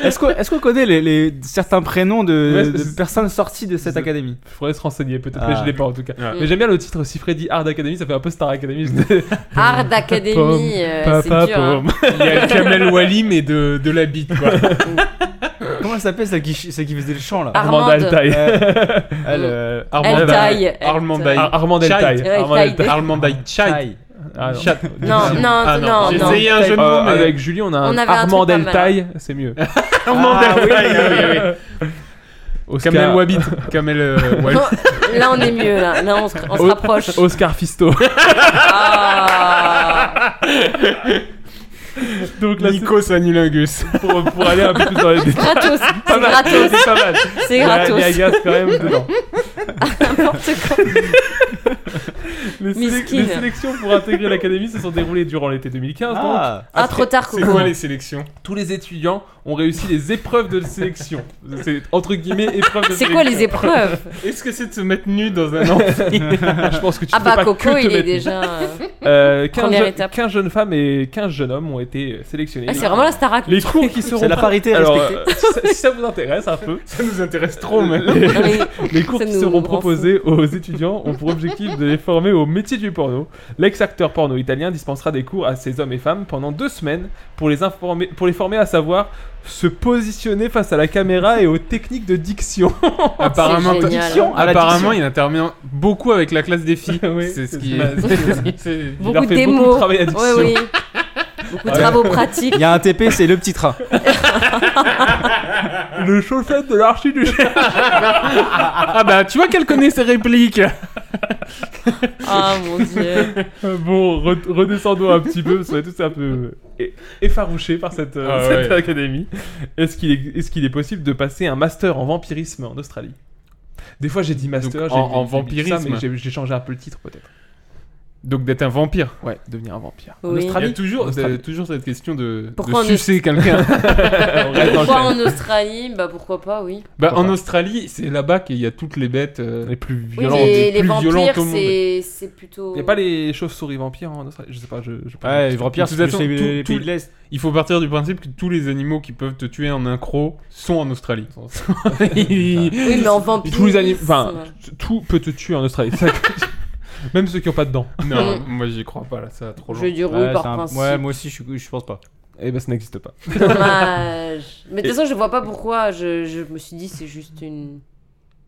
Est-ce qu'on est-ce qu'on connaît les, les- certains prénoms Ouais, de, c'est- de personnes sorties de cette c'est- académie Il faudrait se renseigner peut-être, Ah. mais je l'ai pas en tout cas. Ouais. Mais j'aime bien le titre Siffredi Hard Academy, ça fait un peu Star Academy. Hard Pomme, Academy. euh, Papa, C'est dur. hein. pomme. Il y a le Kamel Wally, mais de, de la bite, quoi. Comment elle s'appelle celle qui, ch- celle qui faisait le chant là Ah. Armand Armande. Altaï. Euh, Elle. euh, Armand Elle Altaï. taille. Ah, elle Armand taille. Bailly. Ar- Armand Chai. Altaï. Ouais, Armand Taï. Altaï. Armand by Chai. Chai. Ah, non. Chat. Non, non, Ah, non, J'ai non. essayé un jeu de Euh, mots, mais... Avec Julie, on a On un avait un Armand truc pas mal, Altaï, c'est mieux. Armand Ah, by Chai, oui, oui, oui, oui. Oscar, Kamel Wabit. Kamel euh, Wally. Là, on est mieux. Là, là on se, on se Oh. rapproche. Oscar Fisto. Ah. Donc là, c'est Nikos Anulingus. pour, pour aller un peu plus dans les détails. Gratos. C'est Pas mal, gratos. C'est pas mal. C'est Il y a- gratos. Il y a Gas quand même dedans. N'importe quoi. Les, sélec- Miskine. les sélections pour intégrer l'académie se sont déroulées durant l'été 2015. donc. Ah. Ah, trop tard, C'est Coco. quoi les sélections tous les étudiants ont réussi les épreuves de sélection. C'est entre guillemets épreuves de C'est sélection. quoi les épreuves Est-ce que c'est de se mettre nu dans un an Je pense que tu Ah peux bah pas que Coco, te il est mettre- déjà. euh, Euh, 15, Première je- étape. 15 jeunes femmes et 15 jeunes hommes ont été sélectionnés. Ah, c'est vraiment la Starac. les cours qui seront C'est la parité Alors, respectée. euh, si, ça, si ça vous intéresse un peu, Ça nous intéresse trop, mais... les, Non, mais les cours Ça qui nous seront rend proposés aux étudiants ont pour objectif de les former au métier du porno. L'ex-acteur porno italien dispensera des cours à ces hommes et femmes pendant deux semaines pour les, informer, pour les former à savoir se positionner face à la caméra et aux techniques de diction. Apparemment, Oh, C'est t'as- génial. à la apparemment diction. il intervient beaucoup avec la classe des filles. Oui, c'est ce c'est qui ça. est. Il beaucoup leur de fait beaucoup de démos. travail à Oui, diction. oui. Beaucoup de travaux pratiques. Il y a un TP, c'est le petit train. Le chaussette de l'archiduché. ah bah, tu vois qu'elle connaît ses répliques Ah mon dieu. bon, re- redescendons un petit peu, parce qu'on est tous un peu é- effarouchés par cette, euh, Ah ouais. cette académie. Est-ce qu'il est, est-ce qu'il est possible de passer un master en vampirisme en Australie Des fois j'ai dit master, Donc, j'ai en- dit- en j'ai dit ça, vampirisme. mais j'ai- j'ai changé un peu le titre peut-être. Donc d'être un vampire. Ouais, devenir un vampire. En Oui. Il y Australie a toujours, Australie. euh, toujours cette question de, Pourquoi de on sucer quelqu'un. On reste dans le Pourquoi thème. en Australie Bah pourquoi pas, oui. bah, Pourquoi en pas. Australie, c'est là-bas qu'il y a toutes les bêtes. euh, Les plus Oui, violents. les, des les plus vampires, violentes au monde. c'est c'est plutôt. Y'a pas les chauves-souris vampires en Australie Je sais pas, je. je Ouais, les vampires, De toute c'est façon, c'est tout- les tout- pays de l'Est. Il faut partir du principe que tous les animaux qui peuvent te tuer en un croc sont en Australie. Ils- Oui, mais en vampire. Tous les animaux. Enfin, tout peut te tuer en Australie. Ça- Même ceux qui ont pas de dents. non, moi j'y crois pas là, ça va trop Je loin. du Ouais, rouille par c'est un- principe. ouais, moi aussi, je, suis- je pense pas. Eh ben ça n'existe pas. Dommage. Mais de toute façon, je vois pas pourquoi. Je, je me suis dit, c'est juste une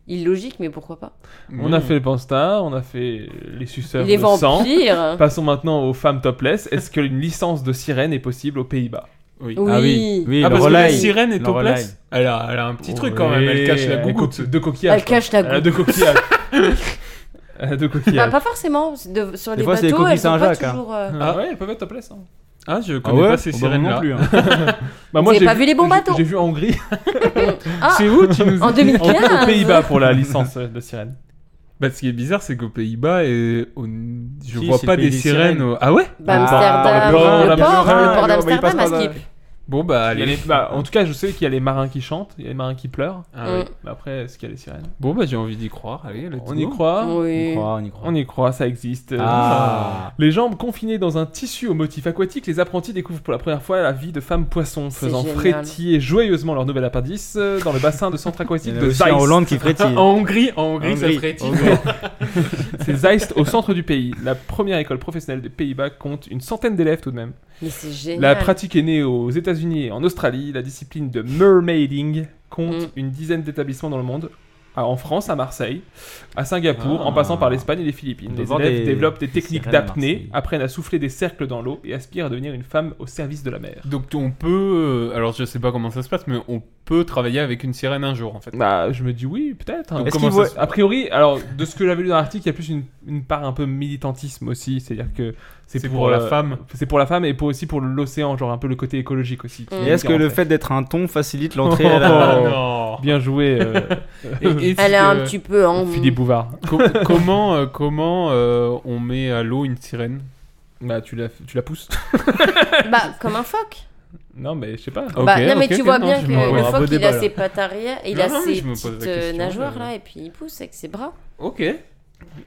illogique, mais pourquoi pas On a fait le Panstar, on a fait les suceurs Les de sang. vampires. Passons maintenant aux femmes topless. Est-ce qu'une licence de sirène est possible aux Pays-Bas Oui. Oui. Ah oui, oui Ah, le parce que la relais. sirène est Le topless relais. elle a, elle a un petit truc quand même, elle cache la de gougoute. de coquillage. Elle cache la quoi. Elle a goutte. deux coquillages. Euh, de coquillage. Bah, pas forcément. De- sur Des les fois, c'est des bateaux, coquilles elles sont pas Saint-Jacques, hein. toujours. euh, Ah ouais, elles peuvent être topless. Hein. Ah, je Ah connais ouais pas ces Oh, bah, moi sirènes là. non plus, hein. Vous avez pas vu les bons bateaux J'ai vu en Hongrie. Ah, c'est où tu nous en 2015. Aux Pays-Bas pour la licence euh, de sirène. Bah, ce qui est bizarre, c'est qu'aux Pays-Bas, et au- je Si, vois c'est pas le pays des des sirènes. sirènes. au- Ah ouais Bah, Amsterdam, Bah, le bah, port, bah, le port bah, bah, il passe d'Amsterdam, par à là. Skip. Bon, bah, Il y a allez. les- bah, en tout cas, je sais qu'il y a les marins qui chantent, il y a les marins qui pleurent. Ah ouais. Mm. Mais après, est-ce qu'il y a les sirènes Bon, bah, j'ai envie d'y croire. Allez, let's On y go. croit. Oui. On y croit, On y croit, ça existe. Ah. Les jambes confinées dans un tissu au motif aquatique, les apprentis découvrent pour la première fois la vie de femmes poissons, C'est faisant génial. frétiller joyeusement leur nouvel appendice euh, dans le bassin de centre Il y aquatique en a de aussi en Zeist. Hollande qui frétille. En Hongrie, en Hongrie, Hongrie. ça frétille. C'est Zeist au centre du pays. La première école professionnelle des Pays-Bas compte une centaine d'élèves tout de même. Mais c'est génial. La pratique est née aux États-Unis et en Australie. La discipline de mermaiding compte Mm. une dizaine d'établissements dans le monde. Ah, En France, à Marseille, à Singapour, Ah. en passant par l'Espagne et les Philippines. On doit Les voir élèves des- développent des des techniques sirènes à d'apnée, Marseille. apprennent à souffler des cercles dans l'eau et aspirent à devenir une femme au service de la mer. Donc, on peut. euh, Alors, je sais pas comment ça se passe, mais on peut travailler avec une sirène un jour, en fait. Bah, je me dis oui, peut-être. hein. Donc, Est-ce comment qu'il ça voit- se- A priori, alors, de ce que j'avais lu dans l'article, il y a plus une, une part un peu militantisme aussi. C'est-à-dire que c'est C'est pour, pour la euh, femme. C'est pour la femme et pour aussi pour l'océan, genre un peu le côté écologique aussi. Et Et est-ce que le fait d'être un ton facilite l'entrée à la... Oh. Ah non Bien joué, euh, Et- et Elle est si, un euh, petit peu en. Philippe Bouvard. co- comment euh, comment euh, on met à l'eau une sirène Bah, tu la, tu la pousses. Bah, comme un phoque. Non, mais je sais pas. Ok, bah, non, mais ok, tu ok, vois non, bien je que m'en- le ouais, un beau phoque, il débat, a là. ses pattes arrière, il Non, a non, mais ses je me pose la petites question, euh, nageoires euh. là, et puis il pousse avec ses bras. Ok.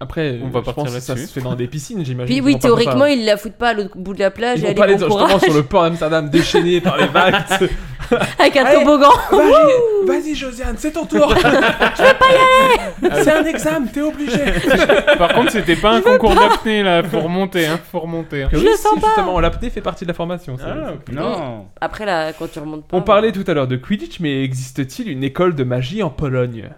Après, On euh, va je partir pense que ça là-dessus. se fait dans des piscines, j'imagine. Puis qu'ils oui, vont pas faire ça. théoriquement, il la fout pas à l'autre bout de la plage, Ils elle vont est pas aller bon directement courage sur le port d'Amsterdam déchaîné par les vagues. avec un toboggan. Vas-y, Josiane, c'est ton tour. je vais pas y aller. C'est un examen, t'es obligé. Par contre, c'était pas un concours d'apnée là, faut remonter, hein, faut remonter. hein. Je le sens pas. Justement, l'apnée fait partie de la formation. Ah, ça. Non Après, là, quand tu remontes pas. On parlait tout à l'heure de Quidditch, mais existe-t-il une école de magie en Pologne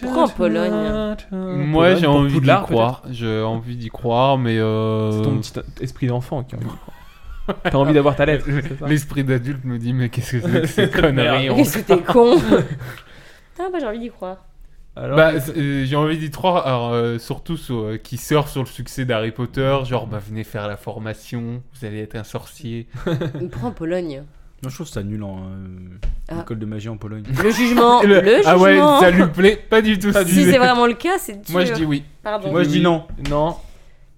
Pourquoi en Pologne Moi, j'ai envie d'y Poudlard, croire. J'ai envie d'y croire, mais euh, C'est ton petit esprit d'enfant qui a envie d'y croire. T'as envie d'avoir ta lettre. c'est ça l'esprit d'adulte me dit mais qu'est-ce que c'est que ces conneries Merde. on- Qu'est-ce que t'es con Putain, bah, j'ai envie d'y croire. Alors, Bah, c'est- euh, j'ai envie d'y croire, alors, euh, surtout sur- euh, qui sort sur le succès d'Harry Potter, genre bah venez faire la formation, vous allez être un sorcier. Il me prend en Pologne. Non, je trouve ça nul en euh, Ah. école de magie en Pologne. Le jugement. le... ah ouais, jugement. ça lui plaît pas du tout. ce qu'il si dit. c'est vraiment le cas, c'est dur. Moi je dis oui. Pardon. Moi je dis non. non.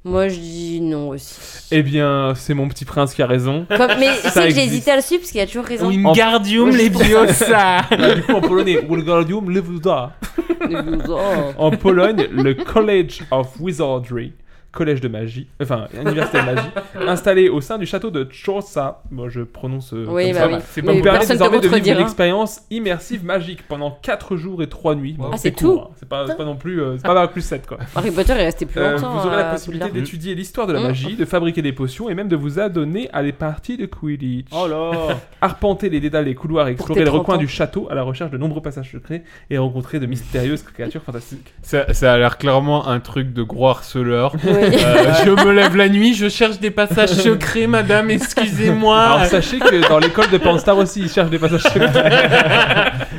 Moi, je dis non aussi. Eh bien, c'est mon petit prince qui a raison. Comme- Mais Ça c'est que existe. j'ai hésité à le suivre parce qu'il a toujours raison. Wingardium Leviosa Bah, du coup, en polonais, Wingardium Leviosa. Oh. En Pologne, le College of Wizardry, collège de magie, enfin université de magie, installé au sein du château de Chorsa. Moi, je prononce. euh, Oui, comme bah ça. oui. c'est me Mais permet personne ne désormais hein. te de vivre une contredira. expérience immersive magique pendant 4 jours et 3 nuits. Bon, Ah, c'est court, tout hein. C'est pas, c'est pas non plus. euh, c'est pas bac plus 7, quoi. Harry Potter est resté plus Euh, longtemps. vous aurez la à possibilité Poudlard. d'étudier l'histoire de la Mm. magie, de fabriquer des potions et même de vous adonner à des parties de Quidditch. Oh là Arpenter les dédales des couloirs et Pour explorer tes les 30 recoins ans. du château à la recherche de nombreux passages secrets et rencontrer de mystérieuses créatures fantastiques. ça, ça a l'air clairement un truc de gros harceleur. Oui. Euh, je me lève la nuit, je cherche des passages secrets, madame, excusez-moi. Ah. Alors sachez que dans l'école de Panstar aussi, ils cherchent des passages secrets.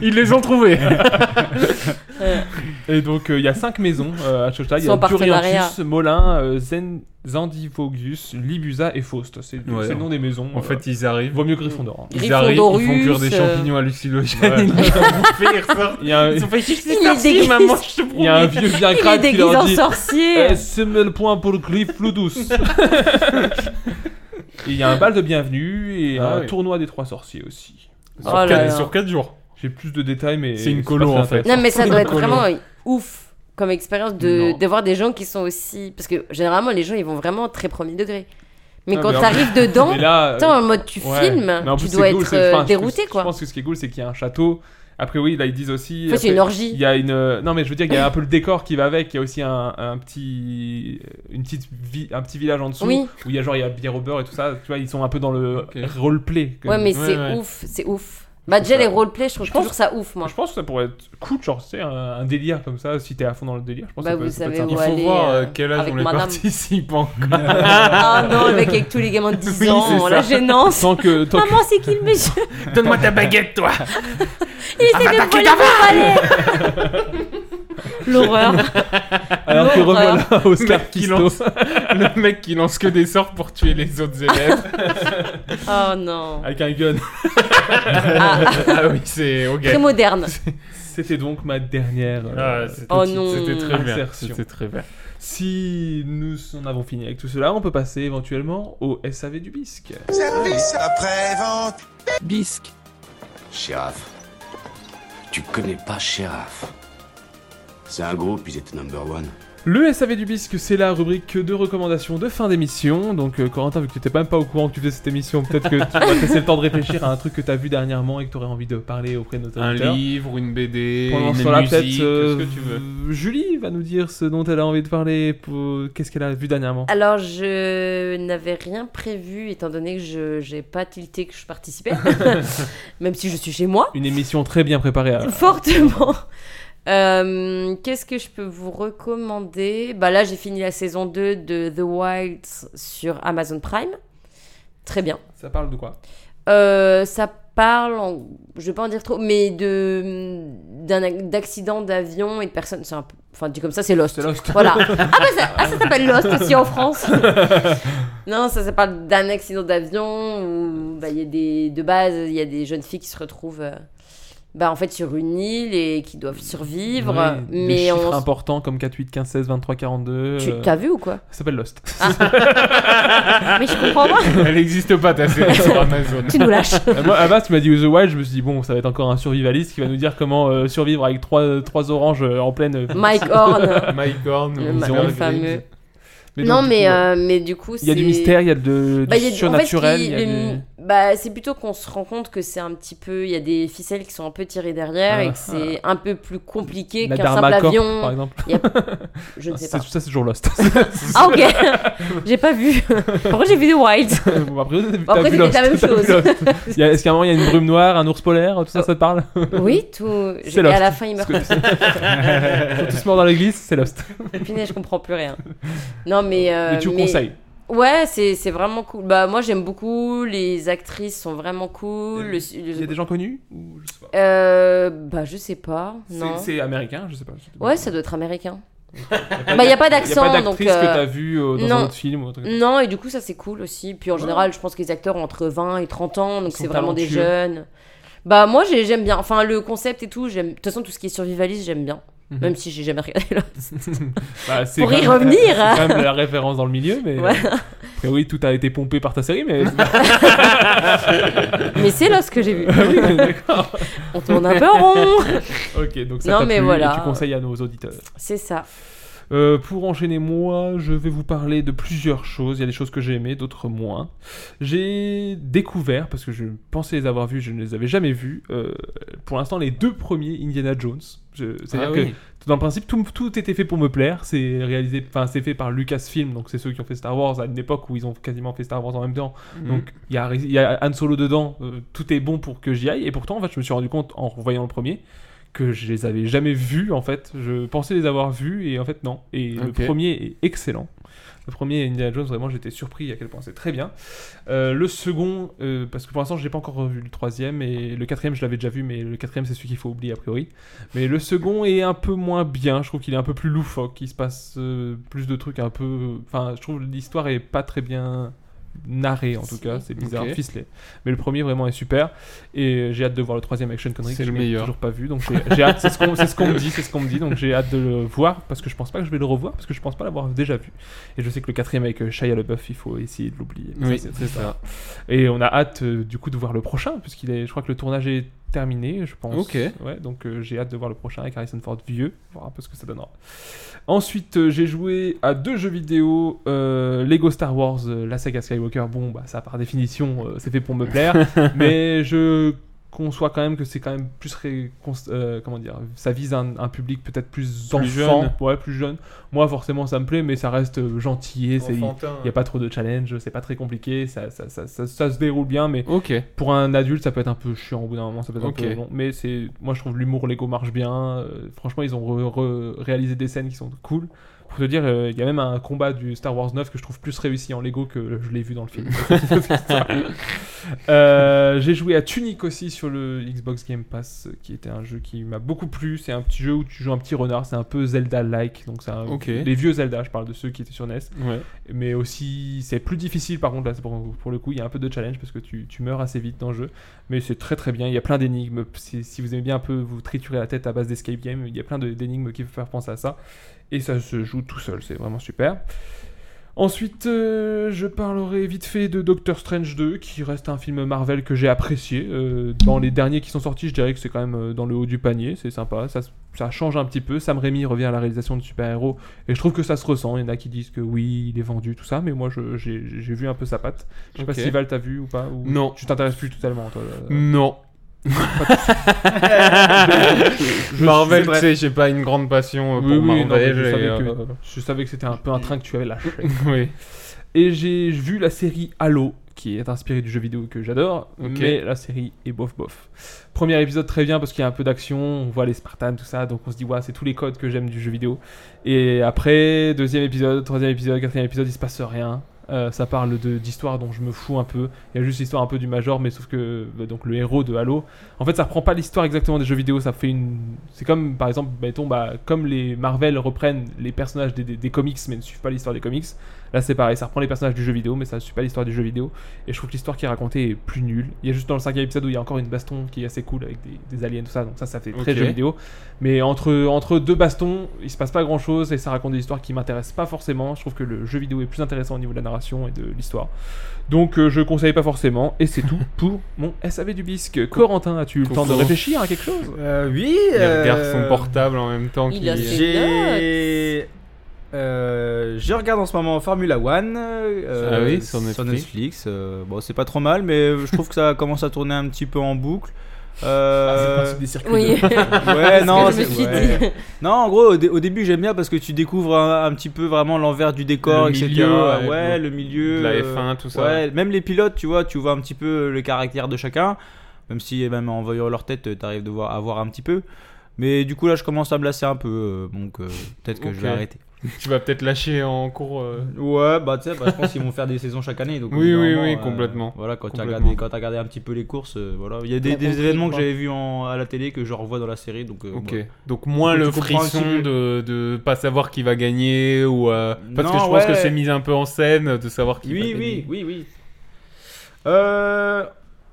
Ils les ont trouvés. Et donc euh, il y a cinq maisons euh, à Chota. Il y Sans a partenariat. Duriantus, Molin, euh, Zen- Zandivogus, Libusa et Faust. C'est Ouais, c'est le nom des maisons. En euh, fait, ils arrivent. vaut mieux Gryffondor. hein. Ils arrivent, ils font cuire des Gryffondorus, euh. champignons hallucinogènes. Ils font faire sortir. Il y a un, Ils ont fait juste Il est déguisé. maman, je te il y a un promets. vieux bien Il est crade qui déguisé leur en dit sorcier. Eh, c'est le point pour Gryfflodus. Et Il y a un bal de bienvenue et Ah un oui. tournoi des trois sorciers aussi. Oh là Quatre- là. Sur 4 jours. J'ai plus de détails, mais. C'est une pas colo, très en fait. intéressant. Non, mais ça doit être Colo. vraiment euh, ouf comme expérience de, Non. de voir des gens qui sont aussi. Parce que généralement, les gens, ils vont vraiment très premier degré. Mais Ah, quand mais en- t'arrives dedans, Mais là, euh, putain, en mode tu ouais. Mais filmes, en tu plus, dois c'est cool, être c'est- euh, enfin, je- dérouté Je quoi. pense que ce qui est cool, c'est qu'il y a un château. Après, oui, là, ils disent aussi. Enfin, c'est après, une orgie. Il y a une. euh, Non, mais je veux dire, il y a un peu le décor qui va avec. Il y a aussi un, un petit. Une petite vi- Un petit village en dessous. Oui. Où il y a genre, il y a bière au beurre et tout ça. Tu vois, ils sont un peu dans le Ok. roleplay. comme- Ouais, mais Ouais, c'est ouais. ouf, c'est ouf. Bah, déjà, les roleplay, je trouve Je pense- toujours ça ouf, moi. Je pense que ça pourrait être cool, genre, c'est un, un délire comme ça, si t'es à fond dans le délire. Je pense Bah, que ça peut- vous ça peut être savez Ou Il sympa. faut aller, voir euh, euh, quel âge avec ont les madame. participants. Ah non, le mec avec tous les gamins de 10 Oui, c'est ans, ça. la gênance. Tant que, tant que- Maman, c'est qui le monsieur Donne-moi ta baguette, toi. Il essaie de me voler mon balai L'horreur. Alors que L'horreur. revoilà Ah, Oscar mec qui Pisto. lance- le mec qui lance que des sorts pour tuer les autres élèves. Oh non. Avec un gun. ah oui, c'est ok. Très moderne. C'était donc ma dernière. euh, Ah, c'était- Oh non. C'était très bien. Insertion. C'était très bien. Si nous en avons fini avec tout cela, on peut passer éventuellement au SAV du bisque. bisque, Sheriff. Tu connais pas Sheriff. C'est un groupe, ils étaient number one. Le SAV du bisque, c'est la rubrique de recommandations de fin d'émission. Donc, euh, Corentin, vu que tu n'étais même pas au courant que tu faisais cette émission, peut-être que tu vas te laisser le temps de réfléchir à un truc que tu as vu dernièrement et que tu aurais envie de parler auprès de notre Un livre, une BD, Pendant une ce temps-là, musique, peut-être, euh, ce que tu veux. Julie va nous dire ce dont elle a envie de parler, pour... qu'est-ce qu'elle a vu dernièrement. Alors, je n'avais rien prévu, étant donné que je n'ai pas tilté que je participais, même si je suis chez moi, Une émission très bien préparée. alors. fortement. Euh, Qu'est-ce que je peux vous recommander Bah là, j'ai fini la saison 2 de The Wilds sur Amazon Prime. Très bien. Ça parle de quoi Euh, ça parle, en- je vais pas en dire trop, mais de d'un ac- d'accident d'avion et de personnes. c'est un peu- Enfin, dit comme ça, c'est Lost. Voilà. Ah, bah, ça, ah, ça s'appelle Lost aussi en France. non, ça, ça parle d'un accident d'avion où bah, il y a des de base, il y a des jeunes filles qui se retrouvent. euh, bah, en fait, sur une île et qui doivent survivre, Oui, des mais chiffres on. s- importants comme 4, 8, 15, 16, 23, 42. Tu euh, t'as vu ou quoi Ça s'appelle Lost. Mais je comprends pas. Elle n'existe pas ta série sur Amazon. tu nous lâches. Euh, Moi, à base, tu m'as dit The Wild, je me suis dit, bon, ça va être encore un survivaliste qui va nous dire comment euh, survivre avec trois, trois oranges euh, en pleine. euh, Mike Horn. Euh, Mike Horn, Le, ou ma- Bear le Grylls. fameux. Mais non, donc, du mais, coup, euh, mais du coup, Il y a du c'est- mystère, il y a de, Bah, du il y a du- en fait, surnaturel. ce il qui- y a le- du- bah, c'est plutôt qu'on se rend compte que c'est un petit peu. Il y a des ficelles qui sont un peu tirées derrière Ah. et que c'est un peu plus compliqué la qu'un Dharma simple Corp, par avion. exemple. Je ne sais C'est- pas. Tout ça, c'est toujours Lost. Ah, ok J'ai pas vu. Par contre, j'ai vu The Wild. Bon, après, t'as vu- Après, t'as c'était vu Lost, la même t'as vu chose. Oh. Lost. Il y a- Est-ce qu'à un moment, il y a une brume noire, un ours polaire, tout ça, ça te parle Oui, tout. C'est j'ai- Et Lost. à la fin, il meurt. Parce que- Ils sont tous morts dans l'église, c'est Lost. Punaise, je comprends plus rien. Non, mais. euh, mais tu conseilles. Ouais, c'est c'est vraiment cool. Bah, moi, j'aime beaucoup. Les actrices sont vraiment cool. Le- le- Il y a des gens connus ou je sais pas. Euh, bah, je sais pas. Non. C'est- C'est américain, je sais pas. je- Ouais, ça doit être américain. Bah, y a pas Y a pas d'accent, donc. d'actrice que euh, t'as vue euh, dans un non. autre film ou un truc. comme ça. Non, et du coup, ça c'est cool aussi. Puis en général, je pense que les acteurs ont entre 20 et 30 ans, donc Ils sont c'est vraiment des talentueux. jeunes. Bah, moi j'ai- j'aime bien. Enfin, le concept et tout, j'aime. De toute façon, tout ce qui est survivaliste, j'aime bien. Mhm. Même si j'ai jamais regardé là. Bah, c'est Pour quand y même- revenir, c'est hein. quand même la référence dans le milieu, mais. Ouais. Après, oui, tout a été pompé par ta série, mais. Mais c'est là ce que j'ai vu. Ah Oui, d'accord. On tourne un peu en rond. Ok, donc ça Non, t'a mais plu voilà. et tu conseilles à nos auditeurs. C'est ça. Euh, pour enchaîner, moi, je vais vous parler de plusieurs choses. Il y a des choses que j'ai aimées, d'autres moins. J'ai découvert, parce que je pensais les avoir vues, je ne les avais jamais vues, euh, pour l'instant, les deux premiers Indiana Jones. Je- C'est-à-dire Ah que, oui. dans le principe, tout, tout était fait pour me plaire. C'est réalisé, enfin, c'est fait par Lucasfilm, donc c'est ceux qui ont fait Star Wars à une époque où ils ont quasiment fait Star Wars en même temps. Mhm. Donc il y a, il y a Han Solo dedans, euh, tout est bon pour que j'y aille. Et pourtant, en fait, je me suis rendu compte en revoyant le premier que je les avais jamais vus. En fait, je pensais les avoir vus et en fait non. Et Ok. le premier est excellent. Le premier Indiana Jones, vraiment, j'étais surpris à quel point c'est très bien. Euh, le second, euh, parce que pour l'instant, je n'ai pas encore revu le troisième et le quatrième, je l'avais déjà vu, mais le quatrième, c'est celui qu'il faut oublier a priori. Mais le second est un peu moins bien. Je trouve qu'il est un peu plus loufoque. Il se passe euh, plus de trucs un peu. Enfin, je trouve que l'histoire est pas très bien narrée en tout cas. C'est bizarre, Ok. ficelé. Mais le premier vraiment est super. Et j'ai hâte de voir le troisième Action Connery. C'est que le je n'ai meilleur. Toujours pas vu. Donc j'ai- j'ai hâte. C'est ce qu'on c'est ce qu'on me dit. C'est ce qu'on me dit. Donc j'ai hâte de le voir parce que je pense pas que je vais le revoir parce que je pense pas l'avoir déjà vu. Et je sais que le quatrième avec euh, Shia LaBeouf, il faut essayer de l'oublier. Mais Oui, ça, c'est ça. et on a hâte euh, du coup de voir le prochain, puisqu'il est, je crois que le tournage est terminé, je pense. Ok. Ouais, donc euh, j'ai hâte de voir le prochain avec Harrison Ford vieux, voir un peu ce que ça donnera. Ensuite, euh, j'ai joué à deux jeux vidéo, euh, Lego Star Wars, euh, la saga Skywalker. Bon, bah ça par définition, euh, c'est fait pour me plaire, mais je conçois quand même que c'est quand même plus ré- cons- euh, comment dire, ça vise un, un public peut-être plus, Plus enfant, ouais, plus jeune. Moi, forcément, ça me plaît, mais ça reste euh, gentillet, c'est Enfantin. il n'y a pas trop de challenge, c'est pas très compliqué, ça, ça, ça, ça- ça se déroule bien, mais Ok. pour un adulte, ça peut être un peu chiant au bout d'un moment, ça peut être Ok. un peu long. Mais c'est, moi, je trouve l'humour Lego marche bien. euh, franchement, ils ont re- re- réalisé des scènes qui sont cool. Pour te dire, euh, il y a même un combat du Star Wars 9 que je trouve plus réussi en Lego que le- je l'ai vu dans le film. Euh, J'ai joué à Tunic aussi sur le Xbox Game Pass, euh, qui était un jeu qui m'a beaucoup plu. C'est un petit jeu où tu joues un petit renard, c'est un peu Zelda-like. Donc c'est un- Ok. les vieux Zelda, je parle de ceux qui étaient sur E NES. Ouais. Mais aussi, c'est plus difficile par contre là, c'est pour, pour le coup, il y a un peu de challenge parce que tu, tu meurs assez vite dans le jeu. Mais c'est très très bien, il y a plein d'énigmes. Si, si vous aimez bien un peu vous triturer la tête à base d'escape game, il y a plein de- d'énigmes qui vous faire penser à ça. Et ça se joue tout seul, c'est vraiment super. Ensuite, euh, je parlerai vite fait de Doctor Strange 2, qui reste un film Marvel que j'ai apprécié. Euh, dans les derniers qui sont sortis, je dirais que c'est quand même euh, dans le haut du panier, c'est sympa, ça, s- ça change un petit peu. Sam Raimi revient à la réalisation de super-héros, et je trouve que ça se ressent. Il y en a qui disent que oui, il est vendu, tout ça, mais moi je- j'ai j'ai vu un peu sa patte. Je sais pas Ok. si Val t'as vu ou pas. Ou Non. Tu t'intéresses plus totalement, toi euh, là- Non. Je- Marvel, je- tu sais, j'ai pas une grande passion euh, pour Oui, oui, non, mais Marvel. je, et, savais que, euh, je savais que c'était un peu un train que tu avais lâché. Oui. Et j'ai vu la série Halo, qui est inspirée du jeu vidéo que j'adore, Ok. mais la série est bof bof. Premier épisode très bien parce qu'il y a un peu d'action, on voit les Spartans, tout ça, donc on se dit, ouais, c'est tous les codes que j'aime du jeu vidéo. Et après, deuxième épisode, troisième épisode, quatrième épisode, il se passe rien. Euh, ça parle de- d'histoire dont je me fous un peu. Il y a juste l'histoire un peu du Major, mais sauf que bah, donc le héros de Halo. En fait, ça reprend pas l'histoire exactement des jeux vidéo. Ça fait une. C'est comme par exemple, mettons, bah, comme les Marvel reprennent les personnages des, des- des comics, mais ne suivent pas l'histoire des comics. Là, c'est pareil. Ça reprend les personnages du jeu vidéo, mais ça ne suit pas l'histoire du jeu vidéo. Et je trouve que l'histoire qui est racontée est plus nulle. Il y a juste dans le cinquième épisode où il y a encore une baston qui est assez cool avec des, des aliens tout ça. Donc ça, ça fait très Ok. jeu vidéo. Mais entre, entre deux bastons, il se passe pas grand chose et ça raconte des histoires qui m'intéressent pas forcément. Je trouve que le jeu vidéo est plus intéressant au niveau de la narration et de l'histoire. Donc euh, je conseille pas forcément. Et c'est tout pour mon SAV du bisque. Corentin, as-tu eu le temps de réfléchir à quelque chose Euh, Oui. Il Euh, regarde son portable en même temps Il a qu'il- ses J'ai. Euh, je regarde en ce moment Formula One euh, Ah oui, sur Netflix. euh, bon, c'est pas trop mal, mais je trouve que ça commence à tourner un petit peu en boucle. Euh, Ah, c'est le principe des circuits Ouais, de- C'est ce non, que je me c'est- suis ouais. dit. Non, en gros, au, dé- au début, j'aime bien parce que tu découvres un, un petit peu vraiment l'envers du décor, Le etc. milieu, ouais, ouais, le- le milieu. de la euh, F1, tout ça. Ouais, même les pilotes, tu vois, tu vois un petit peu le caractère de chacun. Même si, eh ben, en voyant leur tête, euh, t'arrives de voir, à voir un petit peu. Mais du coup, là, je commence à me lasser un peu. euh, donc, euh, peut-être que je vais Ok. arrêter. Tu vas peut-être lâcher en cours. euh. Ouais, bah tu sais, bah, je pense qu'ils vont faire des saisons chaque année. Donc, Oui, au bout d'un oui, moment, oui, euh, complètement. Voilà, quand tu as Complètement. regardé, quand t'as regardé un petit peu les courses, euh, voilà. Il y a des, T'as des compris, événements que quoi. j'avais vus en- à la télé que je revois dans la série. Donc, euh, Ok. voilà. Donc moins Du coup, le tu comprends un petit frisson peu. de, de pas savoir qui va gagner ou euh, parce que Non, je pense que ouais. c'est mis un peu en scène de savoir qui va Oui, gagner. oui, oui, oui. Euh,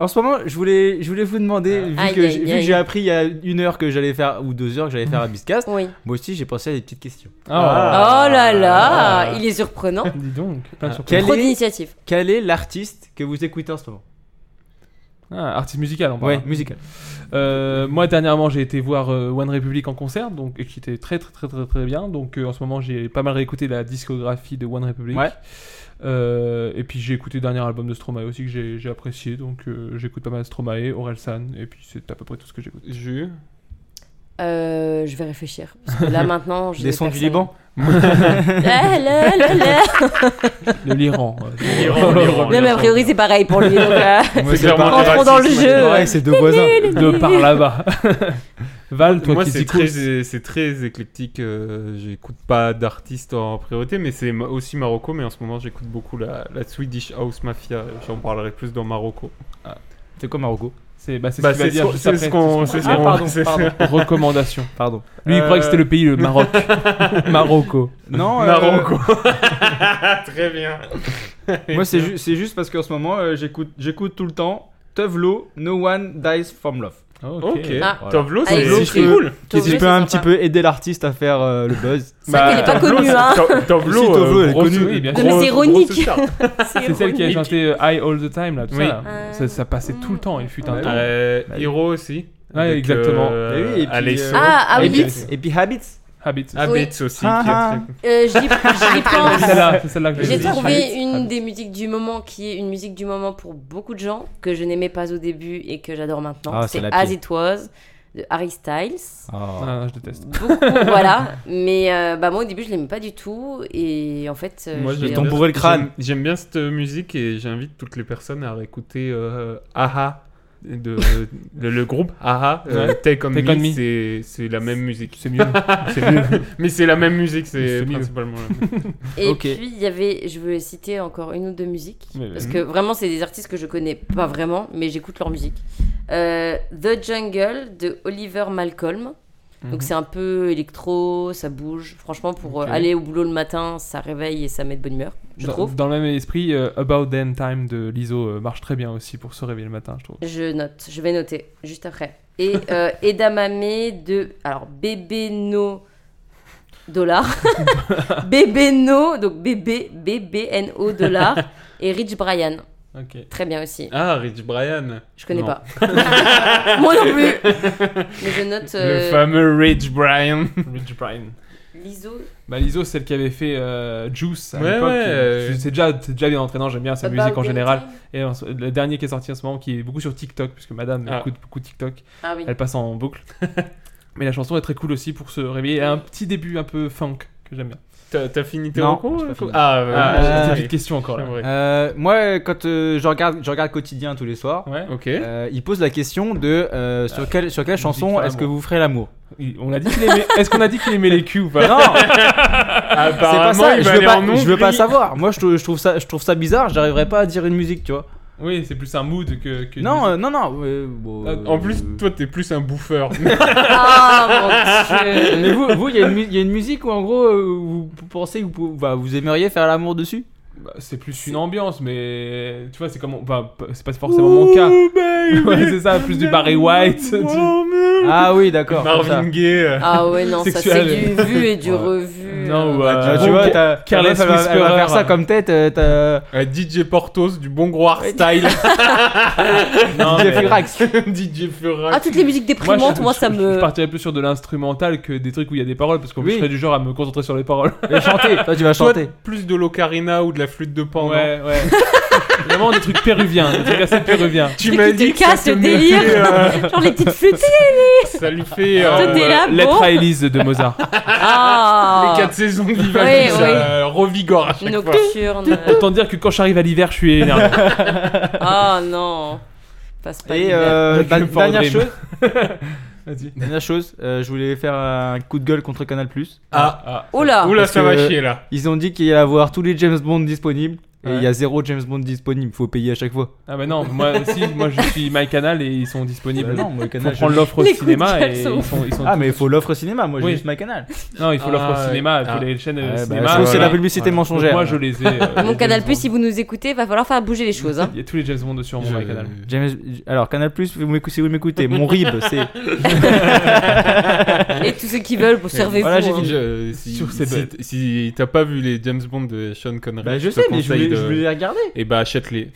en ce moment, je voulais, je voulais vous demander, vu, Aïe, que aïe, j'ai- vu que aïe. j'ai appris il y a une heure que j'allais faire, ou deux heures que j'allais faire à Biscast, moi aussi j'ai pensé à des petites questions. Oh là là, il est surprenant. Ah. Dis donc, plein de Ah. surprises. Quel Trop est- d'initiatives. Quel est l'artiste que vous écoutez en ce moment Ah, artiste musical, on parle. Ouais, hein. musical. Euh, moi, dernièrement, j'ai été voir euh, One Republic en concert, donc et qui était très, très, très, très, très bien. Donc, euh, en ce moment, j'ai pas mal réécouté la discographie de One Republic. Ouais. Euh, et puis, j'ai écouté le dernier album de Stromae aussi que j'ai- j'ai apprécié. Donc, euh, j'écoute pas mal Stromae, Orelsan, et puis c'est à peu près tout ce que j'écoute. Jus Euh, je vais réfléchir. Parce que là maintenant, je. Descends Descends du Liban. là, là, là, là. De l'Iran. Oh, L'Iran, l'Iran, Non, mais a priori, c'est pareil pour lui. Donc, euh, Moi, c'est clairement rentrons un dans le racisme. jeu. Ouais, c'est deux voisins. De par là-bas. Val, toi Moi, qui c'est t'y très, couches. c'est c'est très éclectique. euh, j'écoute pas d'artistes en priorité, mais c'est ma- aussi Marocco. Mais en ce moment, j'écoute beaucoup la, la Swedish House Mafia. J'en parlerai plus dans Marocco. C'est quoi Marocco C'est bah, c'est Bah, ce qu'il va c'est ce dire qu'on- juste c'est après. ce qu'on- C'est c'est ce ce qu'on- qu'on- Ah, pardon, c'est- pardon. Recommandation. Pardon. Lui, il croyait que Euh, c'était le pays, le Maroc. Marocco. Non, euh, Très bien. Moi, c'est ju- c'est juste parce qu'en ce moment, euh, j'écoute j'écoute tout le temps Tevlo, No One Dies From Love. Ok. Ok. Ah. Tovlo, c'est- Tovlo, c'est si je peux- cool. Si Tovlo, je c'est peux un sympa. petit peu aider l'artiste à faire euh, le buzz. C'est vrai Bah, qu'elle est pas Tovlo, connue, c'est- hein. To- Tovlo, Si, Tovlo, euh, elle est grosse- connue. oui, bien Non, mais c'est ironique. C'est celle qui a chanté euh, I All the Time, là, tout Oui. ça, là. ça. ça passait tout le temps, il fut un temps. Euh, Hiro aussi. Ouais, Avec, exactement. euh, Et oui, et puis, Alesso. euh, Ah, ah oui, Et puis- Bits. Bah, Et puis Habits. Habits. Habits aussi. Ah, qui est ah. très- Euh, j'y- j'y pense. C'est celle-là, c'est celle-là que je J'ai dis. trouvé Habits. une des musiques du moment qui est une musique du moment pour beaucoup de gens que je n'aimais pas au début et que j'adore maintenant. Ah, c'est c'est la As pire. It Was de Harry Styles. Ah, je déteste. Beaucoup, voilà. Mais euh, bah, moi au début je l'aimais pas du tout et en fait. euh, Moi, je j'aime l'ai- bien- bourré le crâne. j'aime- J'aime bien cette musique et j'invite toutes les personnes à réécouter euh, Aha de, le, le groupe Aha, euh, Ouais. Take On Take Me, On Me. c'est- c'est la même musique. C'est mieux. C'est mieux. Mais c'est la même musique, c'est C'est mieux. principalement la même. Et Ok. puis il y avait, je veux citer encore une ou deux musiques Mais parce vas-y. que vraiment c'est des artistes que je connais pas vraiment, mais j'écoute leur musique. Euh, The Jungle de Oliver Malcolm. Mhm. Donc c'est un peu électro, ça bouge. Franchement pour euh, Ok. aller au boulot le matin, ça réveille et ça met de bonne humeur. Je Bah, dans, trouve. dans le même esprit, euh, About Damn Time de Lizzo euh, marche très bien aussi pour se réveiller le matin, je trouve. Je note, je vais noter juste après. Et euh, Edamame de alors bébé no dollar. bébé no donc bébé BBNO dollar et Rich Brian. Ok. Très bien aussi. Ah, Rich Brian. Je connais Non. pas. Moi non plus. Mais je note euh, Le fameux Rich Brian. Rich Brian. Lizzo Bah, Lizzo, celle qui avait fait euh, Juice à Ouais, l'époque. ouais, euh, euh, C'est déjà, c'est déjà bien entraînant, j'aime bien sa About musique en Damn général. Et en- le dernier qui est sorti en ce moment, qui est beaucoup sur TikTok, puisque madame Ah. écoute beaucoup TikTok. Ah oui. Elle passe en boucle. Mais la chanson est très cool aussi pour se réveiller. Elle a un petit début un peu funk que j'aime bien. T'as t'as fini tes Non, recours j'ai pas ou- fini. Ah, Ah, ouais, j'ai des ouais. petites questions encore, là. J'aimerais. Euh, moi, quand euh, je regarde, je regarde quotidien tous les soirs. euh, il pose la question de euh, sur quelle sur quelle musique chanson pour est-ce que l'amour. vous ferez l'amour. Il- On a dit qu'il aimait. Est-ce qu'on a dit qu'il aimait les culs ou pas Non. Ah, C'est pas ça. je, veux pas, je veux pas savoir. Moi, je, trou- je trouve ça je trouve ça bizarre. J'arriverais pas à dire une musique, tu vois. Oui, c'est plus un mood que. que une Non, musique. euh, non, non, euh, bon, euh, Ah, En plus, toi, t'es plus un bouffeur. Ah, mon Dieu. Mais vous, vous, il y, a une mu- il y a une musique où en gros, euh, vous pensez que vous, pouvez- bah, vous aimeriez faire l'amour dessus Bah, c'est plus une ambiance, mais tu vois, c'est comme. on- bah, p- c'est pas forcément mon cas. Oh, ouais, c'est ça, plus du Barry White. du- Ah oui, d'accord. Marvin comme ça. Gaye, euh, Ah ouais, non, ça, sexuel. c'est du vu et du revu. Non, bah, ouais. Ah, tu vois, t'as- Careless ta meuf, elle va- elle va Whisperer. faire ça comme tête. euh, T'as DJ Portos du bon Groire style. DJ Furax. DJ Furax. Ah, toutes les musiques déprimantes, moi, je- je- ça me. Je partirais plus sur de l'instrumental que des trucs où il y a des paroles, parce que Oui. je serais du genre à me concentrer sur les paroles. Et chanter. Toi, tu vas chanter. Plus de l'ocarina ou de la flûte de pan. Ouais, ouais. Vraiment des trucs péruviens, des trucs assez péruviens. Tu Truc m'as qui dit te que ça casse te le délire. mettait, euh, Genre les petites flûtes. Ça lui fait. euh, Toi, t'es là, bon. Euh, Lettre à Élise de Mozart. Ah. Les 4 saisons de Vivaldi, Oui, ça euh, oui. revigore à chaque fois. Nocturne. Autant dire que quand j'arrive à l'hiver, je suis énervé. Ah non. Passe pas Et l'hiver. euh, Avec da- le Ford dernière Dream. chose, Vas-y. dernière chose, euh, je voulais faire un coup de gueule contre Canal Plus. Ah. Oula. Oula, ça va que chier là. Ils ont dit qu'il y allait avoir tous les James Bond disponibles. Et Ouais. il y a zéro James Bond disponible, faut payer à chaque fois. Ah bah non, moi si, moi je suis MyCanal et ils sont disponibles. Bah non, MyCanal, faut prendre je- l'offre Les coups cinéma de gueule et sont- ils sont, ils sont Ah, mais il faut l'offre cinéma, moi j'ai Oui. juste ma canal. Non, il faut l'offre Ah, cinéma, ouais. puis les chaînes Ah, euh, bah, cinéma. ça, c'est voilà. la publicité Voilà. mensongère. Donc Moi je les ai. euh, Mon les Canal James Plus, si vous nous écoutez, va falloir faire bouger les choses. hein. Bond. Il y a tous les James Bond dessus en mon MyCanal. Euh, James... Alors, Canal Plus, vous m'écou- si vous m'écoutez, mon rib, c'est. Et tous ceux qui veulent, pour servez-vous. Voilà, j'ai hein. fini. Je- si Sur ces si, bêtes. si t'as pas vu les James Bond de Sean Connery, Bah, je te sais, mais je conseille voulais, de- je voulais les regarder. Eh bah achète-les.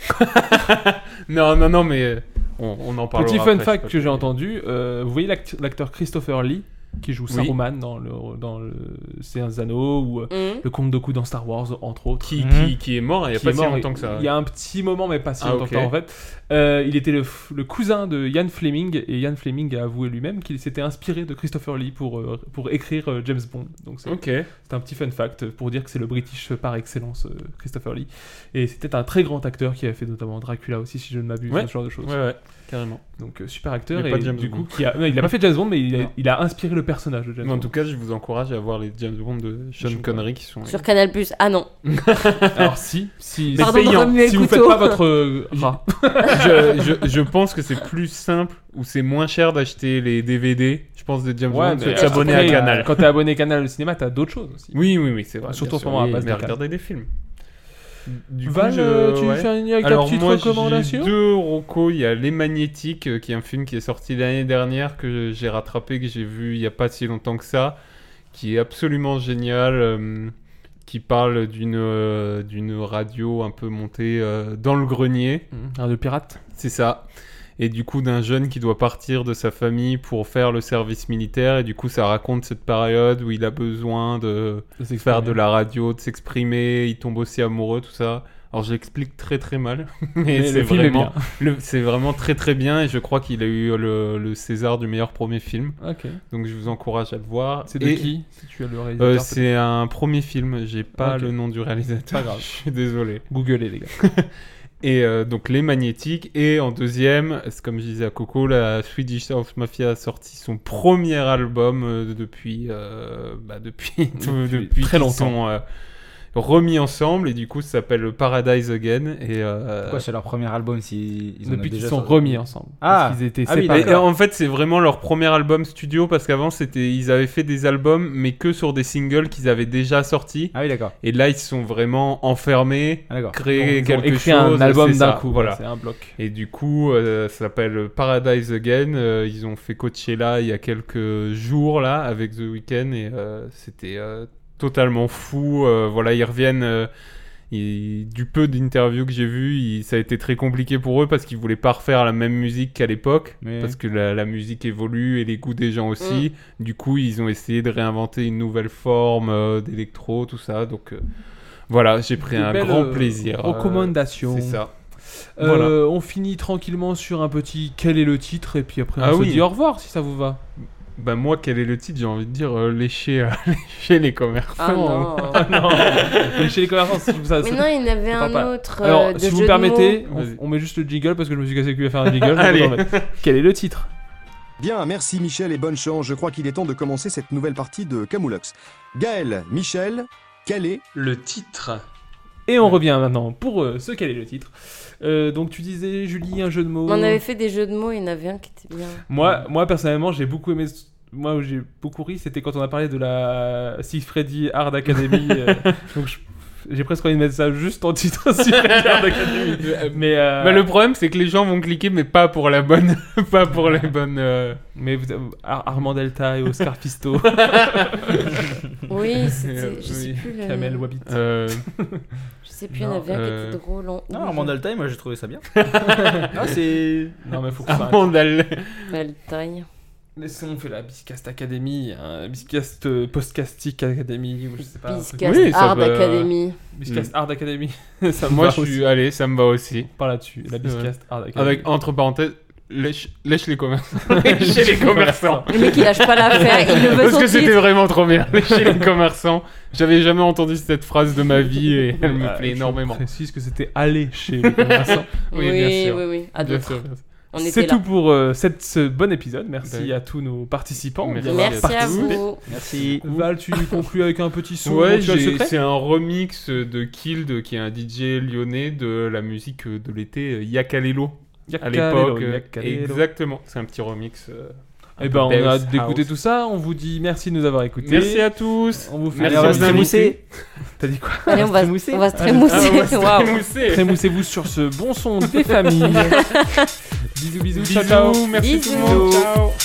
non, non, non, mais euh, on, on en parlera. Petit fun après, fact je sais que j'ai entendu, euh, vous voyez l'act- l'acteur Christopher Lee qui joue Oui. Saruman dans le dans le C'est un Anneaux ou euh, Mhm. le Comte Doku dans Star Wars entre autres. pas. Qui, Mhm. qui, qui est mort il y a qui pas est si mort, longtemps que ça. Il y a un petit moment, mais pas si Ah, longtemps ok. que ça, en fait. Euh, il était le, f- le cousin de Ian Fleming, et Ian Fleming a avoué lui-même qu'il s'était inspiré de Christopher Lee pour, euh, pour écrire euh, James Bond. Donc c'est Ok. c'est un petit fun fact pour dire que c'est le British par excellence, euh, Christopher Lee. Et c'était un très grand acteur qui a fait notamment Dracula aussi, si je ne m'abuse, Ouais. ce genre de choses. Ouais, ouais, carrément. Donc euh, super acteur, Mais et pas James du coup, Bond. qui a... non, il a pas fait James Bond, mais il a, Non. il a inspiré le personnage de James Mais en Bond. tout cas, je vous encourage à voir les James Bond de Sean Sean Connery qui sont. Sur Canal Plus. Ah non. Alors si, si, Pardon de remuer le si vous faites couteau. pas votre euh, rat. je, je, je pense que c'est plus simple ou c'est moins cher d'acheter les DVD, je pense, de James Bond que de mais s'abonner à après, euh, Canal. Quand t'es abonné à Canal au cinéma, t'as d'autres choses aussi. Oui, oui, oui, c'est vrai. bien Surtout en ce sûr. moment, à Oui, base mais de canne. regardez des films. Du Val, euh, tu ouais. fais une- avec ta Alors petite moi, j'ai recommandation deux rocos. Il y a Les Magnétiques, euh, qui est un film qui est sorti l'année dernière, que j'ai rattrapé, que j'ai vu il n'y a pas si longtemps que ça, qui est absolument génial, euh, qui parle d'une euh, d'une radio un peu montée euh, dans le grenier. Un de Hmm. Ah, pirate. C'est ça. Et du coup, d'un jeune qui doit partir de sa famille pour faire le service militaire. Et du coup, ça raconte cette période où il a besoin de, De s'exprimer. faire de la radio, de s'exprimer. Il tombe aussi amoureux, tout ça. Alors, je l'explique très très mal. Mais, Mais c'est le film est vraiment, le- c'est vraiment très très bien. Et je crois qu'il a eu le, le César du meilleur premier film. Ok. Donc, je vous encourage à le voir. C'est de Et, qui Si tu as le euh, réalisateur. peut-être. C'est un premier film. J'ai pas Ok. le nom du réalisateur. Pas grave. Je suis désolé. Googlez les gars. Et euh, donc les magnétiques. Et en deuxième, c'est comme je disais à Coco, la Swedish House Mafia a sorti son premier album euh, depuis, euh, bah, depuis, tout- Depuis depuis très qu'ils longtemps. sont, euh, remis ensemble. Et du coup, ça s'appelle Paradise Again. Et, euh, Pourquoi c'est leur premier album si ils en Depuis ont qu'ils déjà sont sorti remis ensemble. Ah, Parce qu'ils étaient ah oui, Mais, euh, d'accord. en fait, c'est vraiment leur premier album studio parce qu'avant, c'était ils avaient fait des albums, mais que sur des singles qu'ils avaient déjà sortis. Ah oui, d'accord. Et là, ils se sont vraiment enfermés, Ah, d'accord. créés Ils ont quelque écrit chose. un album c'est d'un ça, coup, voilà. c'est un bloc. Et du coup, euh, ça s'appelle Paradise Again. Euh, ils ont fait Coachella il y a quelques jours là avec The Weeknd et euh, c'était euh, totalement fou. Euh, voilà, ils reviennent. euh, ils- du peu d'interviews que j'ai vues, ils- ça a été très compliqué pour eux parce qu'ils voulaient pas refaire la même musique qu'à l'époque, Oui. parce que la, la musique évolue et les goûts des gens aussi. Mm. Du coup, ils ont essayé de réinventer une nouvelle forme euh, d'électro, tout ça. Donc euh, voilà, j'ai pris Des un belles, grand euh, plaisir. euh, recommandations. c'est ça. Euh, Voilà. On finit tranquillement sur un petit quel est le titre et puis après on Ah se oui. dit au revoir si ça vous va. Bah moi, quel est le titre J'ai envie de dire euh, lécher, euh, lécher les commerçants. Ah non. Ah non. Mais chez les commerçants, si vous ça. Mais ça- non, il y en avait ça parle un pas. autre, euh, Alors, de si jeu vous de permettez, mots. on, on met juste le jingle parce que je me suis cassé le cul à faire un jingle. Allez. je vais vous en mettre. Quel est le titre Bien, merci Michel et bonne chance. Je crois qu'il est temps de commencer cette nouvelle partie de Camoulox. Gaël, Michel, quel est le titre Et on revient maintenant pour euh, ce quel est le titre. Euh, donc tu disais Julie un jeu de mots. On avait fait des jeux de mots, il y en avait un qui était bien. Moi, moi personnellement, j'ai beaucoup aimé. ce- Moi, où j'ai beaucoup ri, c'était quand on a parlé de la Freddy Hard Academy. euh, donc, je- j'ai presque envie de mettre ça juste en titre Freddy Hard Academy. Mais, euh, Bah, le problème, c'est que les gens vont cliquer, mais pas pour la bonne, pas pour les bonnes. euh, mais vous- Ar- Armand Delta et Oscar Fisto. Euh, Oui, c'était- je sais plus le- Kamel Wabit. euh, Je sais plus, il y en avait un qui était drôle. on- Non, Armand Altaï, moi j'ai trouvé ça bien. Ah, non, c'est. Non, mais faut que ça. Armand Al- Belle taille. Mais sinon, on fait la Biscast Academy, hein, Biscast euh, Postcastic Academy, ou je sais pas. un truc- Biscast Oui, ça Hard peut- Academy. Biscast Hmm. Hard Academy. ça me Moi, va je aussi. suis allé, ça me va aussi. Par là-dessus, la Biscast Ouais. Hard Academy. Avec entre parenthèses. Lèche, lèche les commerçants. Lécher les commerçants. Le mec, il lâche pas l'affaire, il le veut Parce son que c'était titre. vraiment trop bien. Lécher les commerçants. J'avais jamais entendu cette phrase de ma vie et elle me Euh, plaît je énormément. précise que c'était aller chez les commerçants. Oui, bien Oui, sûr. oui, oui, à Bien d'autres. sûr, bien sûr. On C'est était là. tout pour euh, cette, ce bon épisode. Merci Ouais. à tous nos participants. Ben Merci d'avoir à vous. participé. Merci. Val, tu conclus avec un petit son. Ouais, dont tu as le j'ai- secret c'est un remix de Kild, qui est un DJ lyonnais de la musique euh, de l'été euh, Yakalelo. À Yakalelo, l'époque, euh, Yakalelo. exactement. C'est un petit remix. euh, un Eh peu ben, on a house. hâte d'écouter tout ça. On vous dit merci de nous avoir écoutés. Merci à tous. On vous fait Merci des aux bisous. invités. T'as dit quoi Allez, on va, on va se trémousser. Ah, on va se Waouh. trémousser. Trémoussez-vous sur ce bon son des familles. bisous, bisous, ciao, ciao. Bisous, merci tout le Bisous. monde. Ciao.